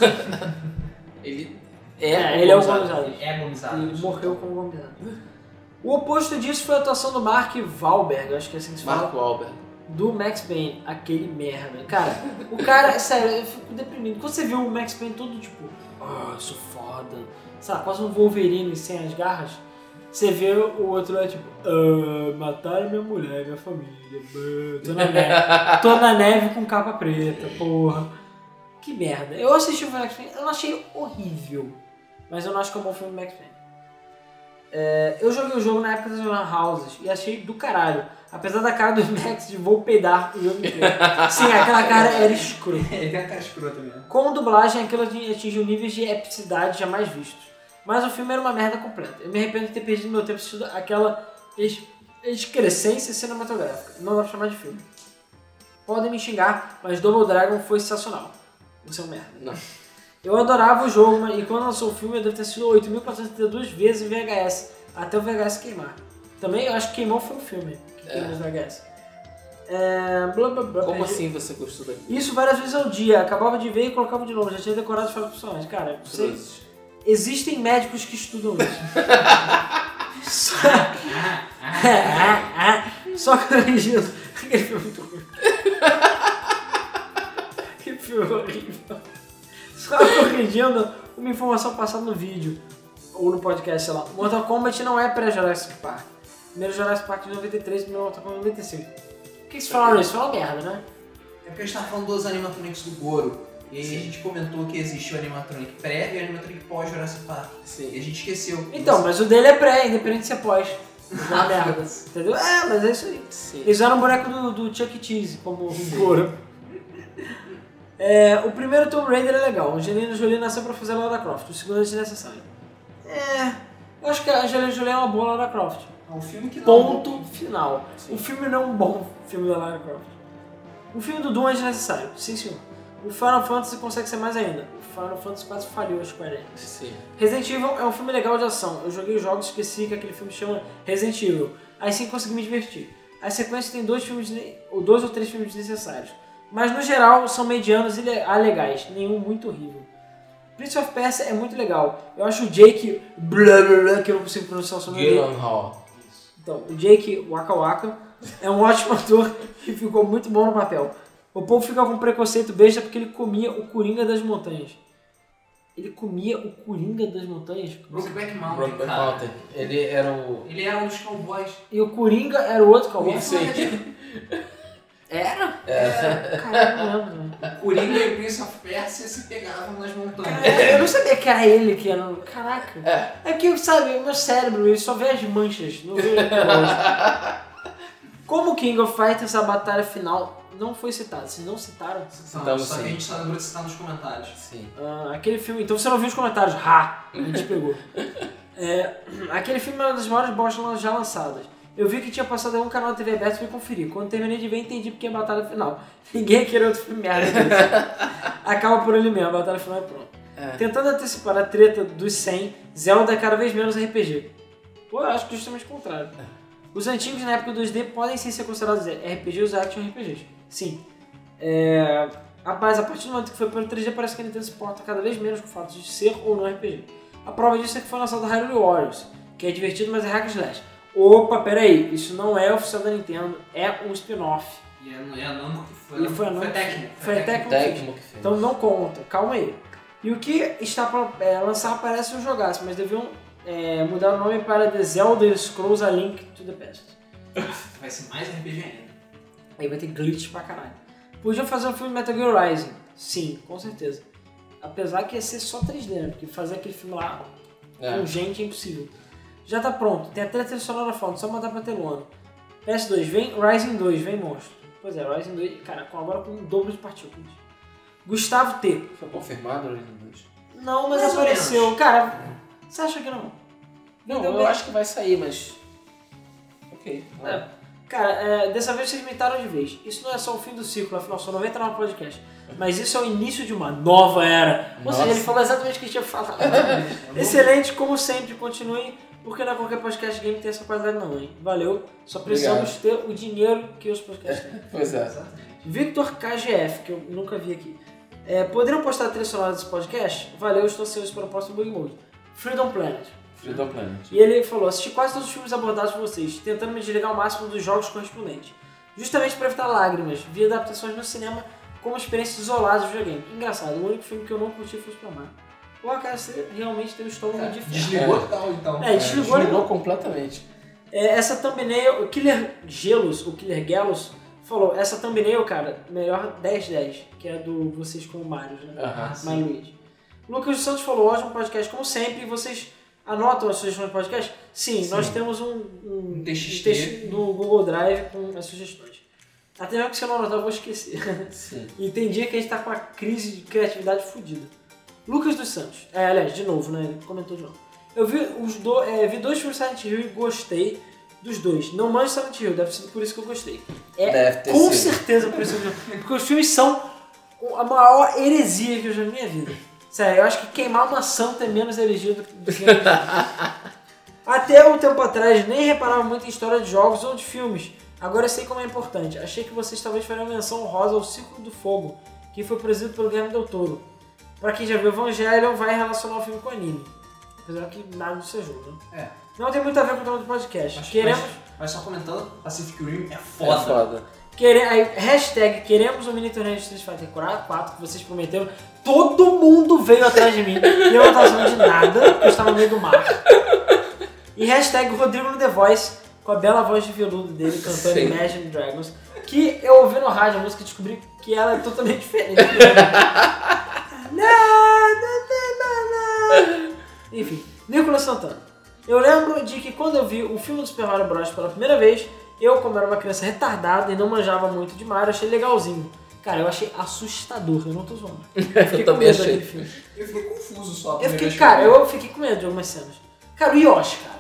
Ele É, é, ele <laughs> é Então. o Gomes Gomes Adams. Adams. Ele é agonizado. Ele morreu como um Gomes Adams. O oposto disso foi a atuação do Mark Wahlberg, acho que é assim que se fala, Marco Albert. do Max Payne, aquele merda. Cara, o cara, <laughs> sério, eu fico deprimido. Quando você vê o Max Payne todo tipo, ah, eu sou foda, sabe, quase um Wolverine sem as garras, você vê o outro é tipo, ah, mataram minha mulher, minha família, bah, tô na neve, tô na neve com capa preta, porra. Que merda. Eu assisti o filme Max Payne, eu não achei horrível. Mas eu não acho que é um bom filme do Max Payne. É, eu joguei o jogo na época das Lan Houses e achei do caralho. Apesar da cara do Max de vou peidar o jogo inteiro. Sim, aquela cara era escrota. Ele tem a cara escrota mesmo. Com dublagem, aquilo ating- atingiu níveis de epicidade jamais vistos. Mas o filme era uma merda completa. Eu me arrependo de ter perdido meu tempo assistindo aquela es- excrescência cinematográfica. Não dá pra chamar de filme. Podem me xingar, mas Double Dragon foi sensacional. Você é um merda. Não. Eu adorava o jogo, mas- e quando lançou o filme, eu devo ter sido 8.432 vezes em VHS, até o VHS queimar. Também eu acho que queimou foi o filme, que queimou os VHS. É, blá, blá, blá, Como perdi- assim você gostou daquilo? isso várias vezes ao dia. Acabava de ver e colocava de novo. Já tinha decorado as frases personagens. Cara, você... existem médicos que estudam isso. <laughs> Só... Ah, É, Só corrigindo. Aquele filme é muito ruim. que filme horrível. Só corrigindo uma informação passada no vídeo. Ou no podcast, sei lá. Mortal Kombat não é pré-Jurassic Park. Primeiro Jurassic Park de 93, primeiro Mortal Kombat de 95. Por que vocês falaram isso? Foi uma merda, né? É porque a gente tava falando dos animatronics do Goro. E aí a gente comentou que existe o animatronic pré e o animatronic pós Jurassic Park. E Sim. a gente esqueceu. Então, mas o dele é pré, independente se é pós. Dá merda. Entendeu? É, mas é isso aí. Sim. Eles usaram o boneco do, do Chuck E. Cheese como couro. É, o primeiro Tomb Raider é legal. A Angelina Jolie nasceu pra fazer Lara Croft. O segundo é desnecessário. É. Eu acho que a Angelina Jolie é uma boa Lara Croft. É um filme que não. Ponto final. O filme não é um bom filme da Lara Croft. O filme do Doom é desnecessário. Sim, senhor. O Final Fantasy consegue ser mais ainda. O Final Fantasy quase falhou a Square Enix. Sim. Resident Evil é um filme legal de ação. Eu joguei os jogos, esqueci que aquele filme chama Resident Evil. Aí sim consegui me divertir. As sequências tem dois filmes, desne- ou dois ou três filmes desnecessários. Mas no geral são medianos e le- ah, legais, nenhum muito horrível. Prince of Persia é muito legal. Eu acho o Jake blá blá blá, que eu não consigo pronunciar o nome dele. Hall. Então, o Jake Waka Waka é um <laughs> ótimo ator e ficou muito bom no papel. O povo fica com preconceito besta porque ele comia o Coringa das Montanhas. Ele comia o Coringa das Montanhas? assim? Brokeback Mountain, Brokeback cara. Mountain. Ele era o... Ele era um dos cowboys. E o Coringa era o outro cowboy? Isso aí. Era? É. Caralho, não lembro. né? O Coringa e o Prince of Persia se pegavam nas montanhas. Caralho, eu não sabia que era ele que era. o- Caraca. É. <laughs> É que, sabe, meu cérebro ele só vê as manchas, não vê o rosto. Como King of Fighters, a batalha final não foi citada. Vocês não citaram? Não, Citamos só que a sim. gente só lembrou de citar nos comentários. Sim. Ah, aquele filme. Então você não viu os comentários. Ha! A gente pegou. É, aquele filme é uma das maiores bostas já lançadas. Eu vi que tinha passado em um canal da TV aberta e fui conferir. Quando terminei de ver, entendi porque é a batalha final. <laughs> Ninguém queria outro filme merda desse. Acaba por ele mesmo, a batalha final é pronta. Tentando antecipar a treta dos 100, Zelda é cada vez menos RPG. Pô, eu acho que justamente o contrário. Os antigos na época 2D podem sim ser considerados é, RPGs ou action RPGs. Sim. É... Rapaz, a partir do momento que foi pelo 3D, parece que a Nintendo se porta cada vez menos com o fato de ser ou não RPG. A prova disso é que foi lançado Hyrule Warriors, que é divertido, mas é hack and slash. Opa, peraí, isso não é oficial da Nintendo, é um spin-off. E é, é a Namco que foi. E foi a foi Namco. técnico. Foi a Tecmo que fez. Tecmo que fez. Então não conta, calma aí. E o que está para é, lançar parece um jogaço, mas deviam é, mudar o nome para The Zelda Scrolls A Link to the Past. Vai ser mais RPG ainda. Aí vai ter glitch pra caralho. Podiam fazer um filme Metal Gear Rising. Sim, com certeza. Apesar que ia ser só 3D, né? Porque fazer aquele filme lá com É. gente é impossível. Já tá pronto, tem até a trilha sonora falando, só mandar pra um Teluano. PS2, vem Rising 2, vem monstro. Pois é, Rising 2, cara, colabora com o dobro de partículas. Gustavo T. Foi confirmado o Horizon 2? Não, mas Mais ou apareceu. menos. Cara, você acha que não? Não, Entendeu eu bem? acho que vai sair, mas. Ok. É. Cara, é, dessa vez vocês mentaram de vez. Isso não é só o fim do ciclo, afinal, são 99 podcasts. Mas isso é o início de uma nova era. Ou Nossa. seja, ele falou exatamente o que a gente tinha falado. <laughs> Excelente, como sempre, continuem, porque não é qualquer podcast game que tem essa qualidade não, hein? Valeu, só precisamos ter o dinheiro que os <laughs> podcasts têm. Pois é. Exatamente. Victor KGF, que eu nunca vi aqui. É, poderiam postar a trilha sonora desse podcast? Valeu, estou ansioso para o próximo Bug Mode. Freedom Planet. Freedom Planet. E ele falou: assisti quase todos os filmes abordados por vocês, tentando me desligar ao máximo dos jogos correspondentes. Justamente para evitar lágrimas, vi adaptações no cinema como experiência isolada do videogame. Engraçado, o único filme que eu não curti foi o Super Mario. O Akassi realmente tem um estômago de ferro. Desligou total, então. É, desligou, né? Desligou completamente. É, essa thumbnail, o Killer Gelos, o Killer Gelos, falou: essa thumbnail, cara, melhor 10-10, que é do vocês com o Mario, né? Aham. Ah, Sim. Mário Luiz. Lucas dos Santos falou, ótimo podcast, como sempre, e vocês anotam as sugestões de podcast? Sim, nós temos um, um, Um TXT. texto no Google Drive com as sugestões. Até mesmo que se eu não anotar, eu vou esquecer. <laughs> Sim. E tem dia que a gente tá com uma crise de criatividade fodida. Lucas dos Santos. É, aliás, de novo, né? Ele comentou de novo. Eu vi, os do, é, vi dois filmes Silent Hill e gostei dos dois. Não manjo Silent Hill, deve ser por isso que eu gostei. É, Deve ter com sido. certeza por isso que eu gostei. Porque os filmes são a maior heresia que eu já vi na minha vida. Sério, eu acho que queimar uma santa é menos heresia do que... do que- <laughs> Até um tempo atrás, nem reparava muito em história de jogos ou de filmes. Agora eu sei como é importante. Achei que vocês talvez fariam menção honrosa ao Círculo do Fogo, que foi produzido pelo Guilherme Del Toro. Pra quem já viu Evangelion, vai relacionar o filme com o anime. Apesar que nada disso é jogo, né? É. Não tem muito a ver com o tema do podcast. Mas- Queremos... Mas, mas só comentando, Pacific Rim é foda. É foda. Quere, aí, hashtag queremos um mini torneio de Street Fighter 4, 4 que vocês prometeram. Todo mundo veio atrás de mim. E eu não tava sabendo de nada, porque eu estava no meio do mar. E hashtag Rodrigo no The Voice, com a bela voz de veludo dele cantando Sim. Imagine Dragons. Que eu ouvi no rádio a música e descobri que ela é totalmente diferente. <laughs> Não, não, não, não, não. Enfim, Nicolas Santana. Eu lembro de que quando eu vi o filme do Super Mario Bros. pela primeira vez, eu, como era uma criança retardada e não manjava muito de Mario, achei legalzinho. Cara, eu achei assustador, eu não <laughs> tô zoando. Eu, fiquei também achei. daquele filme. Eu fiquei confuso só. a Eu primeira fiquei, vez que cara, vi. eu fiquei com medo de algumas cenas. Cara, o Yoshi, cara.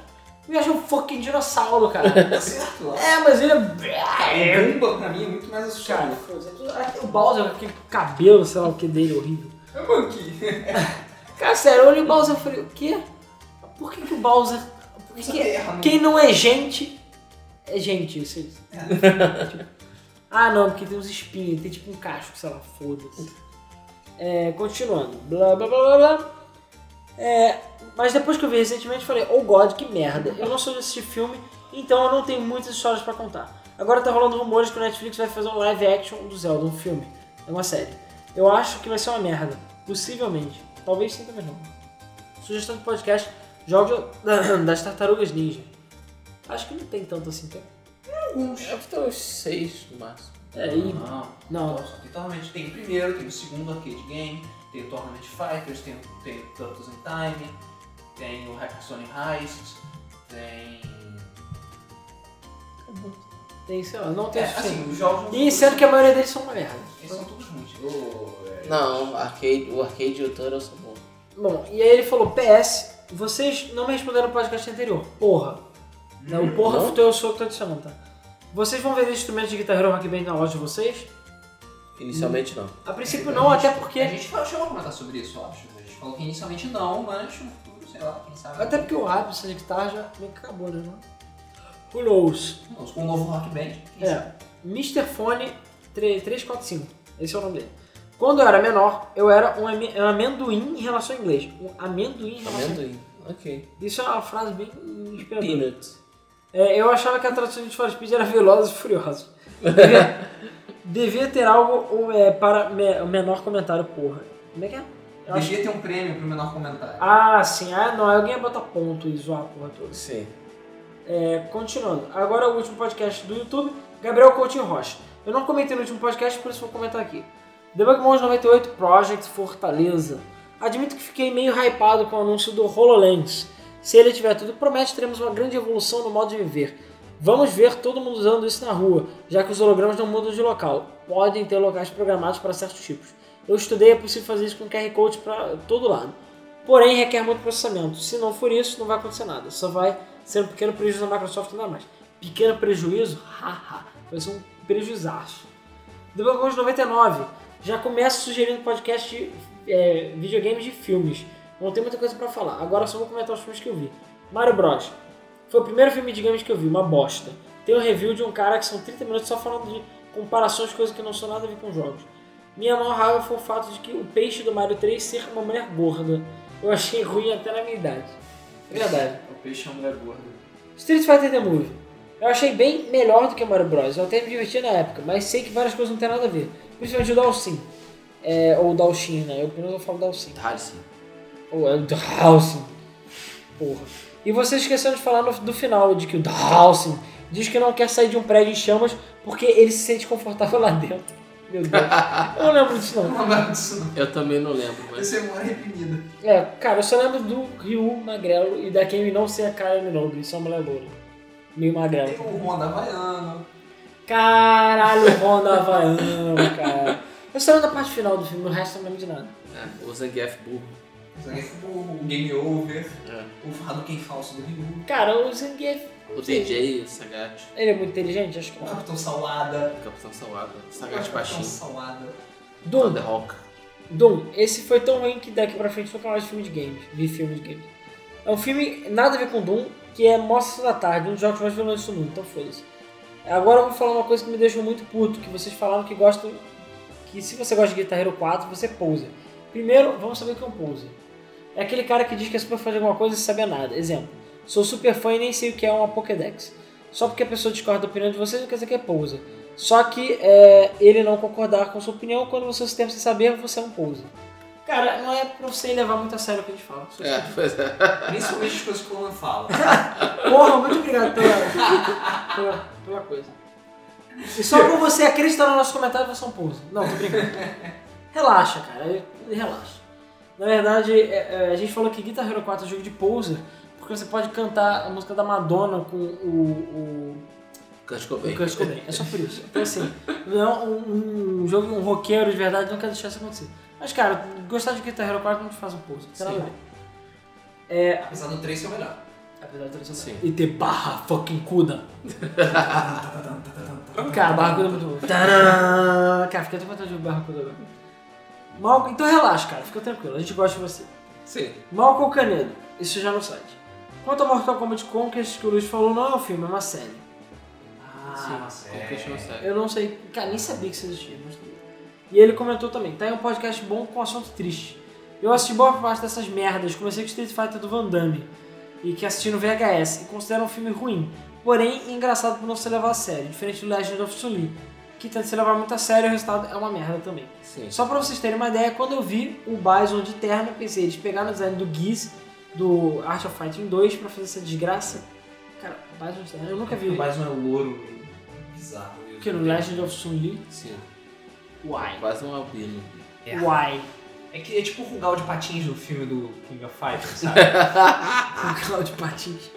O Yoshi é um fucking dinossauro, cara. <laughs> Tá certo lá. é, mas ele é. O Gumba pra mim é muito mais Cara, assustador. foda-se, é tudo- até o Bowser com aquele cabelo, sei lá o que dele, horrível. É o Monkey. Cara, sério, eu olhei o Bowser e falei, o quê? Por que, que o Bowser. Por que, Só que erra, não- Quem não é gente, é gente, isso aí. <laughs> Tipo, ah, não, porque tem uns espinhos, tem tipo um casco, sei lá, foda-se. É, continuando. Blá, blá, blá, blá, blá. É, mas depois que eu vi recentemente, falei, oh god, que merda. Eu não sou de assistir filme, então eu não tenho muitas histórias pra contar. Agora tá rolando rumores que o Netflix vai fazer um live action do Zelda, um filme. É uma série. Eu acho que vai ser uma merda. Possivelmente. Talvez sim, talvez não. Sugestão de podcast, jogos <coughs> das tartarugas ninja. Acho que não tem tanto assim, tá? Alguns. Acho que tem uns seis no máximo. É, e... Não, Não. Então, só tem Tournament tem o primeiro, tem o segundo arcade game, tem o Tournament Fighters, tem, tem o Turtles in Time, tem o Hackathon Heist, tem. Tem, sei lá, não tem É, o suficiente. assim, os jogos. não E são sendo que a maioria deles são uma merda. todos- Eles são todos ruins. Eu- é, Não, arcade, o arcade e o Turtle são bons. Bom, e aí ele falou, PS, vocês não me responderam no podcast anterior. Porra. Hum, Não, o porra Não? futeu eu sou eu que tô adicionando, tá? Vocês vão vender instrumentos de guitarra Hero Rock Band na loja de vocês? Inicialmente não. A princípio não, até A porque... gente falou- chegou a comentar sobre isso, eu acho. A gente falou que inicialmente não, mas no futuro, sei lá, quem sabe. Até porque o hype dessa guitarra já meio que acabou, né? Não? Who knows? Não, Com o novo Rock Band. quem sabe? É, Mr. Fone 345. Esse é o nome dele. Quando eu era menor, eu era um ame- um amendoim em relação ao inglês. Um amendoim em relação ao Amendoim. Ok. Isso é uma frase bem inspiradora. Peanuts. É, eu achava que a tradução de Need for Speed era Velozes e Furiosos. Devia, devia ter algo ou, é, para me- o menor comentário, porra. Como é que é? Eu acho- Devia ter um prêmio pro menor comentário. <laughs> Ah, sim. Ah, não. Alguém ia botar ponto e zoar a porra toda. Sim. É, continuando. Agora o último podcast do YouTube, Gabriel Coutinho Rocha. Eu não comentei no último podcast, por isso vou comentar aqui. The Bugmons 98 Project Fortaleza. Admito que fiquei meio hypado com o anúncio do HoloLens. Se ele tiver tudo que promete, teremos uma grande evolução no modo de viver. Vamos ver todo mundo usando isso na rua, já que os hologramas não mudam de local. Podem ter locais programados para certos tipos. Eu estudei, é possível fazer isso com QR Code para todo lado. Porém, requer muito processamento. Se não for isso, não vai acontecer nada. Só vai ser um pequeno prejuízo na Microsoft ainda mais. Pequeno prejuízo? Haha. Vai ser um prejuizaço. Debugons 99. Já começo sugerindo podcast de é, videogames de filmes. Não tem muita coisa pra falar. Agora só vou comentar os filmes que eu vi. Mario Bros. Foi o primeiro filme de games que eu vi, uma bosta. Tem um review de um cara que são 30 minutos só falando de comparações, coisas que não são nada a ver com jogos. Minha maior raiva foi o fato de que o peixe do Mario 3 ser uma mulher gorda. Eu achei ruim até na minha idade. É Verdade. O peixe é um lugar gordo. Street Fighter The Movie. Eu achei bem melhor do que Mario Bros. Eu até me diverti na época, mas sei que várias coisas não tem nada a ver. Principalmente o Dalsin. É, ou o Dalshin, né? Eu primeiro falo Dalsin. Dalsin. Ou é o Dawson. Porra. E você esqueceu de falar no, do final, de que o Dawson diz que não quer sair de um prédio em chamas porque ele se sente confortável lá dentro. Meu Deus. Eu não lembro disso Eu não. não lembro disso, não. Eu também não lembro, mas. Essa memória é reprimida. É, cara, eu só lembro do Ryu magrelo e da Kemi não ser a Kylie Minogue, isso é uma mulher loura. Meio magrelo. Tem o Honda Havaiano. Caralho, Ronda Havaiano, cara. Eu só lembro da parte final do filme, o resto eu não lembro de nada. É, o Zangief burro. O Game Over. É. O Fardo Quem Falso do Ryu. Cara, o Zangief, O DJ, o Sagat, ele é muito inteligente? Acho que O não. Capitão Salada. o Capitão Salada, o O Sagat Capitão baixinho, Salada. Doom, Thunder Rock. Doom, esse foi tão ruim que daqui pra frente vou falar de filme de games. Vi filme de games. É um filme nada a ver com Doom, que é Mostra da Tarde, um dos jogos mais violentos do mundo, então foda-se. Agora eu vou falar uma coisa que me deixou muito puto, que vocês falaram que gostam. Que se você gosta de Guitar Hero 4, você pousa. Primeiro, vamos saber o que é um poser. É aquele cara que diz que é super fã de alguma coisa e sabe nada. Exemplo, sou super fã e nem sei o que é uma Pokédex. Só porque a pessoa discorda da opinião de vocês, não quer dizer que é poser. Só que é, ele não concordar com sua opinião, quando você se tempo sem saber, você é um poser. Cara, não é pra você levar muito a sério o que a gente fala. É, pois é. Principalmente as coisas que o Alan fala. Porra, muito obrigado pela, pela, pela coisa. E só por você acreditar no nosso comentário, você é um pouso. Não, tô brincando. Relaxa, cara. eu- Relaxa. Na verdade, é, é, a gente falou que Guitar Hero 4 é jogo de poser, porque você pode cantar a música da Madonna com o, <laughs> Kurt o, o Cobain. Kurt Cobain. É só por isso. Então, assim, não, um, um jogo, um roqueiro de verdade não quer deixar isso acontecer. Mas, cara, gostar de Guitar Hero 4 não te faz um poser. Será Sim. que <laughs> É, Apesar do 3 ser o melhor. Apesar de ser Sim. E ter barra fucking cuda. cara, barra cuda é muito bom. Tadã! Cara, fica até com vontade de ver barra cuda agora. Mal... Então relaxa, cara, fica tranquilo, a gente gosta de você. Sim. Malcolm Canedo, isso já no site. Quanto ao Mortal Kombat Conquest que o Luiz falou, não é um filme, é uma série. Ah, sério. Conquista não serve. Eu não sei, cara, nem sabia que isso existia, mas tudo bem. E ele comentou também, tá aí um podcast bom com assunto triste. Eu assisti boa parte dessas merdas, comecei com Street Fighter do Van Damme, e que assisti no VHS, e considero um filme ruim, porém engraçado por não se levar a sério, diferente do Legend of Sully, que tenta se levar muito a sério e o resultado é uma merda também. Sim. Só pra vocês terem uma ideia, quando eu vi o Bison de terno, eu pensei, eles pegaram o design do Giz, do Art of Fighting 2, pra fazer essa desgraça. Cara, Bison de terno, eu nunca vi. Mais um é louro bizarro. Porque é no Legend of Sully, Sim. uai. Quase um albino. É. Uai. É que é tipo o <laughs> Rugal de Patins do filme do King of Fighters, sabe? Com Cláudio Patins.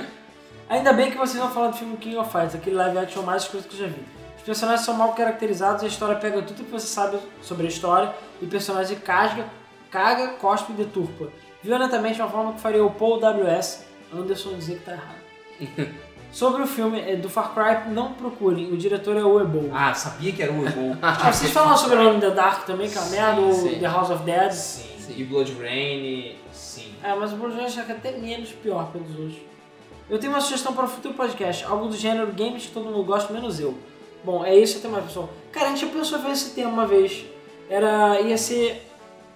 Ainda bem que vocês vão falar do filme King of Fighters, aquele live action mais escroto que eu já vi. Os personagens são mal caracterizados, a história pega tudo que você sabe sobre a história e o personagem casga, caga, cospe e deturpa. Violentamente, de uma forma que faria o Paul W.S. Anderson dizer que tá errado. sobre o filme é, do Far Cry, não procurem, o diretor é o Ebon. Ah, sabia que era o Evil. Ah, vocês falaram sobre o nome The Dark também, que é uma Sim, merda, o sim. The House of Dead. sim, E Blood Rain, sim. É, mas o Bruno Jones é até menos pior pelos outros. Eu tenho uma sugestão para o futuro podcast, algo do gênero games que todo mundo gosta, menos eu. Bom, é isso até mais, pessoal. Cara, a gente já pensou em fazer esse tema uma vez. Era. ia ser.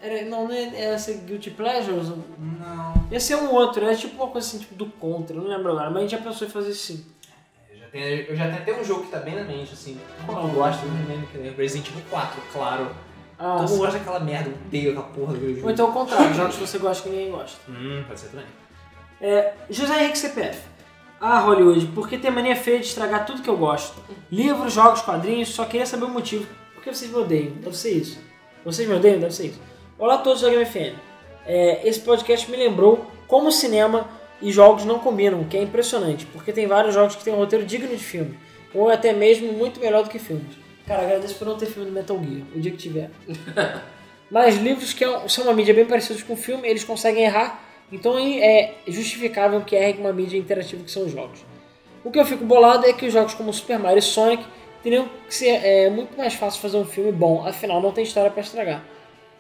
Era, não, não ia, ia ser Guilty Pleasures? Não. Ia ser um outro, era tipo uma coisa assim, tipo do contra, eu não lembro agora, mas a gente já pensou em fazer sim. Eu É, já tenho, eu já tenho até um jogo que tá bem na mente, assim. Todo Qual? mundo gosta, eu não lembro que é Resident Evil 4, claro. Ah, Todo mundo gosta daquela merda, eu odeio aquela porra do jogo. ou então o contrário, jogos que você gosta que ninguém gosta. Hum, pode ser também. José Henrique CPF. Ah, Hollywood, por que tem mania feia de estragar tudo que eu gosto? Livros, jogos, quadrinhos, só queria saber o motivo. Por que vocês me odeiam? Deve ser isso. Vocês me odeiam? Deve ser isso. Olá a todos da GameFM. É, esse podcast me lembrou como cinema e jogos não combinam, o que é impressionante, porque tem vários jogos que têm um roteiro digno de filme, ou até mesmo muito melhor do que filmes. Cara, agradeço por não ter filme do Metal Gear, o dia que tiver. Mas livros que é um, são uma mídia bem parecida com o filme, eles conseguem errar, então é justificável que errem com uma mídia interativa que são os jogos. O que eu fico bolado é que os jogos como Super Mario e Sonic teriam que ser é, muito mais fácil fazer um filme bom, afinal não tem história para estragar.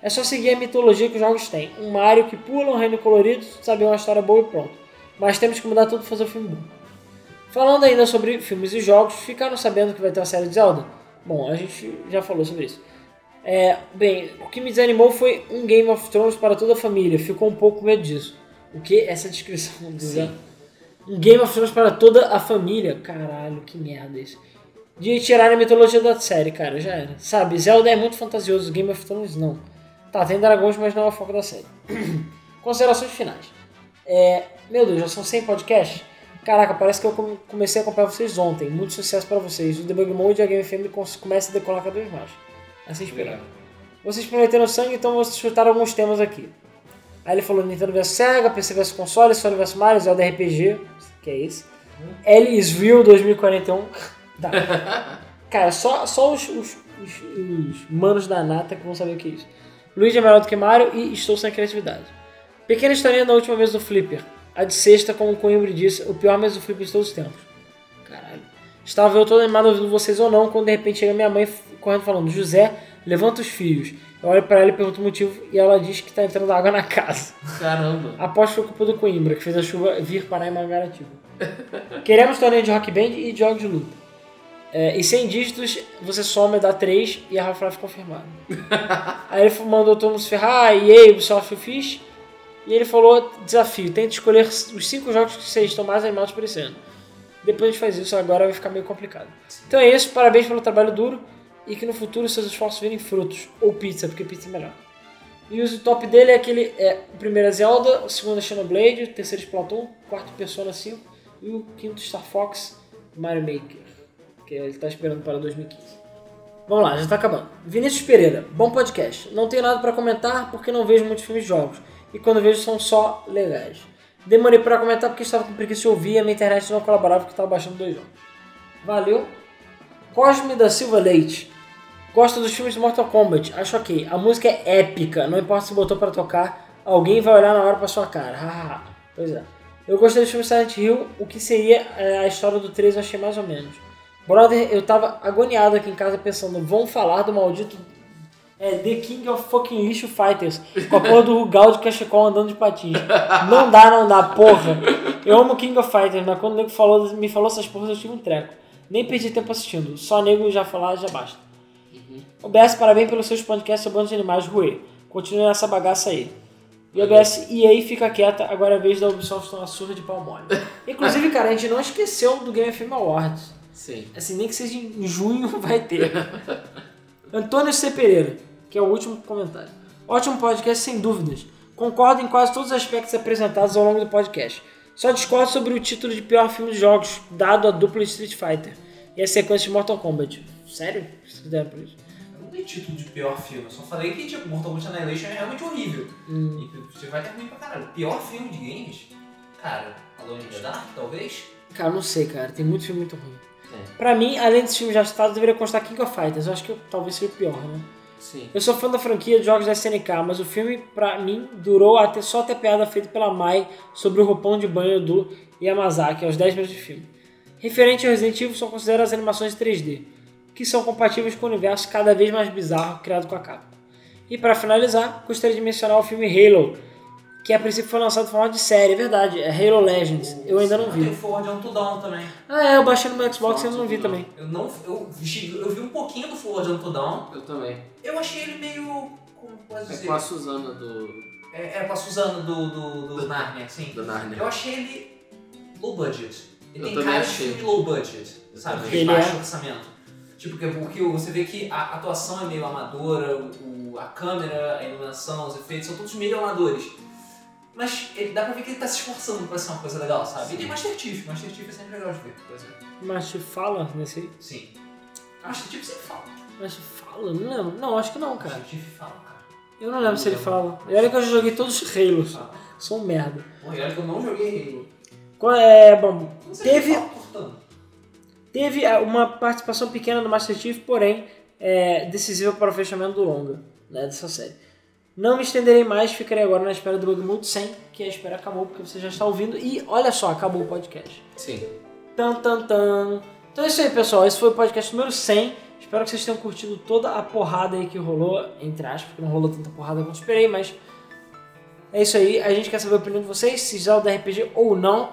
É só seguir a mitologia que os jogos têm. Um Mario que pula um reino colorido, saber uma história boa e pronto. Mas temos que mudar tudo para fazer um filme bom. Falando ainda sobre filmes e jogos, ficaram sabendo que vai ter uma série de Zelda? Bom, a gente já falou sobre isso. É, bem, o que me desanimou foi um Game of Thrones para toda a família. Ficou um pouco com medo disso. O que? Essa descrição do Zelda. Um Game of Thrones para toda a família. Caralho, que merda isso. De tirar a mitologia da série, cara, já era. Sabe, Zelda é muito fantasioso, Game of Thrones não. Tá, tem dragões, mas não é o foco da série. <clears throat> Considerações finais. É, meu Deus, já são 100 podcasts? Caraca, parece que eu come- comecei a acompanhar vocês ontem. Muito sucesso pra vocês. O Debug Mode e a Game FM cons- começa a decolar cada vez mais. Assim esperando. Vocês prometeram sangue, então vou chutar alguns temas aqui. Aí ele falou Nintendo vs Sega, PC vs console, Sony vs Mario, Zelda RPG, que é esse. L is Real 2041. <laughs> Tá. Cara, só, só os, os- os- os manos da nata que vão saber o que é isso. Luigi é melhor do que Mario e estou sem criatividade. Pequena historinha da última mesa do Flipper. A de sexta, como o Coimbra disse, o pior mesa do Flipper de todos os tempos. Caralho. Estava eu todo animado ouvindo vocês ou não, quando de repente chega minha mãe f- correndo falando, José, levanta os fios. Eu olho pra ela e pergunto o motivo, e ela diz que tá entrando água na casa. Caramba. Após foi culpa do Coimbra, que fez a chuva vir parar em Mangaratiba. <laughs> Queremos torneio de rock band e de jogos de luta. É, e sem dígitos, você soma e dá 3 e a Rafa Life confirmada. Aí ele mandou todo mundo se ferrar, "Ah, e aí, Ubisoft, eu fiz. E ele falou, desafio, tente escolher os 5 jogos que vocês estão mais animados por esse ano. Depois a gente faz isso, agora vai ficar meio complicado. Então é isso, parabéns pelo trabalho duro e que no futuro seus esforços virem frutos. Ou pizza, porque pizza é melhor. E o top dele é aquele. É, o primeiro é Zelda, o segundo é Xenoblade, o terceiro é Splatoon, o quarto Persona 5 e o quinto Star Fox Mario Maker. Que ele tá esperando para 2015. Vamos lá, já tá acabando. Vinícius Pereira, bom podcast. Não tenho nada para comentar porque não vejo muitos filmes e jogos. E quando vejo são só legais. Demorei para comentar porque estava com preguiça de ouvir e a minha internet não colaborava porque estava baixando dois jogos. Valeu. Cosme da Silva Leite. Gosta dos filmes de Mortal Kombat, acho ok. A música é épica, não importa se botou pra tocar, alguém vai olhar na hora pra sua cara. Hahaha. pois é. Eu gostei dos filmes Silent Hill, o que seria é, a história do 3 eu achei mais ou menos. Brother, eu tava agoniado aqui em casa pensando, vão falar do maldito é, The King of Fucking Lixo Fighters, com a porra do Rugal de cachecol andando de patins. Não dá, não dá, porra. Eu amo King of Fighters, mas quando o nego falou, me falou essas porras eu tive um treco. Nem perdi tempo assistindo, só nego já falar já basta. OBS, parabéns pelos seus podcasts sobre bandos de animais, Rui. Continue nessa bagaça aí. E OBS, e aí fica quieta, agora é a vez da Ubisoft tomar surra de pau mole. Inclusive, cara, a gente não esqueceu do Game FM Awards. Sim. Assim, nem que seja em junho, <laughs> vai ter. Antônio C. Pereira, que é o último comentário. Ótimo podcast, sem dúvidas. Concordo em quase todos os aspectos apresentados ao longo do podcast. Só discordo sobre o título de pior filme de jogos, dado a dupla de Street Fighter e a sequência de Mortal Kombat. Sério? Vocês deram por isso? Eu não dei título de pior filme, eu só falei que tipo, Mortal Kombat Annihilation é realmente horrível. Hum. E você vai ter ruim pra caralho. Pior filme de games? Cara, Alone in the Dark, talvez? Cara, não sei, cara. Tem muito filme muito ruim. É. Pra mim, além desse filme já citado, deveria constar King of Fighters. Eu acho que eu- talvez seja o pior, né? Sim. Eu sou fã da franquia de jogos da SNK, mas o filme, pra mim, durou até só até a piada feita pela Mai sobre o roupão de banho do Yamazaki, aos 10 minutos de filme. Referente ao Resident Evil, só considero as animações 3D, que são compatíveis com o universo cada vez mais bizarro criado com a Capcom. E pra finalizar, gostaria de mencionar o filme Halo, que a princípio foi lançado em forma de série, é verdade, é Halo Legends, eu ainda não Tem vi. Forward on to Dawn também. Ah é, eu baixei no meu Xbox e eu não vi também. Eu não. Eu, vi- eu vi um pouquinho do Forward on to Dawn. Eu também. Eu achei ele meio. Como posso É dizer? com a Suzana do, É, é com a Suzana do, do, <laughs> do Narnia, assim. do Narnia. Eu achei ele low budget. Ele Eu tem também cara achei. de filme low budget, Eu sabe? também. De Ele baixo é. orçamento. Tipo, que- porque você vê que a atuação é meio amadora, o- o- a câmera, a iluminação, os efeitos, são todos meio amadores. Mas ele, dá pra ver que ele tá se esforçando pra ser uma coisa legal, sabe? E tem Master Chief, Master Chief é sempre legal de ver. Pois é. Mas te fala nesse... Sim. Master Chief sempre fala. Mas te fala? Não lembro. Não, acho que não, cara. Master Chief fala, cara. Eu não lembro se ele fala. E olha que eu já joguei todos os Halos. Fala. Sou um merda. Bom, e olha que eu não joguei Halo. tá Qual é, bom, Não sei Teve- se ele fala, portanto. teve ah, uma participação pequena do Master Chief, porém é, decisiva para o fechamento do longa né, dessa série. Não me estenderei mais, ficarei agora na espera do Bug Mode 100, que a espera acabou porque você já está ouvindo. E olha só, acabou o podcast. Sim. Tan, tan, tan. Então é isso aí, pessoal. Esse foi o podcast número 100. Espero que vocês tenham curtido toda a porrada aí que rolou, entre aspas, porque não rolou tanta porrada quanto esperei, mas é isso aí. A gente quer saber a opinião de vocês, se já é o da RPG ou não.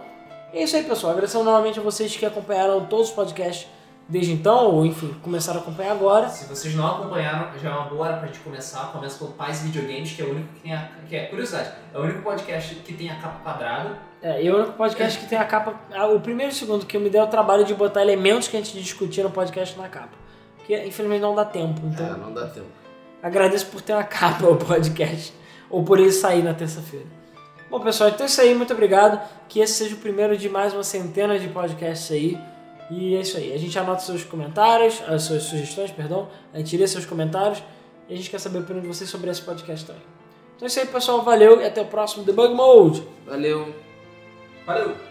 É isso aí, pessoal. Agradecendo novamente a vocês que acompanharam todos os podcasts desde então, ou enfim, começaram a acompanhar agora. Se vocês não acompanharam, já é uma boa hora pra gente começar. Começa pelo Pais e Videogames, que é o único que tem a. Que é, curiosidade, é o único podcast que tem a capa quadrada. É, e é o único podcast que tem a capa. ah, O primeiro e o segundo que eu me dei o trabalho de botar elementos que a gente discutia no podcast na capa. Porque infelizmente não dá tempo, então. É, não dá tempo. Agradeço por ter uma <laughs> capa ao podcast, ou por ele sair na terça-feira. Bom, pessoal, então é isso aí, muito obrigado. Que esse seja o primeiro de mais uma centena de podcasts aí. E é isso aí. A gente anota seus comentários, as suas sugestões, perdão. A gente lê seus comentários. E a gente quer saber a opinião de vocês sobre esse podcast também. Então é isso aí, pessoal. Valeu e até o próximo Debug Mode. Valeu. Valeu!